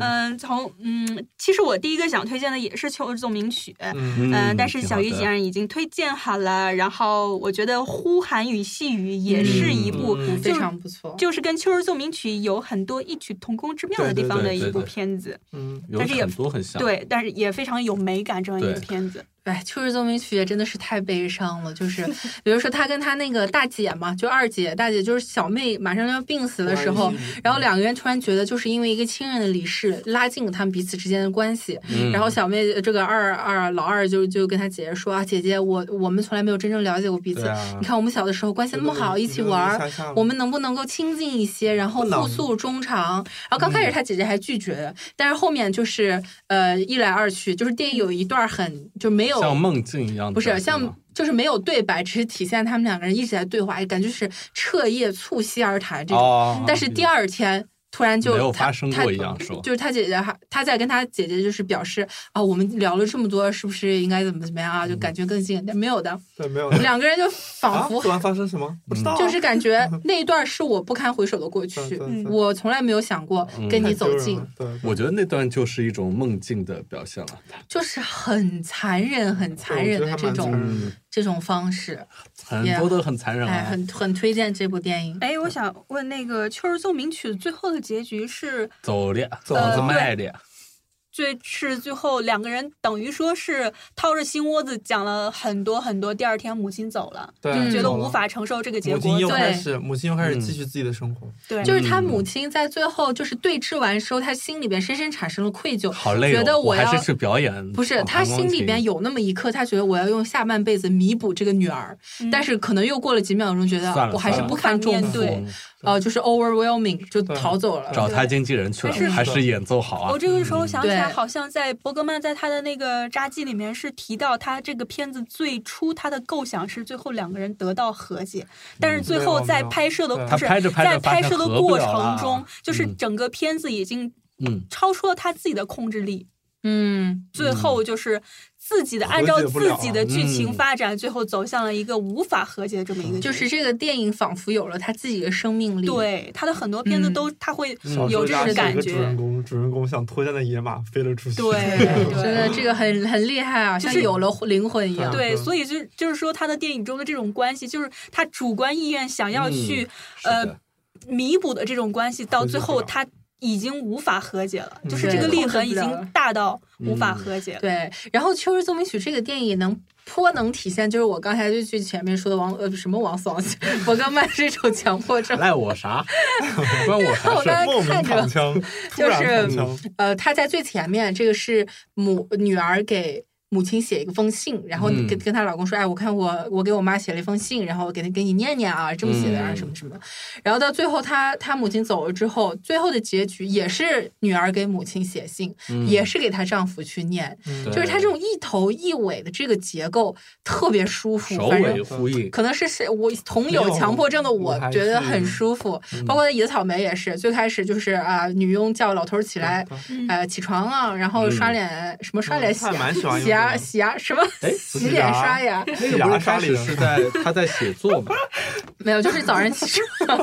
E: 嗯，从嗯，其实我第一个想推荐的也是《秋日奏鸣曲》。
C: 嗯，
F: 嗯
E: 嗯，但是
F: 挺
E: 小
F: 好
E: 鱼
F: 的
E: 既然已经推荐好了，然后我觉得《呼喊与细雨》也是一部
C: 嗯嗯嗯
E: 就
D: 非常不错。
E: 就是跟《秋日奏鸣曲》有很多异曲同工之妙的
C: 对对
E: 地方的
F: 对
E: 一
F: 对
E: 部
F: 对
E: 片子，
C: 嗯，
F: 有
E: 但是也
F: 很多很像。
E: 对，但是也非常有美感这样一个
F: 对
E: 片子。
D: 哎，《秋日奏鸣曲》也真的是太悲伤
E: [laughs]
D: 了，就是，比如说他跟他那个大姐嘛，就二姐，大姐就是小妹马上要病死的时候，
C: 嗯
D: 然后两个人突然觉得就是因为一个亲人的离世拉近了他们彼此之间的关系，
F: 嗯，
D: 然后小妹呃这个二二老二就就跟他姐姐说啊，姐姐，我我们从来没有真正了解过彼此，
C: 对啊
D: 你看我们小的时候关系那么好，一起玩儿，
F: 嗯
D: 我们能不能够亲近一些，然后
C: 不能
D: 互诉衷肠？然
F: 嗯
D: 后刚开始他姐姐还拒绝，但是后面就是呃一来二去，就是电影有一段很就没没有
F: 像梦境一样的
D: 不
F: 感觉
D: 是像
F: 吗，
D: 就是没有对白，只是体现他们两个人一直在对话，感觉是彻夜促膝而谈这种。
F: 哦，
D: 但是第二天突然就
F: 没有
D: 他
F: 发生
D: 他
F: 过一样是吧
D: 就是他姐姐还他在跟他姐姐就是表示啊，我们聊了这么多，是不是应该怎么怎么样啊？
F: 嗯
D: 就感觉更近，但没有的，
C: 对，没有
D: 两个人就
C: 啊，
D: 仿佛
C: 昨晚发生什么？不知道啊，
D: 就是感觉那一段是我不堪回首的过
C: 对
D: 去
C: 对，对
D: 我从来没有想过跟
C: 太丢
D: 你走
C: 人啊
D: 近嗯
C: 了，，对，
F: 我觉得那段就是一种梦境的表现了。
D: 就是很残忍、很残忍的
C: 我觉
D: 这
C: 得还蛮残
D: 种
C: 忍
F: 嗯，
D: 这种方式，
F: 很
D: Yeah
F: 多都很残忍
D: 哎，
F: 啊。
D: 很很推荐这部电
C: 嗯
D: 影。
E: 哎，我想问那个《秋日奏鸣曲》最后的结局是
F: 走了，走
E: 呃
F: 子
E: 对
F: 卖了，
E: 最是最后两个人等于说是掏着心窝子讲了很多很多，第二天母亲走了，
C: 对
D: 嗯
E: 觉得
C: 懂了
E: 无法承受这个结
C: 母亲
E: 果，
C: 又
E: 就
D: 对
C: 开始，母亲又开始
F: 嗯
C: 继续自己的生活，
E: 对，嗯
D: 就是他母亲在最后就是对峙完之后，他心里边深深产生了愧疚，
F: 好累哦。
D: 觉得
F: 我
D: 要
F: 还是去表演，
D: 不
C: 哦
D: 是他心里边
F: 有。
D: 有那么一刻，他觉得我要用下半辈子弥补这个女儿，
E: 嗯
D: 但是可能又过了几秒钟，觉
F: 算
D: 得
F: 了
D: 我还是
F: 算了嗯
D: 不堪重负
E: 不敢面，
D: 呃，就是 overwhelming 就逃走了。
F: 找他经纪人去了
E: 但是，
F: 还是演奏好啊
E: 我？这个时候
D: 嗯
E: 想起来，
D: 对
E: 好像在伯格曼在他的那个札记里面是提到，他这个片子最初他的构想是最后两个人得到和解，
F: 嗯
E: 但是最后在拍摄的
C: 没有没有
E: 不是
F: 他拍着拍着
E: 在拍摄的过
F: 发现合不
E: 程
F: 了
E: 中
F: 了，
E: 就是
F: 嗯
E: 整个片子已经
F: 嗯，
E: 超出了他自己的控制力，
D: 嗯，
E: 最后就是自己的
C: 和解
E: 按照
C: 不了
E: 自己的剧情
F: 嗯
E: 发展，最后走向了一个无法和解的这么一个结局
D: 就是这个电影仿佛有了他自己的生命力。，
E: 对他的很多片子
D: 嗯
E: 都他会
C: 小
E: 有
C: 说
E: 这种
C: 扎起了一
E: 感
C: 个主
E: 觉，
C: 人公，主人公像脱缰的野马飞了出去，
F: [laughs]
E: 对对
D: 真的这个很很厉害啊，
E: 就
D: 像
E: 是
D: 有了灵魂一样。
E: 对，
C: 嗯
E: 所以就是就是说，他的电影中的这种关系，就是他主观意愿想要去、
F: 是的
E: 呃弥补的这种关系，到
C: 解
E: 最
C: 不
E: 后
C: 了
E: 他已经无法和解了，就
C: 嗯
E: 是这
D: 对
E: 个裂
D: 控制
E: 痕
D: 不
E: 已经
D: 了
E: 大到无法和解了。
D: 对，然后《秋日奏鸣曲》这个电影能颇能体现，就是我刚才就去前面说的王呃什么王思王， [laughs] 伯格曼这种强
F: [laughs]
D: 迫症。
F: 赖我啥？关我啥
D: 我
F: 事
D: 刚？才
C: 莫
D: 看
C: 名
D: 着
C: 躺，枪，突
D: [laughs] 就
C: 然躺
D: 是
C: 枪，
D: 呃，他在最前面，这个是母女儿给母亲写一个封信，然后
F: 嗯
D: 跟、跟她老公说，哎，我看我我给我妈写了一封信，然后我给她给你念念啊，这么写的啊，
F: 嗯
D: 什么什么的。然后到最后她，她母亲走了之后，最后的结局也是女儿给母亲写信，
F: 嗯
D: 也是给她丈夫去念，
C: 嗯
F: 对
D: 就是她这种一头一尾的这个结构特别舒服，
F: 首
D: 反
F: 尾
D: 正。
F: 呼应，
D: 可能是是我同有强迫症的我
C: 我还
D: 觉得很
C: 是
D: 舒服，包括在《野草莓》也是，最开始就是啊、女佣叫老头儿起
C: 哎
D: 来，
E: 嗯
D: 呃，起床啊，然后刷脸，什么刷脸、
C: 嗯
D: 洗
C: 他还蛮喜欢
D: 洗牙、
C: 用这个
D: 洗牙什么
F: 哎，
C: 不
D: 洗
C: 是
D: 脸、
C: 牙
D: 刷牙，
F: 那个不是开
C: 牙刷里
F: 始
C: 的
F: 是在他在写作
D: [laughs]
F: 嘛？
D: 没有，就是早上起床，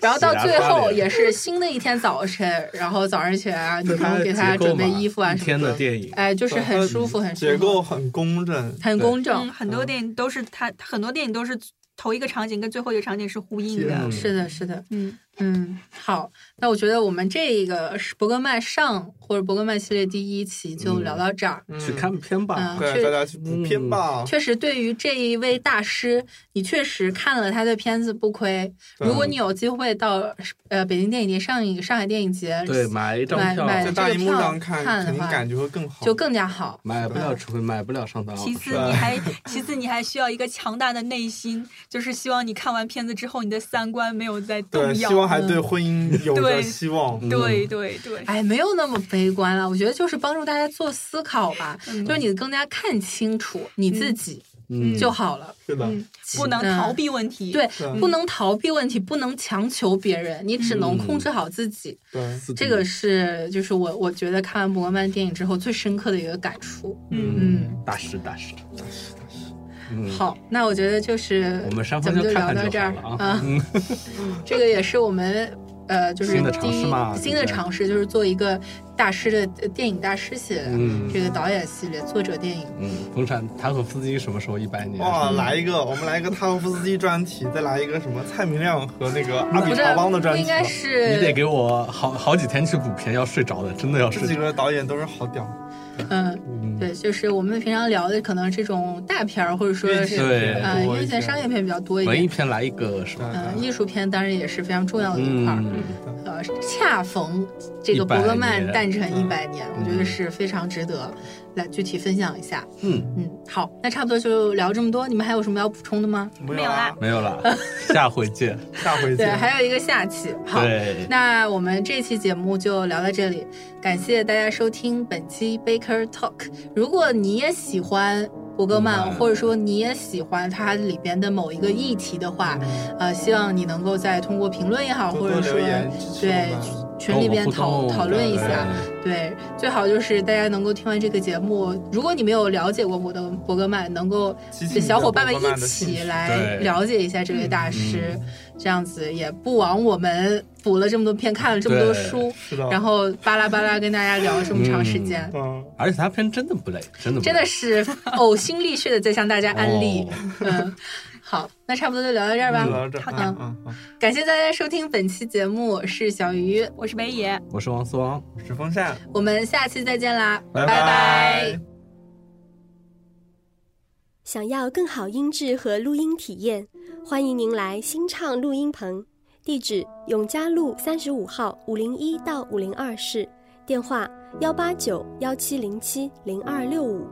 D: 然后到
F: 洗牙
D: 最
F: 刷
D: 后
F: 脸
D: 也是新的一天早晨，然后早上起来啊，女
F: 在
D: 佣给
F: 他
D: 她
F: 结构
D: 准
F: 嘛
D: 备衣服啊
F: 一
D: 什么
F: 天
D: 的，
F: 的电影，
D: 哎，就是很舒服，很舒服
C: 呃结构很工整，
D: 很工整
E: 嗯，，很多电影都是他很多电影都是头一个场景跟最后一个场景是呼应的
F: 嗯。
D: 是的，是的。
E: 嗯，
D: 嗯，好，那我觉得我们这一个是伯格曼上或者伯格曼系列第一期就聊到这儿。
F: 去看片吧
D: 嗯。
C: 对，
D: 去
C: 大家去补片吧。
D: 确实，对于这一位大师，你确实看了他的片子不亏。
C: 对
D: 如果你有机会到呃北京电影节上映、上海电影节，
F: 对，买一张
D: 买
F: 票，
D: 买
C: 在
D: 这
C: 大
D: 个
C: 荧幕
D: 票
C: 上看，
D: 看的
C: 肯定
D: 话
C: 感觉会更好。
D: 就更加好。
F: 买不了
D: 嗯
F: 吃亏，买不了上当。
E: 其次你还其次你还需要一个强大的内心，就是希望你看完片子之后，你的三观没有在动
C: 对，
E: 摇。
C: 希望还对婚姻有着
E: 对
C: 希望。
E: 对对对，
D: 哎，没有那么悲观了，我觉得就是帮助大家做思考吧，
E: 嗯
D: 就是你更加看清楚你自己
F: 嗯，
D: 就好了。
C: 是的，
E: 嗯不能逃避问题。
D: 对，
C: 对
D: 不能逃避问题，不能强求别人，你只能控制好自己。
C: 对，
F: 自己
D: 这个是就是我我觉得看完《伯格曼》电影之后最深刻的一个感触。嗯
F: 嗯，大师大师大师大师，嗯，
D: 好，那我觉得就是
F: 我们山
D: 咱
F: 峰
D: 们
F: 就
D: 聊
F: 看
D: 到
F: 看就
D: 这儿
F: 好了啊。
D: 啊。 [laughs] 这个也是我们呃，就是
F: 新的
D: 第
F: 尝
D: 一
F: 试嘛
D: 新的
F: 对不对
D: 尝试就是做一个大师的呃电影大师系列，
F: 嗯
D: 这个导演系列、作者电影。
F: 嗯，共产塔可夫斯基什么时候一百年？
C: 哇，来一个，我们来一个塔可夫斯基专题，再来一个什么蔡明亮和那个阿
D: 不
C: 比
D: 是
C: 查邦的，
D: 不
C: 专
D: 应
C: 题
D: 该
C: 吧。
F: 你得
D: 是
F: 给我好好几天去补片，要睡着的，真的要
C: 这
F: 睡
C: 几
F: 着。
C: 个导演都是好屌，
D: 嗯，对，就是我们平常聊的可能这种大片儿，或者说
C: 院
D: 是
C: 线
F: 对
C: 片
D: 呃，
C: 多
D: 院
C: 一
D: 线
C: 些
D: 商业片比较多一
F: 文艺
D: 点。
F: 片来一个是吧？
D: 嗯，
C: 对
D: 艺术片当然也是非常重要的一块儿。
F: 嗯，
D: 呃，恰逢这个
F: 100
D: 伯格曼
F: 年
D: 诞辰一百年，我觉得是非常值得来具体分享一下。
F: 嗯
D: 嗯，好，那差不多就聊这么多，你们还有什么要补充的吗？
C: 没
E: 没有啦
C: 啦，
F: 没有了，下回见。
C: 下回
D: 对，
C: 见。
D: 还有一个下期。 [laughs] 好，
F: 对，
D: 那我们这期节目就聊到这里，感谢大家收听本期 Baker Talk。如果你也喜欢
E: 伯格曼，
F: 嗯
E: 或者说你也喜欢它里边的某一个议题的话，呃，希望你能够再通过评论也好，
C: 多
E: 或
C: 多
E: 者说
C: 留言支持
E: 对
C: 我们
E: 群里边讨讨论一下。对，最好就是大家能够听完这个节目，如果你没有了解过伯德伯格曼，能够
C: 激起
E: 这
C: 你
E: 小
C: 对
E: 伙
C: 伯
E: 伴们
C: 格曼
E: 一
C: 的兴
E: 起
C: 趣
E: 来
F: 对嗯
E: 了解哎一下这位
C: 嗯
E: 大师，这样子也不枉我们补了这么多片，看了这么多
F: 对
E: 书，
C: 是的，
E: 然后巴拉巴拉跟大家聊了这么长时间。
C: 嗯，
F: 而且他片真的不累，真的不累
E: 真的是呕心沥血的在向大家安利
F: 哦。
E: 嗯，好，那差不多就聊到这儿
C: 就
E: 吧。
C: 聊到这儿，
H: 好的
C: 嗯嗯嗯，
E: 感谢大家收听本期节目，我是小鱼，
H: 我是北野，
F: 我是王思王。
C: 嗯纸风扇，
E: 我们下期再见啦，
C: 拜
E: 拜
I: 想要更好音质和录音体验，欢迎您来新唱录音棚，地址永嘉路三十五号五零一到五零二室，电话幺八九幺七零七零二六五。